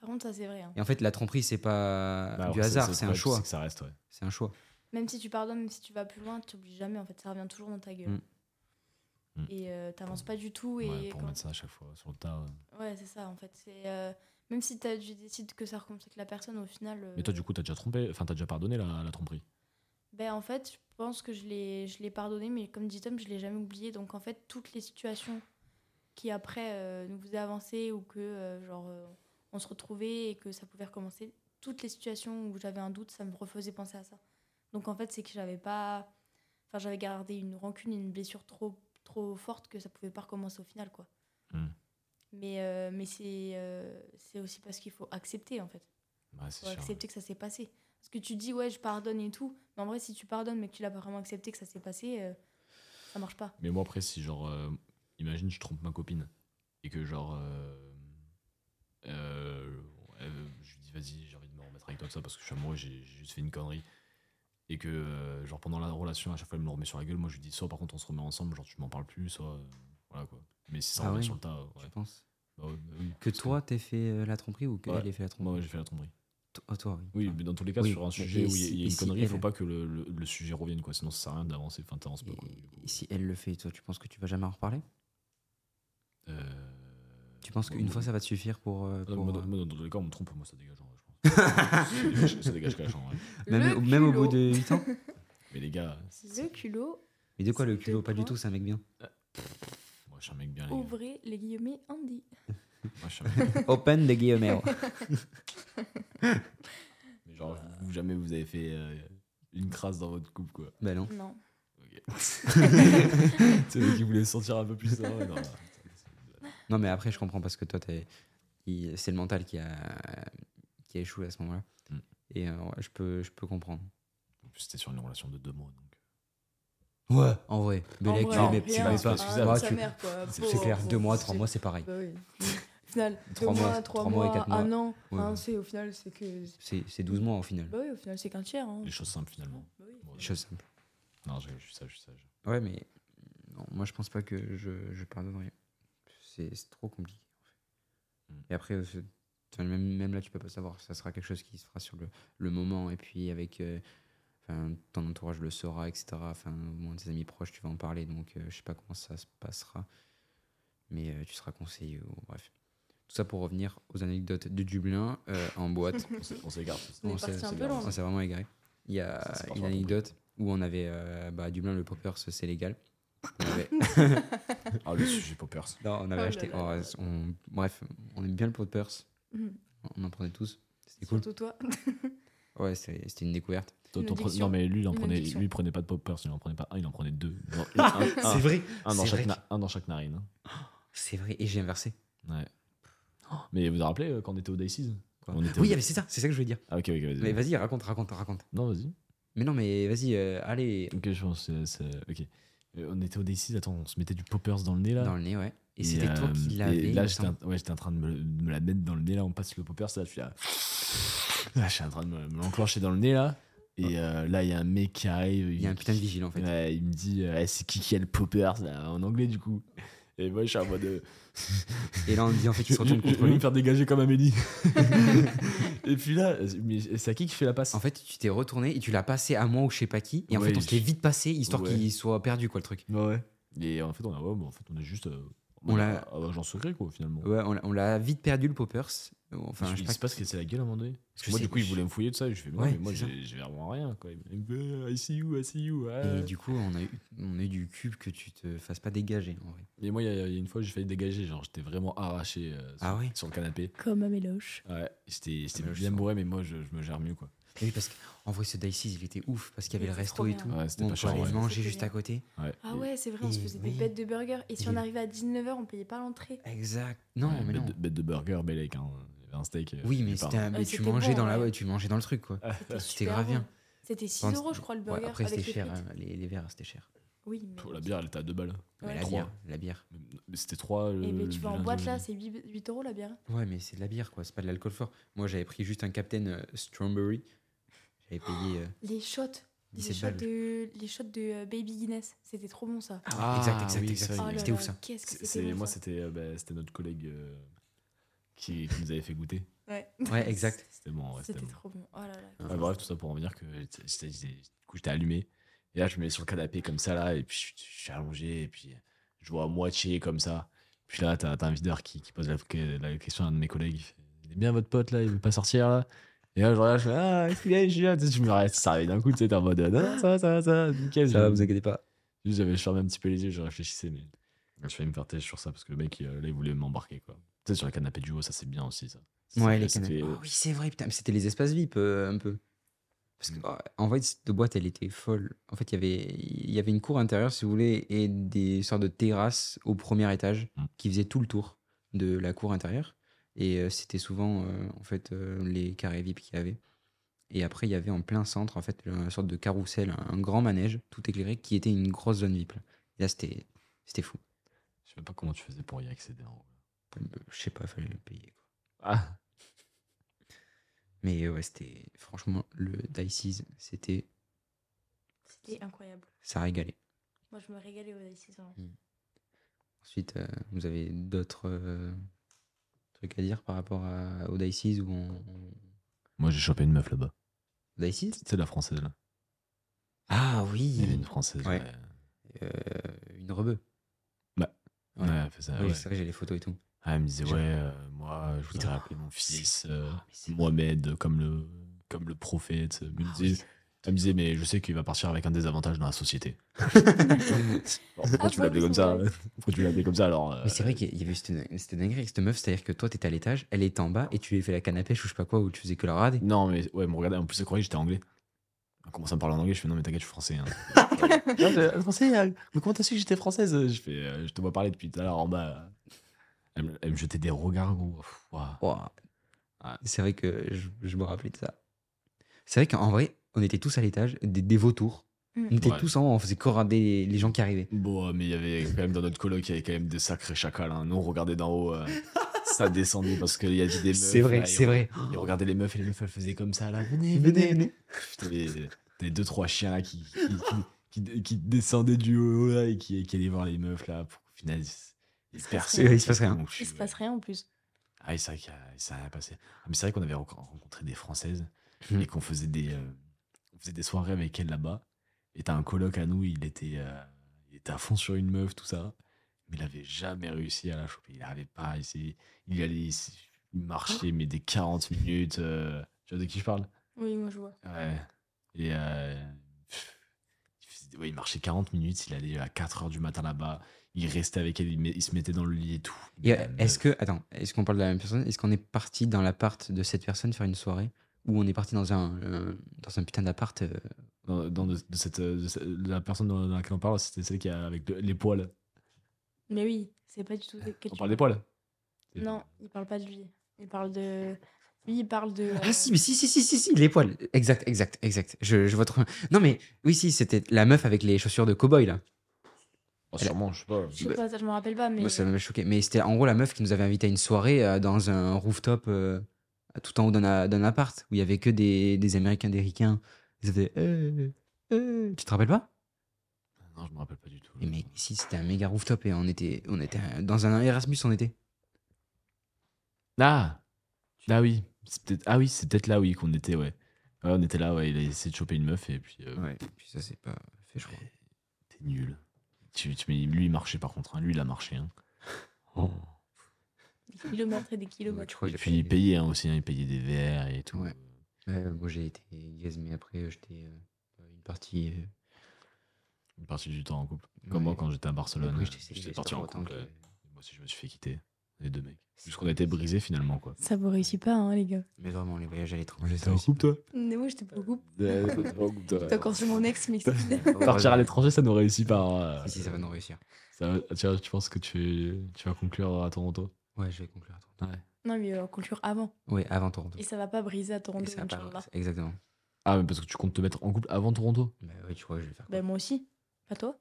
Speaker 3: Par contre, ça, c'est vrai. hein.
Speaker 2: Et en fait, la tromperie, c'est pas Ah,
Speaker 4: Bah,
Speaker 2: du
Speaker 4: alors,
Speaker 2: hasard,
Speaker 4: ça-
Speaker 2: c'est
Speaker 4: ouais,
Speaker 2: un
Speaker 4: tu sais
Speaker 2: choix.
Speaker 4: que ça reste, ouais.
Speaker 2: C'est un choix.
Speaker 3: Même si tu pardonnes, même si tu vas plus loin, t'oublies jamais, en fait, ça revient toujours dans ta gueule.
Speaker 2: Mm.
Speaker 4: Mm.
Speaker 3: Et euh, t'avances pas du tout. Et
Speaker 4: Ouais, pour
Speaker 3: quand-
Speaker 4: mettre ça à chaque fois sur le tas. euh. ouais.
Speaker 3: Ouais, c'est ça, en fait. C'est, euh, même si t'as- tu décides que ça recontacte la personne, au final. euh,
Speaker 4: Mais toi, du coup, t'as déjà trompé, enfin, t'as déjà pardonné la, la tromperie.
Speaker 3: Ben, en fait, je pense que je l'ai, je l'ai pardonné, mais comme dit Tom, je l'ai jamais oublié. Donc, en fait, toutes les situations qui, après, euh, nous faisaient avancer ou que, euh, genre, euh, on se retrouvait et que ça pouvait recommencer, toutes les situations où j'avais un doute, ça me refaisait penser à ça. Donc, en fait, c'est que j'avais pas. Enfin, j'avais gardé une rancune et une blessure trop, trop forte que ça pouvait pas recommencer au final, quoi.
Speaker 4: Mm.
Speaker 3: Mais, euh, mais c'est, euh, c'est aussi parce qu'il faut accepter, en fait
Speaker 4: Ouais, Bah, c'est
Speaker 3: faut
Speaker 4: sûr.
Speaker 3: accepter que ça s'est passé. Parce que tu dis, ouais, je pardonne et tout. Mais en vrai, si tu pardonnes, mais que tu l'as pas vraiment accepté que ça s'est passé, euh, ça marche pas.
Speaker 4: Mais moi, après, si genre, euh, imagine, je trompe ma copine et que genre, euh, euh, euh, je lui dis, vas-y, j'ai envie de me remettre avec toi, tout ça, parce que je suis amoureux, j'ai j'ai juste fait une connerie. Et que, euh, genre, pendant la relation, à chaque fois, elle me le remet sur la gueule. Moi, je lui dis, soit par contre, on se remet ensemble, genre, tu m'en parles plus, soit. euh, voilà quoi. Mais si ça
Speaker 2: Ah
Speaker 4: revient
Speaker 2: ouais.
Speaker 4: sur le tas, ouais.
Speaker 2: Je pense.
Speaker 4: Bah ouais, bah oui,
Speaker 2: Que
Speaker 4: parce
Speaker 2: toi, t'aies fait euh, la tromperie ou qu'elle
Speaker 4: Ouais.
Speaker 2: ait fait la tromperie
Speaker 4: Moi, ouais, j'ai fait la tromperie.
Speaker 2: To- oh, toi, oui.
Speaker 4: Oui,
Speaker 2: Enfin,
Speaker 4: mais dans tous les cas,
Speaker 2: Oui,
Speaker 4: sur un
Speaker 2: mais
Speaker 4: sujet
Speaker 2: et
Speaker 4: où il y a- il y a
Speaker 2: si-
Speaker 4: une
Speaker 2: et si
Speaker 4: connerie, il faut
Speaker 2: elle-
Speaker 4: pas que le, le- le sujet revienne, quoi. Sinon, ça sert à rien d'avancer. Enfin, t'avances pas, quoi.
Speaker 2: et- et si elle le fait, toi, tu penses que tu vas jamais en reparler
Speaker 4: Euh,
Speaker 2: Tu penses qu'une
Speaker 4: ouais.
Speaker 2: fois, ça va te suffire pour. euh,
Speaker 4: Ah non,
Speaker 2: pour,
Speaker 4: moi,
Speaker 2: euh,
Speaker 4: dans- moi, dans tous les cas, on me trompe, moi, ça dégage, en vrai, je pense. ça, dégage, ça dégage cash, en vrai.
Speaker 2: même,
Speaker 3: Le
Speaker 2: même au bout
Speaker 3: culot.
Speaker 2: de 8 ans
Speaker 4: Mais les gars,
Speaker 3: Le culot,
Speaker 2: Mais de quoi le
Speaker 3: C'était
Speaker 2: culot Pas du
Speaker 3: quoi
Speaker 2: tout, c'est un mec
Speaker 3: [laughs]
Speaker 2: bien.
Speaker 4: moi, je suis un mec bien, les gars.
Speaker 3: ouvrez les guillemets, Andy.
Speaker 4: Moi, je suis un mec bien.
Speaker 2: Open de Guillemets.
Speaker 4: Mais genre, vous, vous, jamais vous avez fait euh, une crasse dans votre couple, quoi.
Speaker 2: bah non.
Speaker 3: Non. [laughs]
Speaker 4: Ok. C'est lui qui voulait sortir un peu plus. hein, ouais, non, putain, c'est-
Speaker 2: Non, mais après, je comprends parce que toi, t'es- il- c'est le mental qui a, qui a échoué à ce moment-là.
Speaker 4: Mm.
Speaker 2: Et euh, ouais, je, peux, je peux comprendre.
Speaker 4: En plus, c'était sur une relation de deux mois, donc.
Speaker 2: Ouais, en vrai.
Speaker 3: En
Speaker 2: Belek,
Speaker 3: vrai,
Speaker 2: tu l'aimais,
Speaker 3: rien.
Speaker 2: tu l'aimais pas.
Speaker 4: C'est
Speaker 3: Ah,
Speaker 4: excusable.
Speaker 2: Moi,
Speaker 3: sa
Speaker 2: tu-
Speaker 3: mère, quoi.
Speaker 4: C'est-
Speaker 2: C'est
Speaker 3: Pauvre,
Speaker 2: clair, deux
Speaker 3: pauvre,
Speaker 2: mois, trois
Speaker 3: c'est-
Speaker 2: mois, c'est pareil.
Speaker 3: Bah oui. [laughs] Au final,
Speaker 2: Trois
Speaker 3: deux
Speaker 2: mois,
Speaker 3: mois,
Speaker 2: c'est-
Speaker 3: trois
Speaker 2: trois mois et quatre mois.
Speaker 3: un an,
Speaker 2: Ouais.
Speaker 3: un c'est au final, c'est que.
Speaker 2: C'est c'est 12 mois au final.
Speaker 3: Bah oui, au final, c'est qu'un tiers. hein.
Speaker 4: Les choses simples, finalement.
Speaker 3: Bah oui.
Speaker 4: Bon,
Speaker 2: Chose simple.
Speaker 4: Non, je, je suis sage, je suis sage.
Speaker 2: Ouais, mais non, moi, je pense pas que je, je pardonnerai. C'est c'est trop compliqué. en fait.
Speaker 4: Mm.
Speaker 2: Et après, euh, c'est- enfin, même, même là, tu peux pas savoir. Ça sera quelque chose qui se fera sur le, le moment. Et puis, avec euh, enfin, ton entourage le saura, etc. Enfin, au moins tes amis proches, tu vas en parler. Donc, euh, je sais pas comment ça se passera. Mais euh, tu seras conseillé. ou- bref. Tout ça pour revenir aux anecdotes de Dublin euh, en boîte.
Speaker 4: On s'é- On s'égare.
Speaker 3: On est
Speaker 2: On s'est-
Speaker 3: parti un
Speaker 4: c'est
Speaker 3: peu
Speaker 4: bien,
Speaker 3: loin.
Speaker 2: on s'est vraiment égaré. Il y
Speaker 4: Ça,
Speaker 2: a
Speaker 4: c'est parfois
Speaker 2: une
Speaker 4: un peu
Speaker 2: anecdote où on avait euh, bah, à Dublin le poppers, c'est légal. On avait,
Speaker 3: [laughs]
Speaker 4: Ah, le sujet poppers.
Speaker 2: non, on avait
Speaker 3: Oh là
Speaker 2: acheté.
Speaker 3: là là
Speaker 2: oh, on- bref, on aime bien le poppers.
Speaker 3: Mhm.
Speaker 2: On en prenait tous. C'était cool.
Speaker 3: Surtout toi.
Speaker 2: Ouais, c'était c'était une découverte.
Speaker 4: Toi,
Speaker 3: Une
Speaker 4: t'en prenais-
Speaker 3: addiction.
Speaker 4: Non, mais lui, il en
Speaker 3: Une
Speaker 4: prenait,
Speaker 3: addiction.
Speaker 4: lui, il prenait pas de poppers, il en prenait pas un, il en prenait deux.
Speaker 3: [laughs]
Speaker 4: Genre, un, un-
Speaker 2: vrai.
Speaker 4: un dans
Speaker 2: c'est
Speaker 4: chaque
Speaker 2: vrai.
Speaker 4: na- un dans chaque narine. hein.
Speaker 2: Ah. C'est vrai. Et j'ai inversé.
Speaker 4: Ouais.
Speaker 2: Oh.
Speaker 4: Mais vous vous rappelez euh, quand on était au Dices
Speaker 2: quoi.
Speaker 4: On était au-
Speaker 2: Oui, mais c'est ça. C'est ça que je voulais dire.
Speaker 4: Ah, ok, ok, vas-y.
Speaker 2: Mais vas-y, raconte, raconte, raconte.
Speaker 4: Non, vas-y.
Speaker 2: Mais non, mais vas-y, euh, allez.
Speaker 4: Ok, je pense que c'est. c'est- Ok. Euh, On était au Dices, attends, on se mettait du poppers dans le nez là.
Speaker 2: Dans le nez, ouais. Et c'était toi
Speaker 4: euh,
Speaker 2: qui
Speaker 4: et
Speaker 2: l'avais. il
Speaker 4: Là,
Speaker 2: me
Speaker 4: j'étais
Speaker 2: semble.
Speaker 4: en- ouais, j'étais en train de me, de me la mettre dans le nez. Là, on passe le popper. Ça, je suis là. [laughs] Là, je suis en train de me, me l'enclencher dans le nez. Là, et euh, là, il y a un mec qui arrive.
Speaker 2: Il y a un putain de vigile en fait.
Speaker 4: Ouais, il me dit euh, Eh, C'est qui qui a le popper là, En anglais, du coup. Et moi, je suis en mode. euh,
Speaker 2: Et là, on dit en fait,
Speaker 4: je,
Speaker 2: il se
Speaker 4: je-
Speaker 2: retourne
Speaker 4: je [laughs]
Speaker 2: contre
Speaker 4: vais me
Speaker 2: lui.
Speaker 4: faire dégager comme Amélie. [laughs] et puis là, mais c'est à qui qui fait la passe
Speaker 2: En fait, tu t'es retourné et tu l'as passé à moi ou je sais pas qui. Et en
Speaker 4: Ouais,
Speaker 2: fait, on
Speaker 4: je-
Speaker 2: se l'est vite passé histoire
Speaker 4: Ouais.
Speaker 2: qu'il soit perdu, quoi, le truc.
Speaker 4: Ouais. Et en fait, on a, ouais, bon, en fait, on est juste. euh,
Speaker 2: On l'a-
Speaker 4: ah, bah, Genre secret, quoi, finalement.
Speaker 2: Ouais, on l'a- on l'a vite perdu, le Poppers. Enfin,
Speaker 4: il
Speaker 2: je sais
Speaker 4: il
Speaker 2: pas.
Speaker 4: se passe que c'est la gueule à un moment donné. Parce que
Speaker 2: Je
Speaker 4: moi,
Speaker 2: sais,
Speaker 4: du coup, il
Speaker 2: je-
Speaker 4: voulait me fouiller de ça. Et je fais, non,
Speaker 2: Ouais,
Speaker 4: mais moi,
Speaker 2: c'est ça.
Speaker 4: j'ai j'ai vraiment rien. Quoi. Il me dit, Ah, I see you, I see you. ah.
Speaker 2: Et du coup, on a, eu, on a eu du cube que tu te fasses pas dégager, en vrai.
Speaker 4: Et moi, il y, a il y a une fois, j'ai failli dégager. Genre, j'étais vraiment arraché euh, sur,
Speaker 2: Ah ouais
Speaker 4: sur le canapé.
Speaker 3: Comme à Méloche.
Speaker 4: Ouais, j'étais j'étais
Speaker 2: Ah, mais je
Speaker 4: bien
Speaker 2: sens.
Speaker 4: bourré, mais moi, je, je me gère mieux, quoi.
Speaker 2: Et oui, parce qu'en vrai, ce Dices, il était ouf parce qu'il y
Speaker 3: Il
Speaker 2: avait le
Speaker 3: était
Speaker 2: resto
Speaker 3: trop
Speaker 2: et
Speaker 3: bien.
Speaker 2: tout.
Speaker 4: Ouais, c'était
Speaker 2: où
Speaker 4: pas
Speaker 2: on
Speaker 4: cher,
Speaker 2: pouvait
Speaker 4: ouais.
Speaker 2: manger
Speaker 3: C'était
Speaker 2: juste
Speaker 3: bien.
Speaker 2: à côté.
Speaker 4: Ouais.
Speaker 3: Ah
Speaker 4: Et-
Speaker 3: ouais, c'est vrai, on se
Speaker 2: Et
Speaker 3: faisait
Speaker 2: oui.
Speaker 3: des bêtes de burgers. Et si
Speaker 2: Et-
Speaker 3: on arrivait à 19h, on payait pas l'entrée.
Speaker 2: Exact. Non,
Speaker 4: ouais,
Speaker 2: mais
Speaker 4: bête,
Speaker 2: non.
Speaker 4: De, bête de burger, Belek. Hein. Il y avait un steak. euh,
Speaker 2: Oui,
Speaker 4: quelque
Speaker 2: mais,
Speaker 4: part.
Speaker 2: c'était un- mais
Speaker 3: Ah,
Speaker 2: tu
Speaker 3: c'était
Speaker 2: mangeais
Speaker 3: bon,
Speaker 2: dans la,
Speaker 3: ouais.
Speaker 2: ouais, tu mangeais dans le truc, quoi.
Speaker 3: C'était
Speaker 2: Bah, C'était
Speaker 3: super
Speaker 2: grave
Speaker 3: bon.
Speaker 2: bien.
Speaker 3: C'était 6
Speaker 2: Enfin,
Speaker 3: euros, je crois, le
Speaker 2: Ouais,
Speaker 3: burger.
Speaker 2: après, c'était
Speaker 3: avec les
Speaker 2: cher.
Speaker 3: frites.
Speaker 2: hein, les, les verres, c'était cher.
Speaker 3: Oui, mais-
Speaker 4: Pour La bière, elle était à 2 balles.
Speaker 2: Mais
Speaker 3: Ouais.
Speaker 2: la
Speaker 4: Trois.
Speaker 2: bière, la bière.
Speaker 4: Mais C'était euh, 3.
Speaker 3: Et eh, mais tu vas en boîte là, c'est 8, euros la bière.
Speaker 2: Ouais, mais c'est de la bière, quoi. C'est pas de l'alcool fort. Moi, j'avais pris juste un Captain euh, Strawberry. J'avais payé euh,
Speaker 3: Les shots. Les
Speaker 2: 17
Speaker 3: shots,
Speaker 2: balles.
Speaker 3: de, les shots de euh, Baby Guinness. C'était trop bon ça.
Speaker 2: Ah, exact, exact,
Speaker 4: oui,
Speaker 2: exact.
Speaker 4: ça,
Speaker 3: Oh
Speaker 4: il-
Speaker 3: là
Speaker 2: c'était ouf,
Speaker 3: là,
Speaker 2: ça.
Speaker 3: Qu'est-ce que
Speaker 4: C'est-
Speaker 3: c'était
Speaker 4: c'est-
Speaker 3: bon,
Speaker 4: Moi,
Speaker 3: ça.
Speaker 4: c'était euh, bah, c'était notre collègue euh, qui, qui nous avait fait goûter.
Speaker 3: Ouais.
Speaker 2: Ouais, [laughs] exact.
Speaker 4: C'était bon, ouais,
Speaker 3: C'était
Speaker 4: bon.
Speaker 3: trop bon. Oh là là.
Speaker 2: Ah,
Speaker 4: Ouais, bref, tout ça pour en venir que j'étais- j'étais- j'étais- du coup, j'étais allumé. Et là, je me mets sur le canapé comme ça, là, et puis je, suis- je suis allongé, et puis je vois à moitié comme ça. Puis là, t'as t'as un videur qui, qui pose la, que- la question à un de mes collègues. Il, fait, Il est bien votre pote, là, il veut pas sortir, là. Et là, je regarde, je fais Ah, est-ce qu'il est Julien Tu sais, Je me reste, ça arrive d'un coup, tu sais, t'es en mode "Ah, Non, ça va, ça va, ça va, nickel. J'avais-
Speaker 2: inquiétez pas.
Speaker 4: juste, J'avais fermé un petit peu les yeux, je réfléchissais, mais je vais me faire têche sur ça parce que le mec, il, euh, là, il voulait m'embarquer, quoi. Tu sais, sur le canapé du haut, ça, c'est bien aussi, ça. Ça,
Speaker 2: Ouais,
Speaker 4: c'est-
Speaker 2: les
Speaker 4: ça
Speaker 2: canapés.
Speaker 4: fait-
Speaker 2: Ah oui, c'est vrai, putain. mais C'était les espaces VIP, euh, un peu. Parce que,
Speaker 4: Mm.
Speaker 2: oh, en vrai, cette boîte, elle était folle. En fait, il y avait- il y avait une cour intérieure, si vous voulez, et des sortes de terrasses au premier étage
Speaker 4: Mm.
Speaker 2: qui faisaient tout le tour de la cour intérieure. Et euh, c'était souvent, euh, en fait, euh, les carrés VIP qu'il y avait. Et après, il y avait en plein centre, en fait, une sorte de carrousel, un grand manège, tout éclairé, qui était une grosse zone VIP. Là, Et là c'était c'était fou.
Speaker 4: Je sais même pas comment tu faisais pour y accéder en
Speaker 2: Euh, Je sais pas, fallait le payer. quoi.
Speaker 4: Ah,
Speaker 2: Mais euh, ouais, c'était, franchement, le Dices, c'était
Speaker 3: C'était incroyable.
Speaker 2: ça régalait.
Speaker 3: Moi, je me régalais hein. au ici.
Speaker 2: Ensuite, euh, vous avez d'autres euh, trucs à dire par rapport à, au Dices ou on...
Speaker 4: moi j'ai chopé une meuf là-bas.
Speaker 2: Dices
Speaker 4: C'est la française là.
Speaker 2: Ah
Speaker 4: Il y avait
Speaker 2: oui
Speaker 4: une française.
Speaker 2: Ouais.
Speaker 4: ouais.
Speaker 2: Euh, Une rebeu.
Speaker 4: Bah,
Speaker 2: Ouais. Ah
Speaker 4: Ouais, elle fait ça,
Speaker 2: Oui,
Speaker 4: ouais.
Speaker 2: c'est vrai, j'ai les photos et tout.
Speaker 4: Ah, elle me disait,
Speaker 2: J'ai-
Speaker 4: ouais, euh, moi je voudrais
Speaker 2: Putain.
Speaker 4: appeler mon fils euh,
Speaker 2: Ah, mais c'est-
Speaker 4: Mohamed euh, comme le, comme le prophète. Elle me
Speaker 2: Ah
Speaker 4: disait,
Speaker 2: oui.
Speaker 4: elle me disait, mais je sais qu'il va partir avec un désavantage dans la société. [laughs] Alors, pourquoi
Speaker 3: Ah,
Speaker 4: tu l'appelais
Speaker 3: bon,
Speaker 4: comme ça
Speaker 3: ouais.
Speaker 4: [laughs] Pourquoi tu l'appelais comme ça alors euh,
Speaker 2: Mais c'est vrai qu'il y avait cette, cette dinguerie avec cette meuf, c'est-à-dire que toi, t'étais à l'étage, elle était en bas et tu lui fait la canne à pêche ou je sais pas quoi, ou tu faisais que la rade.
Speaker 4: Non, mais ouais, elle me regardait. En plus, elle croyait que j'étais anglais. Elle commence à me parler en anglais. Je fais, non, mais t'inquiète, je suis français. hein. [laughs] Non, je- euh, français, euh, mais comment t'as su que j'étais française Je fais, euh, je te vois parler depuis tout à l'heure en bas. Elle me, elle me jetait des regards, gros. Pff, ouah.
Speaker 2: Ouah.
Speaker 4: Ouais.
Speaker 2: C'est vrai que je, je me rappelais de ça. C'est vrai qu'en vrai, on était tous à l'étage, des, des vautours.
Speaker 3: Mm.
Speaker 2: On était
Speaker 4: Ouais.
Speaker 2: tous en haut, on faisait corader les, les gens qui arrivaient.
Speaker 4: Bon, euh, mais il y avait quand même dans notre coloc, il y avait quand même des sacrés chacals. Hein. Nous, on regardait d'en haut, euh, ça descendait parce qu'il y avait des meufs.
Speaker 2: C'est vrai,
Speaker 4: là, et
Speaker 2: c'est
Speaker 4: on-
Speaker 2: vrai.
Speaker 4: Et on regardait les meufs et les meufs, elles faisaient comme ça, là. Venez,
Speaker 2: Venez,
Speaker 4: venez.
Speaker 2: venez.
Speaker 4: Putain, mais euh, T'avais deux, trois chiens là qui, qui, qui- qui- qui descendaient du haut là et qui, qui allaient voir les meufs là. Pour, au final, ils- ils se
Speaker 3: passe
Speaker 4: perçaient.
Speaker 2: rien. Il se passe rien.
Speaker 4: Donc, je
Speaker 3: Il
Speaker 4: suis- euh,
Speaker 3: se passe rien en plus.
Speaker 4: Ah, oui, c'est vrai qu'il y a- ça a passé. Ah, mais c'est vrai qu'on avait renco- rencontré des Françaises
Speaker 2: Mhm.
Speaker 4: et qu'on faisait des, euh, on faisait des soirées avec elles là-bas. Et t'as un coloc à nous, il était, euh, il était à fond sur une meuf, tout ça. Mais il avait jamais réussi à la choper. Il n'arrivait pas. Il, s'est- il allait s- il
Speaker 3: Oh.
Speaker 4: marchait, mais des 40 minutes. euh, tu vois de qui je parle
Speaker 3: Oui, moi je vois.
Speaker 4: Ouais. Et euh, pff, il faisait ouais, il marchait 40 minutes, il allait à 4 heures du matin là-bas, il restait avec elle, il, met- il se mettait dans le lit et tout.
Speaker 2: Et, euh,
Speaker 4: Man,
Speaker 2: Est-ce que, attends, est-ce qu'on parle de la même personne Est-ce qu'on est parti dans l'appart de cette personne faire une soirée Ou on est parti dans un, euh, dans un putain d'appart euh,
Speaker 4: dans, dans de, de cette, euh, de ce- de la personne dans, dans laquelle on parle, c'était celle qui a avec le- les poils.
Speaker 3: Mais oui, c'est pas du tout. de- que
Speaker 4: On
Speaker 3: tu
Speaker 4: parle des poils.
Speaker 3: Non, il parle pas de lui. Il parle de. Lui, il parle de. euh,
Speaker 2: Ah si, mais si, si, si, si, si, les poils. Exact, exact, exact. Je, je vois trop- Non mais, oui, si, c'était la meuf avec les chaussures de cow-boy, là.
Speaker 4: Oh, sûrement, je sais pas.
Speaker 3: euh, Je sais pas, ça, je me rappelle pas,
Speaker 4: Bah,
Speaker 3: mais.
Speaker 2: Moi, ça m'a choqué. Mais c'était en gros la meuf qui nous avait invité à une soirée euh, dans un rooftop euh, tout en haut d'un a- d'un appart où il y avait que des, des Américains, des Ricains. Ils étaient. euh, euh. Tu te rappelles pas
Speaker 4: Non, je me rappelle pas du tout.
Speaker 2: Mais mec, si, c'était un méga rooftop et on était, on était euh, dans un Erasmus, on était.
Speaker 4: Ah Ah oui, c'est peut-être ah oui, c'est peut-être là oui qu'on était, ouais. Ouais, on était là, ouais, il a essayé de choper une meuf et puis euh,
Speaker 2: Ouais, puis ça c'est pas fait, je crois.
Speaker 4: t'es nul. Tu, tu- mais lui il marchait par contre, hein. lui il a marché. Hein.
Speaker 3: Des kilomètres et des
Speaker 2: Ouais,
Speaker 3: kilomètres.
Speaker 2: je crois
Speaker 4: Et
Speaker 2: que j'ai
Speaker 4: puis il
Speaker 2: pas-
Speaker 4: payait hein, aussi, hein, il payait des verres et tout.
Speaker 2: Ouais. Ouais, moi j'ai été gazmé après, euh, j'étais euh, une partie. euh,
Speaker 4: Une partie du temps en couple. Comme
Speaker 2: ouais.
Speaker 4: moi quand j'étais à Barcelone,
Speaker 2: Après,
Speaker 4: euh,
Speaker 2: j'étais
Speaker 4: j'étais
Speaker 2: célibataire
Speaker 4: parti en
Speaker 2: autant
Speaker 4: couple.
Speaker 2: que-
Speaker 4: ouais. Moi aussi je me suis fait quitter, les deux mecs. Puisqu'on a été brisés finalement quoi.
Speaker 3: Ça vous réussit pas, hein, les gars.
Speaker 2: Mais vraiment, les voyages à l'étranger.
Speaker 4: T'es en couple toi
Speaker 3: Mais moi, j'étais pas au
Speaker 2: Euh,
Speaker 3: couple.
Speaker 2: [laughs]
Speaker 3: T'as
Speaker 4: Partir
Speaker 3: encore sur mon ex, mais c'est-
Speaker 4: à l'étranger ça nous réussit pas. hein.
Speaker 2: Si, si, ça va nous réussir.
Speaker 4: Ça va- tu vois, tu penses que tu, tu vas conclure à Toronto
Speaker 2: Ouais, je vais conclure à Toronto.
Speaker 3: Non, mais on conclure avant.
Speaker 2: Ouais, avant Toronto.
Speaker 3: Et ça va pas briser à
Speaker 2: Et
Speaker 3: Toronto,
Speaker 2: ça part-
Speaker 3: Inch'Allah.
Speaker 2: Exactement.
Speaker 4: Ah, mais parce que tu comptes te mettre en couple avant Toronto
Speaker 2: Bah ouais, tu crois, je vais faire quoi
Speaker 3: Ben, moi aussi. Pas toi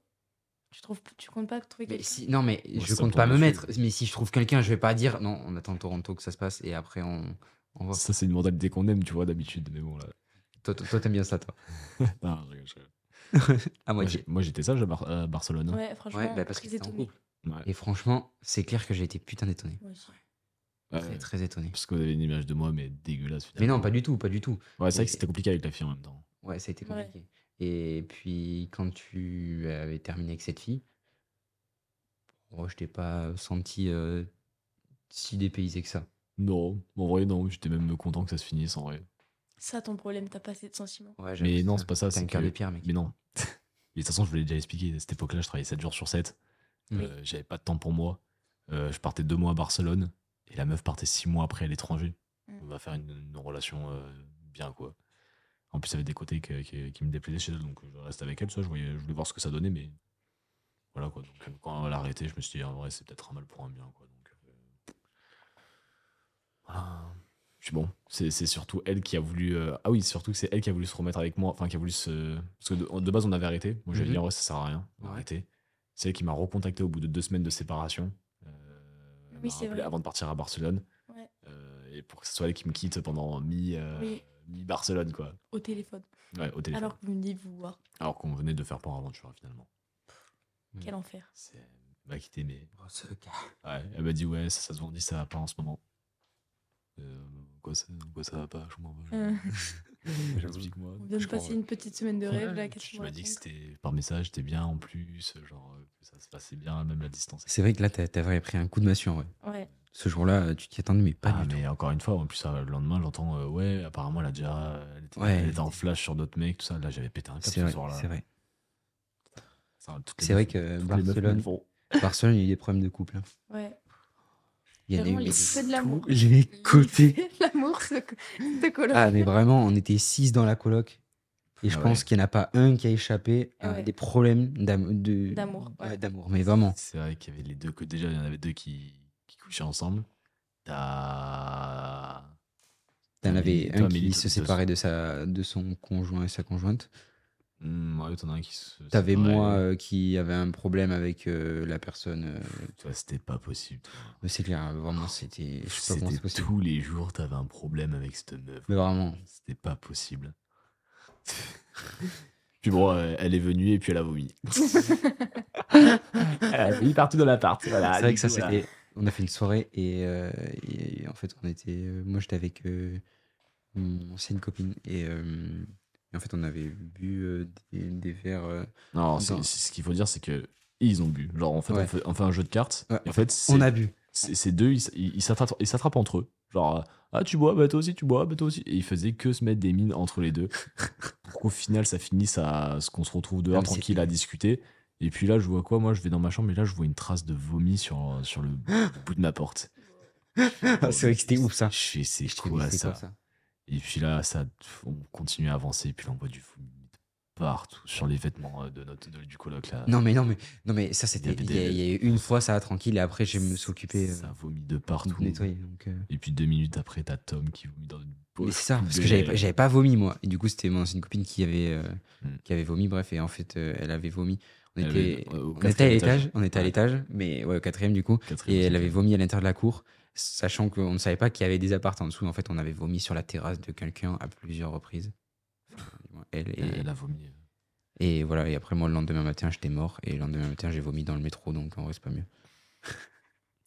Speaker 3: Tu, trouves... tu comptes pas trouver
Speaker 2: Mais
Speaker 3: quelqu'un
Speaker 2: si, non, mais
Speaker 4: Moi,
Speaker 2: je
Speaker 4: ça
Speaker 2: compte
Speaker 4: tombe
Speaker 2: pas me
Speaker 4: dessus.
Speaker 2: mettre. Mais si je trouve quelqu'un, je vais pas dire non, on attend Toronto que ça se passe et après on, on voit.
Speaker 4: Ça, c'est une mentalité qu'on aime, tu vois, d'habitude. Mais
Speaker 2: [laughs]
Speaker 4: bon, là.
Speaker 2: Toi, toi, toi, t'aimes bien ça, toi.
Speaker 4: Non, je rigole, je rigole.
Speaker 2: À
Speaker 4: Moi,
Speaker 2: moitié.
Speaker 4: j'ai- Moi, j'étais sage à, Bar- à Barcelone. hein.
Speaker 3: Ouais, franchement.
Speaker 2: Ouais, bah parce que
Speaker 3: très
Speaker 2: t'es en
Speaker 3: étonnée.
Speaker 2: couple.
Speaker 4: Ouais.
Speaker 2: Et franchement, c'est clair que j'ai été putain d'étonné.
Speaker 3: Moi aussi.
Speaker 4: Ouais,
Speaker 2: Très,
Speaker 4: ouais.
Speaker 2: très étonné.
Speaker 4: Euh, Parce que vous avez une image de moi, mais dégueulasse.
Speaker 2: Mais
Speaker 4: finalement.
Speaker 2: non, pas du tout, pas du tout.
Speaker 4: Ouais, c'est vrai
Speaker 2: Mais-
Speaker 4: que c'était compliqué avec la fille en même temps.
Speaker 2: Ouais, ça a été
Speaker 3: Ouais.
Speaker 2: compliqué. Et puis, quand tu avais terminé avec cette fille, oh, je t'ai pas senti euh, si dépaysé que ça.
Speaker 4: Non, en vrai, non. J'étais même content que ça se finisse, en vrai.
Speaker 3: Ça, ton problème, t'as pas assez de sentiments.
Speaker 2: Ouais, j'avoue,
Speaker 4: Mais non, c'est pas ça.
Speaker 2: T'as
Speaker 4: C'est
Speaker 2: un cœur
Speaker 4: que-
Speaker 2: de pierre, mec.
Speaker 4: Mais [laughs] non. Mais de toute façon, je vous l'ai déjà expliqué. À cette époque-là, je travaillais 7 jours sur 7.
Speaker 2: Oui.
Speaker 4: J'avais pas de temps pour moi. Euh, je partais deux mois à Barcelone. Et la meuf partait six mois après à l'étranger.
Speaker 3: Mm.
Speaker 4: On
Speaker 2: Bah,
Speaker 4: va faire une, une relation euh, bien, quoi. En plus, il y avait des côtés que- qui, qui me déplaisaient chez elle. Donc, je reste avec elle. Ça, je, voyais, je voulais voir ce que ça donnait. Mais voilà, quoi. Donc, euh, quand elle a arrêté, je me suis dit, en vrai, c'est peut-être un mal pour un bien, quoi. Donc, euh, voilà. Je suis bon. C'est c'est surtout elle qui a voulu. euh, Ah oui, surtout que c'est elle qui a voulu se remettre avec moi. Enfin, qui a voulu se. Parce que de, de base, on avait arrêté. Moi, j'avais
Speaker 3: Mm-hmm.
Speaker 2: Mhm.
Speaker 4: dit, en vrai, ça sert à rien.
Speaker 2: Ouais.
Speaker 4: Arrêtez. C'est elle qui m'a recontacté au bout de deux semaines de séparation. euh, elle
Speaker 3: Oui,
Speaker 4: m'a
Speaker 3: c'est
Speaker 4: rappelé
Speaker 3: vrai.
Speaker 4: Avant de partir à Barcelone.
Speaker 3: Ouais.
Speaker 4: Euh, et pour que ce soit elle qui me quitte pendant mi, euh,
Speaker 3: Oui.
Speaker 4: mi-Barcelone, quoi.
Speaker 3: Au téléphone.
Speaker 4: Ouais, au téléphone. Alors,
Speaker 3: Alors que vous me dites vous voir.
Speaker 4: qu'on venait de faire part avant, tu vois, finalement.
Speaker 3: Quel enfer.
Speaker 4: C'est... Elle m'a quitté, mais.
Speaker 2: Oh, ce
Speaker 4: [laughs]
Speaker 2: gars.
Speaker 4: Ouais, elle m'a dit, ouais, ça, ça se vendit, ça va pas en ce moment. Euh, quoi, ça, quoi ça va pas Je comprends
Speaker 2: Mmh.
Speaker 4: pas.
Speaker 3: Euh,
Speaker 4: Explique-moi.
Speaker 3: On vient de
Speaker 4: Je comprends
Speaker 3: passer une petite semaine de
Speaker 4: Ouais,
Speaker 3: rêve là.
Speaker 4: tu-
Speaker 3: qu'est-ce que
Speaker 4: Tu
Speaker 3: vous
Speaker 4: m'as dit que
Speaker 3: racontez
Speaker 4: c'était par message, c'était bien en plus, genre euh, que ça se passait bien, même la distance.
Speaker 2: C'est vrai que là, t'as t'as vraiment pris un coup de massue en vrai.
Speaker 3: Ouais.
Speaker 2: Ce jour-là, euh, tu t'y attendais, mais pas
Speaker 4: Ah,
Speaker 2: du
Speaker 4: mais encore une fois, en plus, euh, le lendemain, j'entends, euh, ouais, apparemment, elle a déjà. euh, Elle était,
Speaker 2: Ouais.
Speaker 4: elle était en flash sur d'autres mecs, tout ça. Là, j'avais pété un
Speaker 2: tout.
Speaker 4: câble
Speaker 2: C'est
Speaker 4: ce
Speaker 2: vrai,
Speaker 4: soir-là.
Speaker 2: c'est vrai.
Speaker 4: Ça, toutes les
Speaker 2: C'est vrai
Speaker 4: meufs-
Speaker 2: que
Speaker 4: toutes les meufs me le
Speaker 2: Barcelone,
Speaker 4: font.
Speaker 2: Barcelone, il y a eu des problèmes de couple. hein.
Speaker 3: Ouais.
Speaker 2: Il y en a eu
Speaker 3: Vraiment,
Speaker 2: mais
Speaker 3: les
Speaker 2: de
Speaker 3: feux de l'amour.
Speaker 2: tous
Speaker 3: [laughs]
Speaker 2: les côtés.
Speaker 3: L'amour, ce, co- ce colloque.
Speaker 2: Ah, mais vraiment, on était six dans la coloc. Et je
Speaker 4: Ah
Speaker 2: pense
Speaker 4: ouais.
Speaker 2: qu'il n'y en a pas un qui a échappé à
Speaker 3: Ah Ouais.
Speaker 2: des problèmes d'am- de-
Speaker 3: D'amour, ouais.
Speaker 2: ouais, d'amour, mais vraiment.
Speaker 4: C'est vrai qu'il y avait les deux, que déjà, il y en avait deux qui, qui couchaient ensemble. T'as.
Speaker 2: T'en
Speaker 4: Amélie,
Speaker 2: avais
Speaker 4: toi,
Speaker 2: un qui
Speaker 4: Amélie,
Speaker 2: se
Speaker 4: toi, toi,
Speaker 2: séparait de, sa, de son conjoint et sa conjointe.
Speaker 4: Hmm, ouais, t'en as un qui se.
Speaker 2: T'avais
Speaker 4: séparait.
Speaker 2: moi euh, qui avait un problème avec euh, la personne. euh,
Speaker 4: Toi, c'était pas possible. toi.
Speaker 2: mais c'est clair, hein, vraiment, c'était. Je sais pas comment c'est
Speaker 4: C'était
Speaker 2: possible.
Speaker 4: tous les jours, t'avais un problème avec cette meuf.
Speaker 2: Mais vraiment.
Speaker 4: C'était pas possible. [laughs] puis bon, euh, elle est venue et puis elle a vomi. elle a vomi partout dans l'appart. Voilà,
Speaker 2: c'est vrai que ça,
Speaker 4: Ah, du coup, voilà.
Speaker 2: c'était. On a fait une soirée et, euh, et en fait, on était. euh, Moi, j'étais avec euh, mon ancienne copine et, euh, et en fait, on avait bu euh, des, des verres. euh,
Speaker 4: Non, c'est-
Speaker 2: Non.
Speaker 4: c'est- ce qu'il faut dire, c'est que ils ont bu. Genre, en fait,
Speaker 2: Ouais.
Speaker 4: on, fait, on fait un jeu de cartes.
Speaker 2: Ouais.
Speaker 4: Et en fait, c'est-
Speaker 2: on a bu.
Speaker 4: c'est- ces deux, ils s- ils ils s'attrapent ils s'attrapent entre eux. Genre, ah, tu bois, bah toi aussi, tu bois, bah toi aussi. Et ils faisaient que se mettre des mines entre les deux. [laughs] pour qu'au final, ça finisse à ce qu'on se retrouve
Speaker 2: Non,
Speaker 4: dehors
Speaker 2: Ah, mais c'est-
Speaker 4: tranquille à discuter. Et puis là, je vois quoi Moi, je vais dans ma chambre et là, je vois une trace de vomi sur,
Speaker 2: [gasps]
Speaker 4: sur le bout de ma porte.
Speaker 2: [laughs] Ah, C'est vrai que c'était ouf, ça.
Speaker 4: Je fais, c'est
Speaker 2: Je te dis,
Speaker 4: quoi
Speaker 2: c'est
Speaker 4: ça Et puis là, ça, on continue à avancer. Et puis là, on voit du vomi de partout sur les vêtements euh, de notre, de- du coloc. Là.
Speaker 2: Non mais non mais non mais ça c'était
Speaker 4: Il y
Speaker 2: il
Speaker 4: avait
Speaker 2: y, a-
Speaker 4: des-
Speaker 2: il y a eu une fois ça tranquille et après je me suis occupé euh,
Speaker 4: Ça vomit de
Speaker 2: de
Speaker 4: partout.
Speaker 2: nettoyer donc euh,
Speaker 4: Et puis deux minutes après, t'as Tom qui vomit dans une
Speaker 2: mais
Speaker 4: poche.
Speaker 2: c'est ça parce que j'avais pas- j'avais pas vomi moi et du coup c'était mon ancienne copine qui avait euh,
Speaker 4: Hmm.
Speaker 2: qui avait vomi bref et en fait euh, elle avait vomi on
Speaker 4: Elle
Speaker 2: était
Speaker 4: avait- euh, au
Speaker 2: on était à
Speaker 4: quatrième
Speaker 2: l'étage
Speaker 4: étage.
Speaker 2: on était à
Speaker 4: Ouais.
Speaker 2: l'étage mais ouais au quatrième du coup et elle avait vomi à l'intérieur de la cour sachant qu'on ne savait pas qu'il y avait des appartements en dessous en fait on avait vomi sur la terrasse de quelqu'un à plusieurs reprises Enfin, du moins, elle et,
Speaker 4: Elle a vomi. euh,
Speaker 2: et voilà et après moi le lendemain matin j'étais mort et le lendemain matin j'ai vomi dans le métro donc en vrai c'est pas mieux [laughs]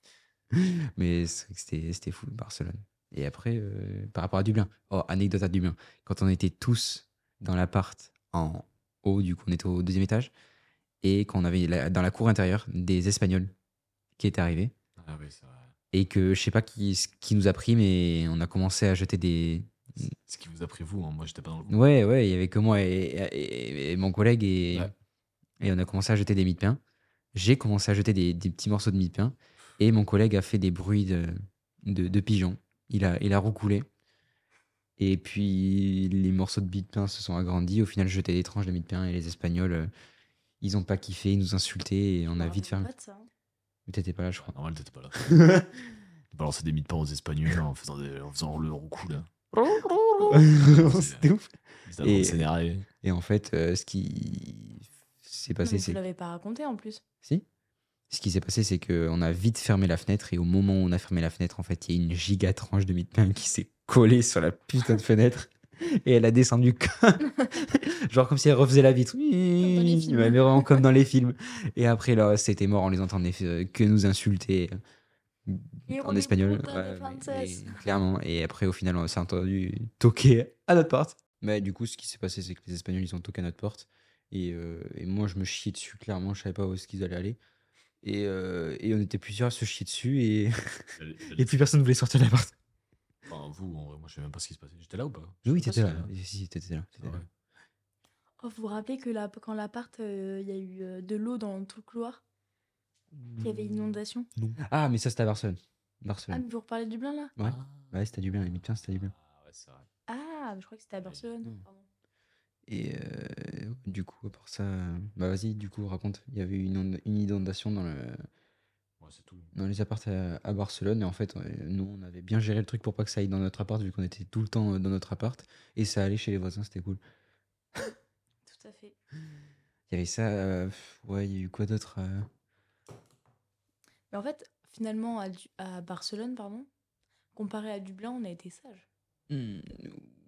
Speaker 2: mais c'est vrai que c'était c'était fou Barcelone et après euh, par rapport à Dublin oh anecdote à Dublin quand on était tous dans l'appart en haut du coup on était au deuxième étage et qu'on avait la- dans la cour intérieure des Espagnols qui étaient arrivés
Speaker 4: Ah oui, c'est vrai.
Speaker 2: et que je sais pas qui, ce qui nous a pris, mais on a commencé à jeter des.
Speaker 4: Ce qui vous a pris vous, hein. moi j'étais pas dans le groupe.
Speaker 2: Ouais, ouais, il y avait que moi et, et- et mon collègue et,
Speaker 4: Ouais.
Speaker 2: et on a commencé à jeter des mie de pain. J'ai commencé à jeter des, des petits morceaux de mie de pain et mon collègue a fait des bruits de, de, de pigeons. Il a, il a roucoulé. Et puis les morceaux de mie de pain se sont agrandis. Au final, je jetais des tranches de mie de pain et les Espagnols, euh, ils ont pas kiffé, ils nous insultaient et on
Speaker 3: Ah.
Speaker 2: a vite fermé.
Speaker 3: hein.
Speaker 2: Bah, Mais T'étais pas là, je
Speaker 4: [laughs]
Speaker 2: crois.
Speaker 4: Normal, t'étais pas là. Ils balançaient des mythes pas aux Espagnols en faisant, des- en faisant le roux là. C'était
Speaker 2: ouf.
Speaker 4: Ils étaient en train de
Speaker 2: Et-
Speaker 4: s'énerver.
Speaker 2: [laughs] Et en fait, euh, ce qui s'est
Speaker 3: Non,
Speaker 2: passé,
Speaker 3: mais tu
Speaker 2: c'est
Speaker 3: l'avais pas raconté en plus.
Speaker 2: si. Ce qui s'est passé, c'est que on a vite fermé la fenêtre et au moment où on a fermé la fenêtre, en fait, il y a une giga tranche de mie de pain qui s'est collée sur la
Speaker 3: [laughs]
Speaker 2: putain de fenêtre et elle a descendu comme... genre comme si elle refaisait la vitre.
Speaker 3: dans les films.
Speaker 2: Ouais, mais vraiment comme dans les films. Et après là, c'était mort. On les entendait euh, que nous insulter en espagnol. ouais, mais-
Speaker 3: [laughs]
Speaker 2: mais clairement. Et après, au final, on s'est entendu toquer à notre porte. Mais du coup, ce qui s'est passé, c'est que les Espagnols, ils ont toqué à notre porte. Et, euh, et moi, je me chiais dessus, clairement. Je savais pas où est-ce qu'ils allaient aller. Et, euh, et on était plusieurs à se chier dessus. [laughs] Et,
Speaker 4: J'allais- j'allais-
Speaker 2: et plus personne voulait sortir de la porte.
Speaker 4: Enfin, vous, en vrai, moi je sais même pas ce qui se passait. J'étais là ou pas
Speaker 2: Oui,
Speaker 4: Je sais
Speaker 2: t'étais
Speaker 4: pas
Speaker 2: là.
Speaker 4: si
Speaker 2: Si, si, t'étais là. t'étais
Speaker 4: Ah
Speaker 2: là.
Speaker 4: ouais.
Speaker 3: Oh, vous vous rappelez que la- quand l'appart, euh, il y a eu euh, de l'eau dans tout le couloir, qu'il y avait
Speaker 2: Mmh.
Speaker 3: inondation
Speaker 2: Ah, mais ça, c'était à Barcelone.
Speaker 3: Ah,
Speaker 2: Barcelone.
Speaker 3: mais vous reparlez de Dublin là
Speaker 2: Ouais.
Speaker 4: Ah.
Speaker 2: Ouais, c'était du bien. Les mitains, c'était du bien.
Speaker 4: Ah ouais, c'est vrai.
Speaker 3: Ah, je crois que c'était à Barcelone.
Speaker 2: Non.
Speaker 3: pardon.
Speaker 2: Et euh, du coup, à part ça, euh, bah vas-y, du coup, raconte. Il y avait une, inond- une inondation dans, le,
Speaker 4: Ouais, c'est tout.
Speaker 2: dans les appartes à, à Barcelone. Et en fait, euh, nous, on avait bien géré le truc pour pas que ça aille dans notre appart, vu qu'on était tout le temps euh, dans notre appart. Et ça allait chez les voisins, c'était cool.
Speaker 3: Tout à fait.
Speaker 2: Il y avait ça. euh, pff, ouais, il y a eu quoi d'autre euh,
Speaker 3: Mais en fait, finalement, à, Du- à Barcelone, pardon, comparé à Dublin, on a été sage.
Speaker 2: hmm,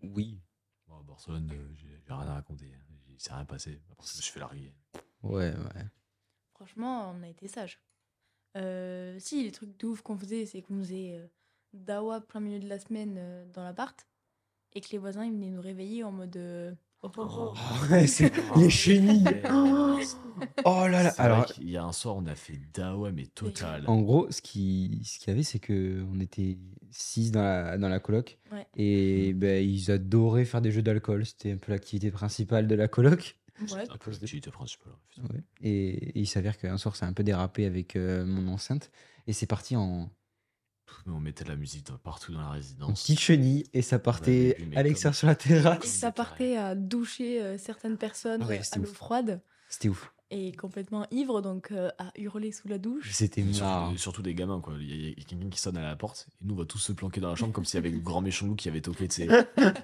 Speaker 2: Oui.
Speaker 4: Bon, à Barcelone, euh, j'ai j'ai rien à raconter. Il s'est rien passé. Après, je me suis
Speaker 2: [laughs]
Speaker 4: fait larguer.
Speaker 2: Ouais, ouais. [laughs]
Speaker 3: Franchement, on a été sage. Euh, si, les trucs de ouf qu'on faisait, c'est qu'on faisait euh, dawa plein milieu de la semaine euh, dans l'appart et que les voisins ils venaient nous réveiller en mode. euh, oh, oh, oh.
Speaker 2: [laughs] c'est
Speaker 4: les
Speaker 2: chenilles.
Speaker 4: Ah,
Speaker 2: Oh là là. Alors,
Speaker 4: il y a un soir, on a fait Dawa, mais total.
Speaker 2: En gros, ce qui ce qu'il y avait, c'est que on était six dans la, dans la coloc.
Speaker 3: Ouais.
Speaker 2: Et ben, ils adoraient faire des jeux d'alcool. C'était un peu l'activité principale de la coloc.
Speaker 3: Ouais.
Speaker 4: Un peu l'activité principale.
Speaker 2: Mm.
Speaker 4: effectivement.
Speaker 2: Et, et il s'avère qu'un soir, ça a un peu dérapé avec euh, mon enceinte. Et c'est parti en,
Speaker 4: Mais on mettait de la musique dans- partout dans la
Speaker 2: en
Speaker 4: résidence.
Speaker 2: petite chenille. Et ça partait
Speaker 4: avait vu, mais
Speaker 2: à l'extérieur
Speaker 4: comme-
Speaker 2: sur la
Speaker 3: Et
Speaker 2: terrasse.
Speaker 3: ça partait à doucher euh, certaines personnes
Speaker 2: Ouais,
Speaker 3: euh,
Speaker 2: c'était
Speaker 3: à l'eau
Speaker 2: ouf.
Speaker 3: froide
Speaker 2: C'était ouf.
Speaker 3: et complètement ivre, donc euh, à hurler sous la douche.
Speaker 2: C'était
Speaker 4: Et Surtout,
Speaker 2: marrant.
Speaker 4: et surtout des gamins, quoi. Il y a- il y a, quelqu'un qui sonne à la porte, et nous, on va tous se planquer dans la chambre comme s'il y avait le grand méchant loup qui avait toqué,
Speaker 2: [laughs]
Speaker 4: tu sais.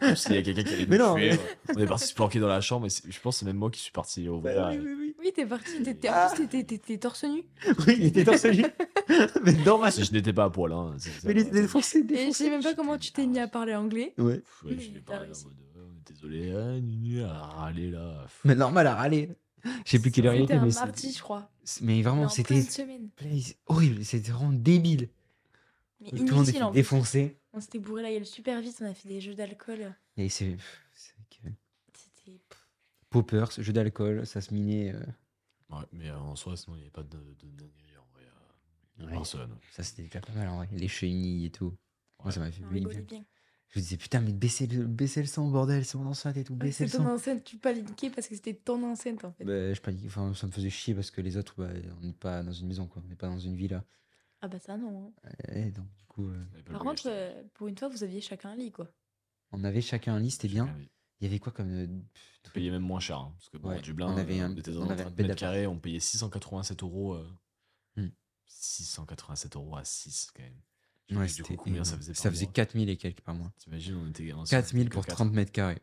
Speaker 4: Comme s'il y a quelqu'un qui allait
Speaker 2: Mais
Speaker 4: nous
Speaker 2: non,
Speaker 4: tuer. On est parti se planquer dans la chambre, et c'est- je pense que c'est même moi qui suis parti au euh.
Speaker 2: Bah oui, oui, [laughs]
Speaker 3: Oui, t'es parti, t'étais en
Speaker 2: Ah.
Speaker 3: plus, t'étais- t'étais torse nu.
Speaker 2: oui. Oui, il était dans ce lit. [laughs] Mais dans ma
Speaker 4: Je n'étais pas à poil, hein. c'est- c'est-
Speaker 2: Mais il était défoncé.
Speaker 3: Et je
Speaker 2: défoncé.
Speaker 3: sais même pas comment tu t'es mis à parler anglais.
Speaker 2: Ouais.
Speaker 4: Ouais, je
Speaker 3: Mais
Speaker 4: l'ai
Speaker 3: t'as
Speaker 4: parlé en
Speaker 3: réussi.
Speaker 4: mode, ouais, on est désolé, ah, nini, à râler là.
Speaker 2: Mais normal à râler. Je sais plus quelle heure il
Speaker 3: C'était
Speaker 2: était,
Speaker 3: un
Speaker 2: mais c'est-
Speaker 3: mardi, je crois.
Speaker 2: mais
Speaker 3: Mais
Speaker 2: vraiment,
Speaker 3: en
Speaker 2: c'était
Speaker 3: pleine semaine.
Speaker 2: Place- horrible, c'était vraiment débile.
Speaker 3: Mais
Speaker 2: Tout le monde
Speaker 3: inutile,
Speaker 2: était
Speaker 3: en plus.
Speaker 2: défoncé.
Speaker 3: On s'était bourré la gueule super vite, on a fait des jeux d'alcool.
Speaker 2: Et c'est. pff, c'est vrai que-
Speaker 3: C'était.
Speaker 2: Poppers, jeu d'alcool, ça se minait. euh,
Speaker 4: Ouais, mais euh, en soi, sinon, il n'y avait pas de, de, dinguerie, en vrai. euh, à
Speaker 2: Ouais.
Speaker 4: Barcelone.
Speaker 2: Ça c'était déjà pas mal en vrai. Les chenilles et tout. Moi, ça m'a fait
Speaker 3: On
Speaker 2: bailler.
Speaker 3: rigolait bien.
Speaker 2: Je me disais, putain, mais baissez le, baissez le son, bordel, c'est mon enceinte et tout,
Speaker 3: Ouais,
Speaker 2: baissez
Speaker 3: C'est
Speaker 2: le
Speaker 3: ton
Speaker 2: son.
Speaker 3: enceinte, tu paniquais parce que c'était ton enceinte en fait.
Speaker 2: Bah, je paniquais, enfin, ça me faisait chier parce que les autres, bah, on n'est pas dans une maison, quoi. On n'est pas dans une villa.
Speaker 3: Ah bah ça non. hein.
Speaker 2: Et donc, du coup, euh,
Speaker 4: J'avais pas
Speaker 3: Par
Speaker 4: voulu
Speaker 3: contre,
Speaker 4: acheter.
Speaker 3: euh, pour une fois, vous aviez chacun un lit quoi.
Speaker 2: on avait chacun un lit, c'était bien.
Speaker 4: J'avais-
Speaker 2: Il y avait quoi comme. euh, pff,
Speaker 4: On payait même moins cher. hein, parce que bon,
Speaker 2: Ouais,
Speaker 4: à Dublin,
Speaker 2: on avait
Speaker 4: euh,
Speaker 2: un-
Speaker 4: on était dans
Speaker 2: on
Speaker 4: un
Speaker 2: avait un
Speaker 4: 30
Speaker 2: bed
Speaker 4: mètres
Speaker 2: apart.
Speaker 4: carrés, on payait 687 euros. euh,
Speaker 2: Hmm.
Speaker 4: 687 euros à 6 quand même. Je sais
Speaker 2: Ouais,
Speaker 4: plus du coup
Speaker 2: c'était
Speaker 4: combien ça
Speaker 2: énorme.
Speaker 4: faisait par
Speaker 2: Ça faisait
Speaker 4: mois.
Speaker 2: 4000 et quelques par mois.
Speaker 4: T'imagines, on était ensemble,
Speaker 2: 4000 pour
Speaker 4: quatre.
Speaker 2: 30 mètres carrés.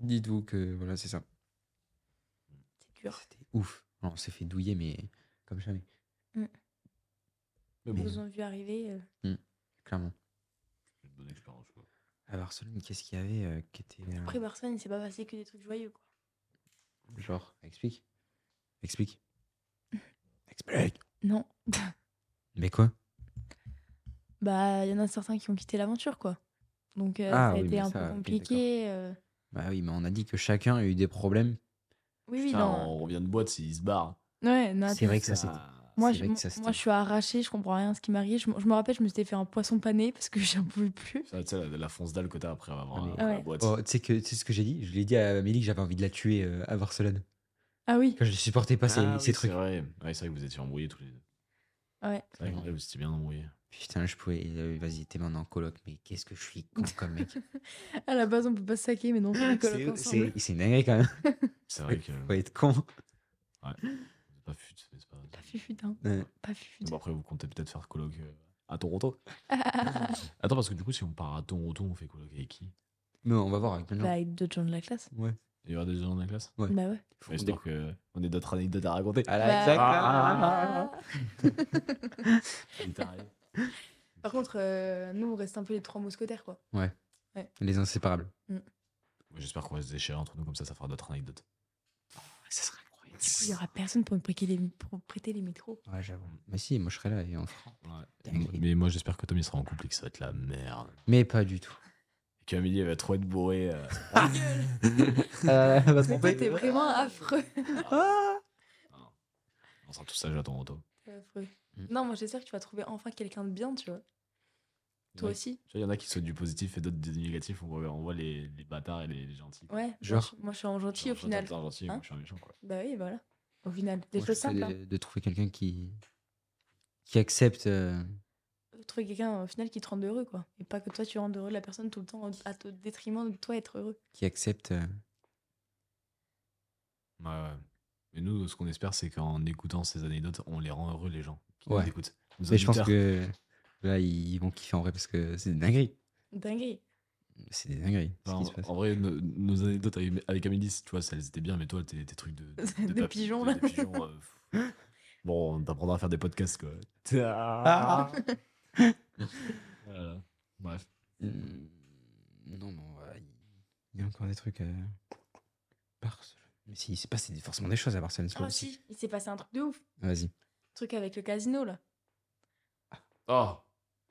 Speaker 2: Dites-vous que, voilà, c'est ça.
Speaker 3: C'est dur.
Speaker 2: C'était ouf. Alors, on s'est fait douiller, mais comme jamais,
Speaker 4: Mais
Speaker 3: Ils
Speaker 4: bon,
Speaker 3: vous ont vu arriver. euh,
Speaker 2: clairement.
Speaker 4: une bonne expérience. quoi.
Speaker 2: À Barcelone, qu'est-ce qu'il y avait euh, qui était. euh,
Speaker 3: Après Barcelone, il s'est pas passé que des trucs joyeux quoi.
Speaker 2: Genre, explique.
Speaker 3: [laughs]
Speaker 2: Explique. Explique.
Speaker 3: Non.
Speaker 2: Mais quoi
Speaker 3: Bah, il y en a certains qui ont quitté l'aventure, quoi. Donc, euh,
Speaker 2: Ah
Speaker 3: ça a
Speaker 2: oui,
Speaker 3: été
Speaker 2: mais
Speaker 3: un
Speaker 2: ça, ok,
Speaker 3: peu
Speaker 2: d'accord.
Speaker 3: compliqué. euh.
Speaker 2: Bah oui, mais on a dit que chacun a eu des problèmes.
Speaker 3: Oui, oui,
Speaker 4: Putain,
Speaker 3: non.
Speaker 4: on revient de boîte, c'est- ils se barrent.
Speaker 3: Ouais, non,
Speaker 2: C'est
Speaker 3: attends.
Speaker 2: vrai que ça,
Speaker 4: c'est
Speaker 2: c'était.
Speaker 3: Moi,
Speaker 2: c'est
Speaker 3: je,
Speaker 2: vrai que
Speaker 3: moi,
Speaker 2: ça, c'était-
Speaker 3: moi, je suis arrachée, je comprends rien à ce qui m'arrive. Je, m- je me rappelle, je me suis fait un poisson pané parce que [laughs] j'en pouvais plus.
Speaker 4: Ça, tu sais, la, la fonce dalle que t'as après avoir
Speaker 2: Ah, mais-
Speaker 4: après la
Speaker 3: Ouais.
Speaker 4: boîte.
Speaker 2: Oh, tu sais que- tu sais ce que j'ai dit Je l'ai dit à Amélie que j'avais envie de la tuer euh, à Barcelone.
Speaker 3: Ah oui,
Speaker 2: Que je ne supportais pas ces,
Speaker 4: Ah oui,
Speaker 2: ces trucs.
Speaker 4: C'est vrai. Ouais, c'est vrai que vous étiez embrouillés tous les deux.
Speaker 3: ouais.
Speaker 4: C'est vrai que vous étiez bien embrouillés.
Speaker 2: Putain, je pouvais. euh, Vas-y, t'es maintenant en coloc, mais qu'est-ce que je suis [laughs] con comme mec.
Speaker 3: À la base, on peut pas se saquer, mais non, on rigole
Speaker 2: C'est
Speaker 3: ensemble.
Speaker 2: c'est- c'est une dinguerie quand même.
Speaker 4: C'est vrai que.
Speaker 2: Faut être con.
Speaker 4: Vous êtes pas fut, mais c'est pas.
Speaker 3: Pas fufute, hein.
Speaker 2: Euh,
Speaker 3: Pas fufute.
Speaker 4: Bon, après, vous comptez peut-être faire colloque euh, à Toronto.
Speaker 3: [laughs]
Speaker 4: Attends, parce que du coup, si on part à Toronto, on fait colloque avec qui
Speaker 2: mais on va voir avec
Speaker 3: Bah,
Speaker 2: maintenant.
Speaker 3: avec d'autres gens de la classe.
Speaker 2: Ouais.
Speaker 4: Il y aura des gens dans la classe
Speaker 2: Ouais.
Speaker 3: Bah ouais.
Speaker 2: Faut
Speaker 4: Ouais,
Speaker 2: qu'on
Speaker 4: c'est donc, euh, on a d'autres anecdotes à raconter. [laughs]
Speaker 2: Ah
Speaker 3: Bah,
Speaker 2: là, exact. bah,
Speaker 4: ah,
Speaker 3: ah.
Speaker 4: Il t'arrive.
Speaker 3: Par contre, euh, nous, on reste un peu les trois mousquetaires, quoi.
Speaker 2: Les inséparables.
Speaker 4: Ouais, J'espère qu'on va se déchirer entre nous, comme ça, ça fera d'autres
Speaker 3: [laughs]
Speaker 4: anecdotes. ça serait incroyable.
Speaker 3: Il y aura personne pour me prêter les, pour prêter les métros.
Speaker 2: Ouais, j'avoue. Mais si, moi je serai là et on le fera.
Speaker 4: Ouais. Mais moi, j'espère que Tommy sera en couple et que ça va être la merde.
Speaker 2: Mais pas du tout.
Speaker 4: Et qu'Amélie, elle va trop être bourrée.
Speaker 3: [laughs]
Speaker 4: euh.
Speaker 2: [laughs] Euh, parce
Speaker 3: Mais
Speaker 2: qu'on
Speaker 3: toi,
Speaker 2: peut-
Speaker 3: t'es vraiment affreux.
Speaker 4: Ah.
Speaker 2: Ah
Speaker 4: On sera tous sages à Toronto.
Speaker 3: C'est affreux.
Speaker 2: Mm.
Speaker 3: Non, moi j'espère que tu vas trouver enfin quelqu'un de bien, tu vois. Toi
Speaker 4: Ouais.
Speaker 3: aussi.
Speaker 4: Tu vois, il y en a qui souhaitent du positif et d'autres du négatif. On voit, on voit les, les bâtards et les, les gentils. quoi.
Speaker 3: Ouais. moi,
Speaker 2: Genre.
Speaker 3: je- Moi je suis en
Speaker 4: Genre,
Speaker 3: gentil au
Speaker 4: toi,
Speaker 3: final.
Speaker 4: t'es un gentil, moi,
Speaker 3: Hein
Speaker 4: je suis un méchant, quoi.
Speaker 3: Bah oui, voilà. Au final. Des
Speaker 2: Moi,
Speaker 3: choses
Speaker 2: j'essaie
Speaker 3: simples. hein.
Speaker 2: de, de trouver quelqu'un qui qui accepte euh,
Speaker 3: hein. Trouver quelqu'un au final qui te rende heureux, quoi. Et pas que toi tu rendes heureux la personne tout le temps en- à ton détriment de toi être heureux.
Speaker 2: qui accepte euh,
Speaker 4: Ouais, ouais. Mais nous, ce qu'on espère, c'est qu'en écoutant ces anecdotes, on les rend heureux, les gens qui
Speaker 2: Ouais.
Speaker 4: nous écoutent. Nos
Speaker 2: mais je pense
Speaker 4: auditeurs.
Speaker 2: que là ils vont kiffer en vrai parce que c'est des dingueries
Speaker 3: Dinguerie.
Speaker 2: c'est des dingueries ce
Speaker 4: Enfin,
Speaker 2: qui se passe.
Speaker 4: en, en vrai, nos, nos anecdotes avec, avec Amélie, tu vois, elles étaient bien, mais toi, tes, tes trucs [laughs] de, de,
Speaker 3: De
Speaker 4: papi-
Speaker 3: pigeons,
Speaker 4: de-
Speaker 3: là.
Speaker 4: de pigeons, euh,
Speaker 2: [laughs]
Speaker 4: pff. bon, on t'apprendra à faire des podcasts, quoi.
Speaker 2: Ah.
Speaker 4: [laughs] Voilà. Bref.
Speaker 2: Hmm, non mais on va- il y a encore des trucs à Barcelone mais si c'est pas c'est forcément des choses à Barcelone c'est pas
Speaker 3: Ah
Speaker 2: possible.
Speaker 3: si, il s'est passé un truc de ouf. Un
Speaker 2: Ah, vas-y
Speaker 3: truc avec le casino là.
Speaker 4: Oh,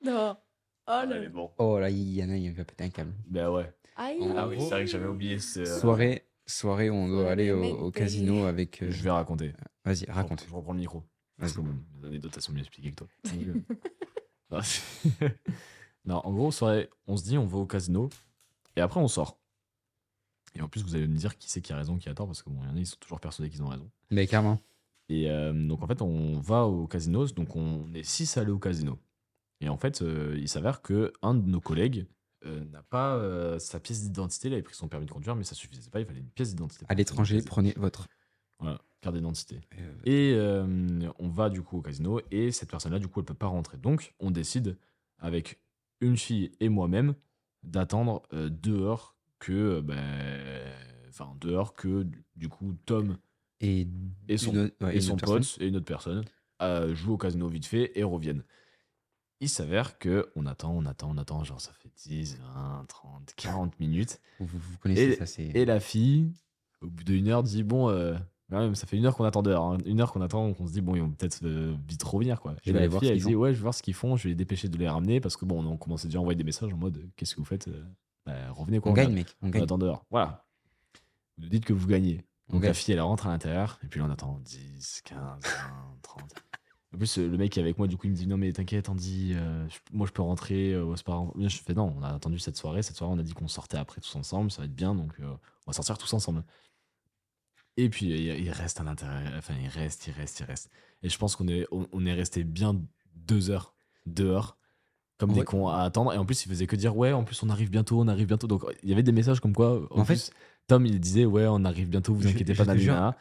Speaker 3: Non. Oh là.
Speaker 4: Ah, mais bon.
Speaker 2: oh là il y en a il va péter un câble
Speaker 4: Bah ouais.
Speaker 3: Aïe.
Speaker 2: En
Speaker 4: Ah oui,
Speaker 2: gros,
Speaker 4: c'est vrai que j'avais oublié ce. euh,
Speaker 2: soirée soirée où on doit
Speaker 3: Ouais,
Speaker 2: aller
Speaker 3: mais
Speaker 2: au,
Speaker 3: mec,
Speaker 2: au
Speaker 3: t'es-
Speaker 2: casino avec euh,
Speaker 4: Je vais raconter.
Speaker 2: vas-y
Speaker 4: Je
Speaker 2: raconte
Speaker 4: reprends- Je reprends le micro. Parce que mes anecdotes, elles sont mieux expliquées que toi. [laughs] Non, c'est- non, en gros, soirée, on se dit, on va au casino, et après, on sort. Et en plus, vous allez me dire qui c'est qui a raison, qui a tort, parce que bon, il y en a, ils sont toujours persuadés qu'ils ont raison.
Speaker 2: mais carrément
Speaker 4: Et euh, donc, en fait, on va au casino, donc on est six à aller au casino. Et en fait, euh, il s'avère que un de nos collègues euh, n'a pas euh, sa pièce d'identité. Il avait pris son permis de conduire, mais ça suffisait pas. Il fallait une pièce d'identité.
Speaker 2: à l'étranger prenez votre
Speaker 4: Voilà, carte d'identité.
Speaker 2: Euh,
Speaker 4: Et euh, on va du coup au casino et cette personne-là, du coup, elle peut pas rentrer. Donc, on décide avec une fille et moi-même d'attendre euh, dehors que, euh, ben, enfin dehors que du- du coup Tom
Speaker 2: et,
Speaker 4: Et son-
Speaker 2: une autre- ouais,
Speaker 4: et
Speaker 2: une
Speaker 4: son
Speaker 2: autre personne.
Speaker 4: pote et une autre personne euh, jouent au casino vite fait et reviennent. Il s'avère que on attend, on attend, on attend, genre ça fait 10, 20, 30, 40 minutes.
Speaker 2: Vous, vous connaissez
Speaker 4: Et-
Speaker 2: ça, c'est.
Speaker 4: Et la fille, au bout d'une heure, dit Bon, euh, quand même, ça fait une heure qu'on attend dehors. hein. Une heure qu'on attend, qu'on se dit Bon, ils vont peut-être euh, vite revenir. quoi.
Speaker 2: Je
Speaker 4: et
Speaker 2: vais aller
Speaker 4: la
Speaker 2: voir
Speaker 4: fille,
Speaker 2: ce
Speaker 4: elle
Speaker 2: qu'ils
Speaker 4: dit
Speaker 2: font.
Speaker 4: Ouais, je vais voir ce qu'ils font, je vais les dépêcher de les ramener parce que bon, on commençait déjà à envoyer des messages en mode Qu'est-ce que vous faites euh, bah, Revenez quoi.
Speaker 2: on gagne,
Speaker 4: att-
Speaker 2: mec. On
Speaker 4: on
Speaker 2: gagne.
Speaker 4: attend dehors. Voilà. Vous nous dites que vous gagnez.
Speaker 2: On
Speaker 4: Donc la
Speaker 2: gagne.
Speaker 4: fille, elle rentre à l'intérieur et puis là, on attend 10, 15, 20, 30. Au plus, euh, le mec qui est avec moi, du coup, il me dit Non, mais t'inquiète, Andy, euh, je- moi je peux rentrer, euh, c'est pas grave. Bien, Je fais Non, on a attendu cette soirée. Cette soirée, on a dit qu'on sortait après tous ensemble, ça va être bien, donc euh, on va sortir tous ensemble. Et puis, euh, il il reste à l'intérieur, enfin, il reste, il reste, il reste. Et je pense qu'on est, on, on est resté bien deux heures dehors, comme des
Speaker 2: Ouais.
Speaker 4: cons à attendre. Et en plus, il faisait que dire Ouais, en plus, on arrive bientôt, on arrive bientôt. Donc, il y avait des messages comme quoi, en,
Speaker 2: En fait-
Speaker 4: fait, Tom, il disait Ouais, on arrive bientôt, vous
Speaker 2: Je-
Speaker 4: inquiétez
Speaker 2: je
Speaker 4: pas,
Speaker 2: te
Speaker 4: nanana.
Speaker 2: jure.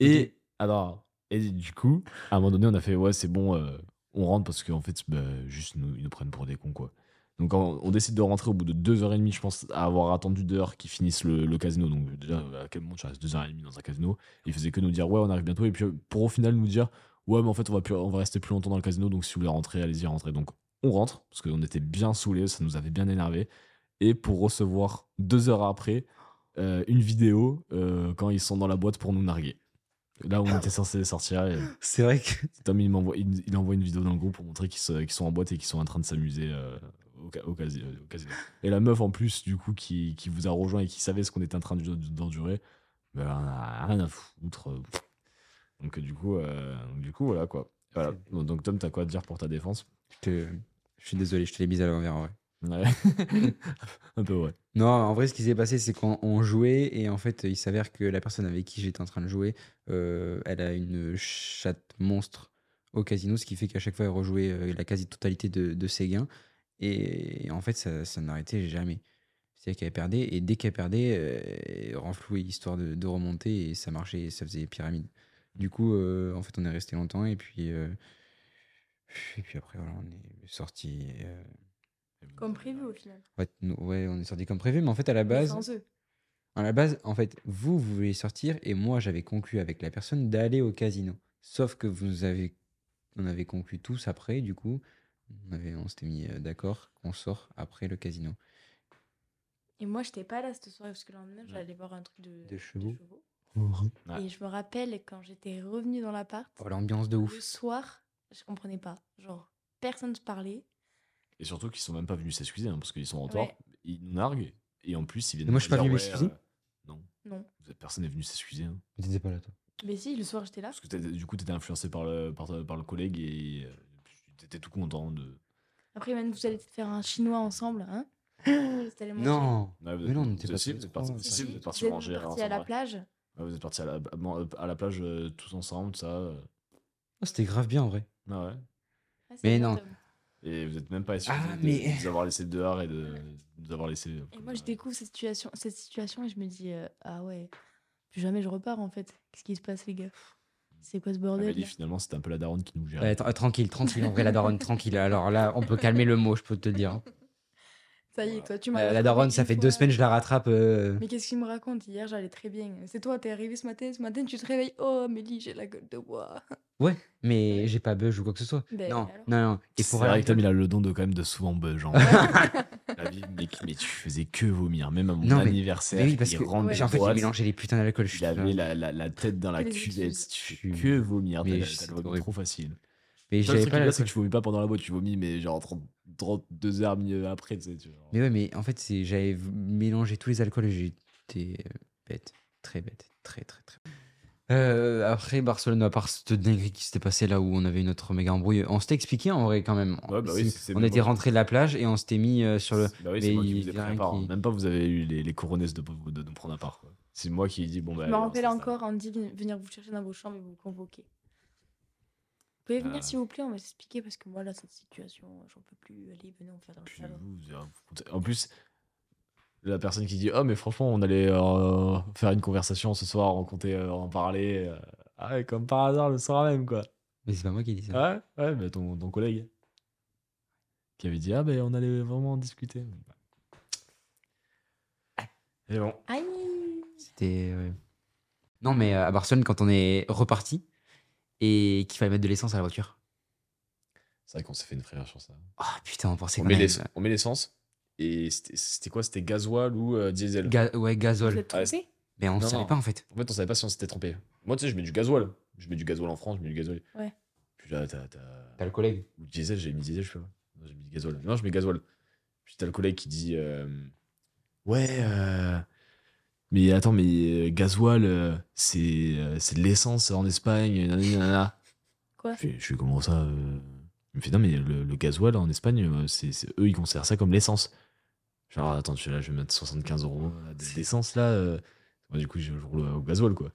Speaker 4: Et alors, et du coup, à un moment donné, on a fait ouais, c'est bon, euh, on rentre parce qu'en fait, bah, juste nous, ils nous prennent pour des cons quoi. Donc on, on décide de rentrer au bout de deux heures et demie, je pense, à avoir attendu deux heures qu'ils finissent le, le casino. Donc déjà, à quel moment tu restes deux heures et demie dans un casino Ils faisaient que nous dire ouais, on arrive bientôt, et puis pour au final nous dire ouais, mais en fait, on va, plus, on va rester plus longtemps dans le casino, donc si vous voulez rentrer, allez-y, rentrez. Donc on rentre parce qu'on était bien saoulés, ça nous avait bien énervé. Et pour recevoir deux heures après euh, une vidéo euh, quand ils sont dans la boîte pour nous narguer. Là où on était censé sortir, et
Speaker 2: C'est vrai que.
Speaker 4: Tom il, m'envoie- il, il envoie une vidéo dans le groupe pour montrer qu'ils, se- qu'ils sont en boîte et qu'ils sont en train de s'amuser euh, au, ca- au casi- au casino. Et la meuf en plus, du coup, qui, qui vous a rejoint et qui savait ce qu'on était en train de- d'endurer, ben, elle en a rien à foutre. euh, pff. Donc, euh, du coup, euh, donc, du coup voilà quoi. Voilà. Bon, Donc, Tom, t'as quoi à dire pour ta défense
Speaker 2: Je, te- je suis désolé, je te l'ai mise à l'envers en vrai.
Speaker 4: Ouais. [laughs] Un peu, ouais.
Speaker 2: Non, en vrai, ce qui s'est passé, c'est qu'on on jouait et en fait, il s'avère que la personne avec qui j'étais en train de jouer, euh, elle a une chatte monstre au casino, ce qui fait qu'à chaque fois, elle rejouait euh, la quasi-totalité de, de ses gains. Et, en fait, ça, ça n'arrêtait jamais. C'est-à-dire qu'elle perdait et dès qu'elle perdait, euh, elle renflouait histoire de, de remonter et ça marchait, et ça faisait pyramide. Du coup, euh, en fait, on est resté longtemps et puis, euh, et puis après, voilà, on est sorti. euh,
Speaker 3: Comme prévu au final.
Speaker 2: ouais, nous- ouais, on est sorti comme prévu, mais en fait, à la
Speaker 3: Mais
Speaker 2: base.
Speaker 3: Sans eux.
Speaker 2: À la base, en fait, vous, vous voulez sortir et moi, j'avais conclu avec la personne d'aller au casino. Sauf que vous avez, on avait conclu tous après, du coup, on, avait- on s'était mis euh, d'accord qu'on sort après le casino.
Speaker 3: Et moi, j'étais pas là cette soirée parce que le lendemain, j'allais voir un truc de,
Speaker 2: De chevaux.
Speaker 4: Ouais.
Speaker 3: Et je me rappelle quand j'étais revenue dans l'appart,
Speaker 2: Oh, l'ambiance de
Speaker 3: le
Speaker 2: ouf.
Speaker 3: soir, je comprenais pas. Genre, personne ne parlait.
Speaker 4: Et surtout qu'ils sont même pas venus s'excuser hein, parce qu'ils sont en tort.
Speaker 3: Ouais.
Speaker 4: Ils nous narguent et en plus ils viennent.
Speaker 2: Mais moi, je
Speaker 4: nous
Speaker 2: suis pas
Speaker 4: dire,
Speaker 2: venu
Speaker 4: ouais,
Speaker 2: m'excuser.
Speaker 4: euh, Non.
Speaker 3: Non.
Speaker 4: Vous êtes- Personne n'est venu s'excuser.
Speaker 3: Ah.
Speaker 4: hein.
Speaker 2: Tu n'étais pas là, toi.
Speaker 3: Mais si, le soir, j'étais là.
Speaker 4: Parce que t'as- du coup t'étais influencé par le, par, par le collègue et euh, t'étais tout content de.
Speaker 3: Après, même, vous allez peut-être faire un chinois ensemble.
Speaker 2: [gasps]
Speaker 3: Hein C'était tellement chiant.
Speaker 2: Non
Speaker 4: Ouais, vous
Speaker 2: Mais
Speaker 4: êtes-
Speaker 2: non, on
Speaker 4: vous
Speaker 2: était
Speaker 4: êtes-
Speaker 2: pas
Speaker 4: si,
Speaker 2: tous
Speaker 4: vous êtes
Speaker 2: les
Speaker 4: partis-
Speaker 2: trois,
Speaker 4: si,
Speaker 2: ça.
Speaker 4: si,
Speaker 3: Si,
Speaker 4: vous
Speaker 3: vous
Speaker 4: êtes partis manger hein,
Speaker 3: êtes partis à
Speaker 4: ensemble,
Speaker 3: la
Speaker 4: ouais.
Speaker 3: plage.
Speaker 4: Ouais, vous êtes partis à la, à man- à la plage euh, tous ensemble, ça. euh.
Speaker 2: Oh, C'était grave bien, en vrai.
Speaker 4: Ah ouais.
Speaker 3: Ah, c'est
Speaker 2: Mais
Speaker 3: bien,
Speaker 2: non.
Speaker 3: Tom.
Speaker 4: Et vous êtes même pas excusé
Speaker 2: Ah,
Speaker 4: de,
Speaker 2: mais-
Speaker 4: de nous avoir laissé dehors et de, de nous avoir laissé. euh,
Speaker 3: Et moi, je découvre cette situation, cette situation et je me dis euh, Ah ouais, plus jamais je repars en fait. Qu'est-ce qui se passe, les gars C'est quoi ce bordel
Speaker 4: Amélie,
Speaker 3: là
Speaker 4: finalement, c'était un peu la daronne qui nous gérait.
Speaker 2: Ouais, tra- tranquille, tranquille, en vrai, la daronne, tranquille. Alors là, on peut calmer le mot, je peux te le dire.
Speaker 3: Ça y est, toi, tu m'as.
Speaker 2: Euh, La, la
Speaker 3: rattrapé
Speaker 2: daronne, ça
Speaker 3: une
Speaker 2: fait
Speaker 3: fois.
Speaker 2: deux semaines, je la rattrape. euh,
Speaker 3: Mais qu'est-ce qu'il me raconte Hier, j'allais très bien. C'est toi, t'es arrivé ce matin, ce matin, tu te réveilles. Oh, Amélie, j'ai la gueule de bois.
Speaker 2: Ouais, mais j'ai pas bug ou quoi que ce soit.
Speaker 3: Ben,
Speaker 2: non,
Speaker 3: alors
Speaker 2: non, non. Et
Speaker 4: C'est
Speaker 2: pour
Speaker 4: vrai que
Speaker 2: anecdote-
Speaker 4: Tom, il a le don de quand même de souvent bug, genre. [laughs] La vie, mais, mais tu faisais que vomir, même à mon
Speaker 2: Non, mais-
Speaker 4: anniversaire.
Speaker 2: Mais oui, parce
Speaker 4: il
Speaker 2: que
Speaker 4: rentre
Speaker 3: Ouais.
Speaker 2: j'ai en fait
Speaker 4: droite,
Speaker 2: j'ai mélangé les putains d'alcool. je
Speaker 4: Il
Speaker 2: suis
Speaker 4: avait la, la, la tête dans la
Speaker 3: Les
Speaker 4: cuvette.
Speaker 3: excuses.
Speaker 4: Tu fais que vomir.
Speaker 2: Mais
Speaker 4: T'as la-
Speaker 2: je-
Speaker 4: t'as
Speaker 2: c'est
Speaker 4: le vomi
Speaker 2: horrible.
Speaker 4: trop facile.
Speaker 2: Mais
Speaker 4: Toi, le
Speaker 2: j'avais
Speaker 4: truc
Speaker 2: pas
Speaker 4: qui est bien, c'est
Speaker 2: l'alcool.
Speaker 4: que tu vomis pas pendant la boîte. Tu vomis, mais genre 30, 32 heures mi- après. Tu sais, tu vois.
Speaker 2: Mais ouais, mais en fait, c'est- j'avais v- mélangé tous les alcools et j'étais euh, bête. Très bête. Très, très, très. Euh, après, Barcelone, à part cette dinguerie qui s'était passée là où on avait une autre méga embrouille, on s'était expliqué en vrai quand même.
Speaker 4: Ouais, bah oui,
Speaker 2: C'est-
Speaker 4: c'est- c'est
Speaker 2: on
Speaker 4: moi
Speaker 2: était
Speaker 4: qui-
Speaker 2: rentré de la plage et on s'était mis euh, sur le.
Speaker 4: Bah oui,
Speaker 2: mais
Speaker 4: c'est moi qui
Speaker 2: il
Speaker 4: vous ai
Speaker 2: y a
Speaker 4: pris
Speaker 2: un
Speaker 4: à part.
Speaker 2: qui-
Speaker 4: Même pas vous avez eu les, les couronnes de, de nous prendre à part. quoi. C'est moi qui ai dit, bon, bah.
Speaker 3: Je me
Speaker 4: allez, on
Speaker 3: rappelle
Speaker 4: s'installe.
Speaker 3: encore, Andy, ven- venir vous chercher dans vos chambres et vous convoquer. Vous pouvez venir,
Speaker 4: Ah.
Speaker 3: s'il vous plaît, on va s'expliquer parce que moi, là, cette situation, j'en peux plus. Allez, venez, on fait dans le
Speaker 4: Puis
Speaker 3: salon.
Speaker 4: vous, vous avez- vous- En plus, la personne qui dit Oh, mais franchement, on allait euh, faire une conversation ce soir, on comptait euh, en parler. euh. Ah, ouais, comme par hasard, le soir même, quoi.
Speaker 2: Mais c'est pas moi qui ai dit ça.
Speaker 4: Ouais, ouais, mais ton, ton collègue qui avait dit Ah, ben on allait vraiment en discuter. Et bon.
Speaker 3: Aïe
Speaker 2: C'était. ouais. Non, mais euh, à Barcelone, quand on est reparti et qu'il fallait mettre de l'essence à la voiture.
Speaker 4: C'est vrai qu'on s'est fait une frayeur sur ça.
Speaker 2: Oh putain, on pensait
Speaker 4: On
Speaker 2: qu'on
Speaker 4: met
Speaker 2: allait-
Speaker 4: l'ess- on met l'essence. Et c'était- c'était quoi C'était gasoil ou euh, diesel
Speaker 2: Ga- Ouais,
Speaker 3: Vous
Speaker 2: gazole.
Speaker 3: êtes
Speaker 4: Ah,
Speaker 3: trompés
Speaker 2: Mais on
Speaker 4: Non,
Speaker 2: savait
Speaker 4: non.
Speaker 2: pas en fait.
Speaker 4: En fait, on savait pas si on s'était trompé. Moi, tu sais, je mets du gasoil. Je mets du gasoil en France, je mets du gasoil.
Speaker 3: Ouais.
Speaker 4: Puis là, t'as. t'as-
Speaker 2: T'as le collègue
Speaker 4: Ou diesel, j'ai mis diesel, je sais pas. Non, j'ai mis gasoil. Non, je mets gasoil. Puis t'as le collègue qui dit euh, Ouais, euh, mais attends, mais euh, gasoil, euh, c'est euh, c'est de l'essence en Espagne. nanani, nanana.
Speaker 3: Quoi
Speaker 4: Je fais, je fais, comment ça euh Il me fait non mais le, le gasoil en Espagne, euh, c'est c'est- eux ils considèrent ça comme l'essence. Genre attends, je, là, je vais mettre 75 euros euh, de- d'essence là. euh. Moi, du coup je, je roule au gasoil quoi.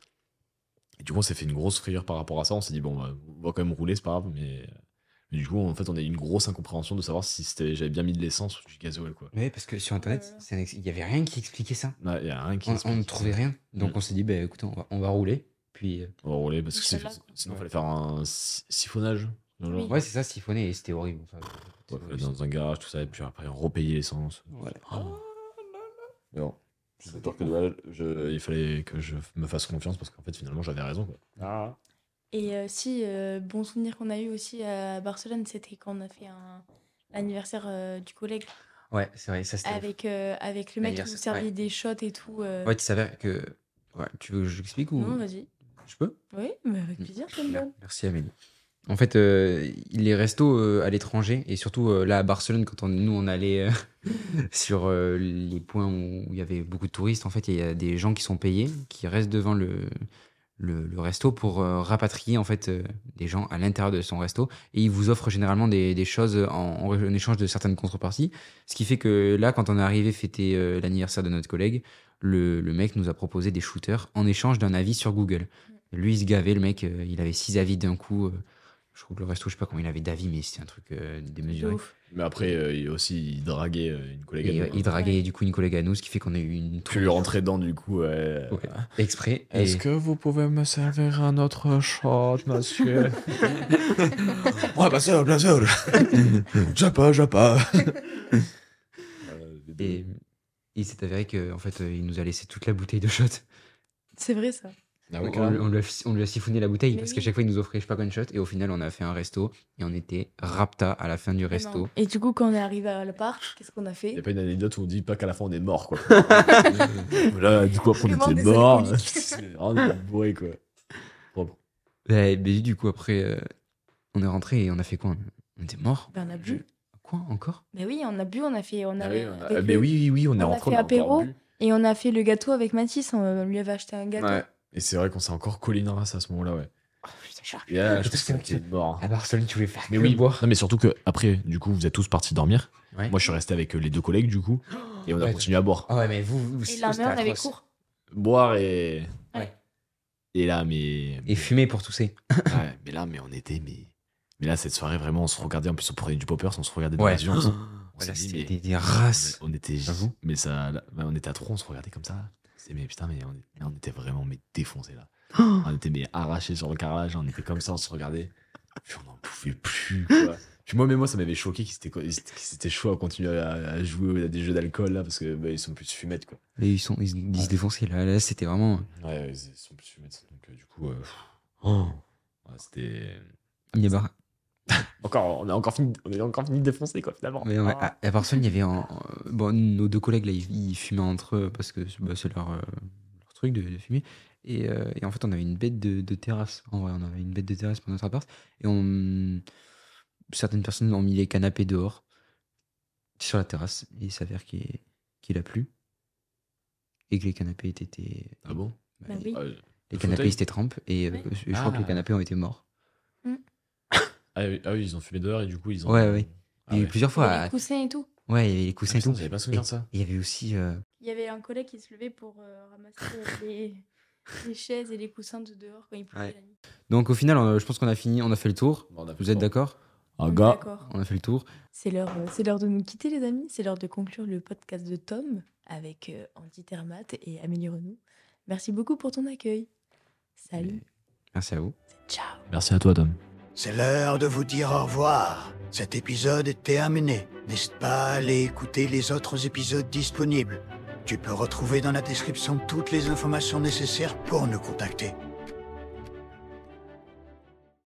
Speaker 4: Et du coup on s'est fait une grosse frayeur par rapport à ça. On s'est dit bon bah, on va quand même rouler, c'est pas grave. Mais, mais du coup en fait on a eu une grosse incompréhension de savoir si c'était- j'avais bien mis de l'essence ou du gasoil quoi.
Speaker 2: Oui, parce que sur Internet,
Speaker 3: Ouais.
Speaker 2: ça n'ex- il n'y avait rien qui expliquait ça.
Speaker 4: Il y a rien qui
Speaker 2: On, on
Speaker 4: explique.
Speaker 2: ne trouvait rien. Donc
Speaker 4: Mm.
Speaker 2: on s'est dit, bah, écoute, on va, on va rouler. Puis, euh,
Speaker 4: On va rouler parce que c'est-
Speaker 3: Inch'Allah,
Speaker 4: sinon il
Speaker 2: Ouais.
Speaker 4: fallait faire un si- siphonnage. genre,
Speaker 3: Oui.
Speaker 2: ouais, c'est ça, siphonné et c'était horrible. Enfin,
Speaker 4: Ouais,
Speaker 2: c'était
Speaker 4: fallait
Speaker 2: horrible.
Speaker 4: dans un garage, tout ça, et puis après repayer l'essence.
Speaker 2: Voilà.
Speaker 4: Non. C'est que ouais, je- Euh, il fallait que je me fasse confiance parce qu'en fait finalement j'avais raison. Quoi.
Speaker 3: Et euh, si, euh, bon souvenir qu'on a eu aussi à Barcelone, c'était quand on a fait un l'anniversaire euh, du collègue
Speaker 2: Ouais, c'est vrai, ça c'était.
Speaker 3: avec, euh, avec le mec qui nous
Speaker 2: L'anniversaire,
Speaker 3: servait
Speaker 2: ouais.
Speaker 3: des shots et tout. euh.
Speaker 2: Ouais, il s'avère que. Ouais, tu veux que je l'explique ou.
Speaker 3: Non, vas-y.
Speaker 2: Je peux
Speaker 3: Oui, mais
Speaker 2: Mm.
Speaker 3: avec plaisir, comme
Speaker 2: Mer-
Speaker 3: bon.
Speaker 2: Merci Amélie. En fait, euh, les restos euh, à l'étranger, et surtout euh, là à Barcelone, quand on, nous on allait euh, [laughs] sur euh, les points où il y avait beaucoup de touristes, en fait, il y a des gens qui sont payés, qui restent devant le, le, le resto pour euh, rapatrier en fait euh, des gens à l'intérieur de son resto. Et ils vous offrent généralement des, des choses en, en- en échange de certaines contreparties. Ce qui fait que là, quand on est arrivé fêter euh, l'anniversaire de notre collègue, le, le mec nous a proposé des shooters en échange d'un avis sur Google.
Speaker 3: Mm.
Speaker 2: Lui, il se gavait, le mec, euh, il avait six avis d'un coup. euh, je trouve que le resto, je sais pas combien il avait d'avis, mais c'était un truc euh,
Speaker 3: De
Speaker 2: démesuré.
Speaker 3: ouf.
Speaker 4: Mais après euh, il aussi il draguait euh, une collègue. à
Speaker 2: Et,
Speaker 4: nous,
Speaker 2: euh,
Speaker 4: hein.
Speaker 2: il draguait
Speaker 3: Ouais.
Speaker 2: du coup une collègue à nous, ce qui fait qu'on a eu une
Speaker 4: Puis lui rentrer dedans du coup. ouais.
Speaker 2: Ouais, exprès. et-
Speaker 5: Est-ce que vous pouvez me servir un autre shot, monsieur [laughs]
Speaker 4: Ouais, bien sûr, bien sûr. j'ai pas, j'ai pas.
Speaker 2: et il s'est avéré que en fait, euh, il nous a laissé toute la bouteille de shot.
Speaker 3: C'est vrai, ça.
Speaker 4: Ah
Speaker 2: On,
Speaker 4: ouais,
Speaker 2: on lui a, on lui a siphonné la bouteille
Speaker 3: Mais
Speaker 2: parce
Speaker 3: oui.
Speaker 2: qu'à chaque fois, il nous offrait je sais pas combien de shots. Et au final, on a fait un resto et on était rapta à la fin du resto.
Speaker 3: Et du coup, quand on est arrivé à l'appart, qu'est-ce qu'on a fait
Speaker 4: Y'a pas une anecdote où on dit pas qu'à la fin on est mort quoi. Là, du coup après on
Speaker 3: Vraiment
Speaker 4: était
Speaker 3: des
Speaker 4: mort. [laughs]
Speaker 3: alcooliques.
Speaker 4: on était bourré quoi. Propre.
Speaker 2: Ouais, Bah, mais du coup, après, euh, on est rentré et on a fait quoi On était mort
Speaker 3: Ben, on a bu.
Speaker 2: Quoi encore
Speaker 3: Ben oui, on a bu, on a fait. On
Speaker 4: Ah
Speaker 3: avait-
Speaker 4: oui, on a-
Speaker 3: avec
Speaker 4: mais
Speaker 3: le-
Speaker 4: oui, oui, oui, on, est
Speaker 3: on a
Speaker 4: rentré.
Speaker 3: fait
Speaker 4: on a encore
Speaker 3: apéro.
Speaker 4: bu.
Speaker 3: Et on a fait le gâteau avec Mathis, on on lui avait acheté un gâteau.
Speaker 4: Ouais. Et c'est vrai qu'on s'est encore collé une race à ce moment-là, ouais.
Speaker 3: Oh,
Speaker 4: Et [laughs] là, je pense qu'on était mort.
Speaker 2: À Barcelone, tu voulais faire
Speaker 4: Mais
Speaker 2: que
Speaker 4: oui,
Speaker 2: boire.
Speaker 4: Non, mais surtout que après, du coup, vous êtes tous partis dormir.
Speaker 2: Ouais.
Speaker 4: Moi, je suis resté avec euh, les deux collègues, du coup, et on a
Speaker 2: Ouais.
Speaker 4: continué à boire.
Speaker 2: Ah ouais, mais vous, vous
Speaker 3: Et
Speaker 2: c'était
Speaker 3: la mère, on avait
Speaker 2: atroce.
Speaker 3: cours.
Speaker 4: Boire et.
Speaker 3: Ouais.
Speaker 4: Et là, mais.
Speaker 2: [laughs] Et fumer pour tousser.
Speaker 4: Ouais, mais là, mais on était, mais. Mais là, cette soirée, vraiment, on se regardait. En plus, on prenait du poppers, on se regardait dans les yeux.
Speaker 2: [gasps]
Speaker 4: On, s-
Speaker 2: Voilà,
Speaker 4: on s'est dit,
Speaker 2: Oh, c'était
Speaker 4: mais-
Speaker 2: des, des races.
Speaker 4: on était.
Speaker 2: J'avoue.
Speaker 4: Mais ça. là, bah, on était à trois, on se regardait comme ça. C'est- Mais putain, mais on, mais on était vraiment mais défoncés là. On était mais arrachés sur le carrelage, on était comme ça, on se regardait. Puis on n'en pouvait plus, quoi. Puis moi, mais moi, ça m'avait choqué qu'ils s'étaient qu'ils s'étaient chaud à continuer à, à jouer à des jeux d'alcool, là, parce que bah, ils sont plus fumettes, quoi.
Speaker 2: Et ils, sont, ils, ils se défonçaient. Là, là c'était vraiment. euh,
Speaker 4: Ouais, ouais, ils sont plus fumettes, donc euh, du coup. euh, pff. Oh. Ouais, C'était.
Speaker 2: Il y a bar-
Speaker 4: Encore, on a encore fini, on est encore fini de défoncer, quoi, finalement. Ah.
Speaker 2: Mais ouais, à, à Barcelone, il y avait. un- un- bon, nos deux collègues, là, ils, ils fumaient entre eux parce que bah, c'est leur, euh, leur truc de, de fumer. Et, euh, et en fait, on avait une bête de, de terrasse. En vrai, on avait une bête de terrasse pour notre appart. Et on... certaines personnes ont mis les canapés dehors sur la terrasse. Et il s'avère qu'il qu'il a plu. Et que les canapés étaient.
Speaker 4: Ah bon
Speaker 2: bah,
Speaker 3: Bah oui.
Speaker 4: Euh,
Speaker 2: Les
Speaker 4: Le
Speaker 2: canapés,
Speaker 4: fauteuil.
Speaker 2: ils étaient trempés et euh,
Speaker 3: Ouais.
Speaker 2: je je crois que les
Speaker 4: Ah.
Speaker 2: canapés ont été morts.
Speaker 4: ah, oui, ah oui, ils ont fumé dehors et du coup, ils ont.
Speaker 2: Ouais, ouais.
Speaker 4: Ah
Speaker 2: il y a eu
Speaker 4: ouais.
Speaker 2: plusieurs
Speaker 3: Il y
Speaker 2: fois.
Speaker 3: avait
Speaker 2: à-
Speaker 3: les coussins et tout.
Speaker 2: Ouais, il y avait les
Speaker 4: Ah,
Speaker 2: coussins et
Speaker 4: putain,
Speaker 2: tout.
Speaker 4: j'avais pas souvenir de ça.
Speaker 2: Il y avait aussi. euh,
Speaker 3: Il y avait un collègue qui se levait pour euh,
Speaker 4: [laughs]
Speaker 3: ramasser les, les chaises et les coussins de dehors quand il pleuvait
Speaker 2: Ouais.
Speaker 3: la
Speaker 4: Oh,
Speaker 3: nuit.
Speaker 2: Donc au final, euh, je pense qu'on a fini, on a fait le tour.
Speaker 4: Bon, on a fait
Speaker 2: Vous
Speaker 4: le
Speaker 2: êtes
Speaker 4: tour.
Speaker 2: d'accord
Speaker 4: Un
Speaker 3: On est
Speaker 4: gars.
Speaker 3: D'accord.
Speaker 2: On a fait le tour.
Speaker 3: C'est l'heure, euh, c'est l'heure de nous quitter, les amis. C'est l'heure de conclure le podcast de Tom avec euh, Andy Termat et Amélie Renaud. Merci beaucoup pour ton accueil. Salut.
Speaker 2: Merci à vous.
Speaker 3: Ciao.
Speaker 4: Merci à toi, Tom.
Speaker 1: C'est l'heure de vous dire au revoir. Cet épisode est terminé. N'hésite pas à aller écouter les autres épisodes disponibles. Tu peux retrouver dans la description toutes les informations nécessaires pour nous contacter.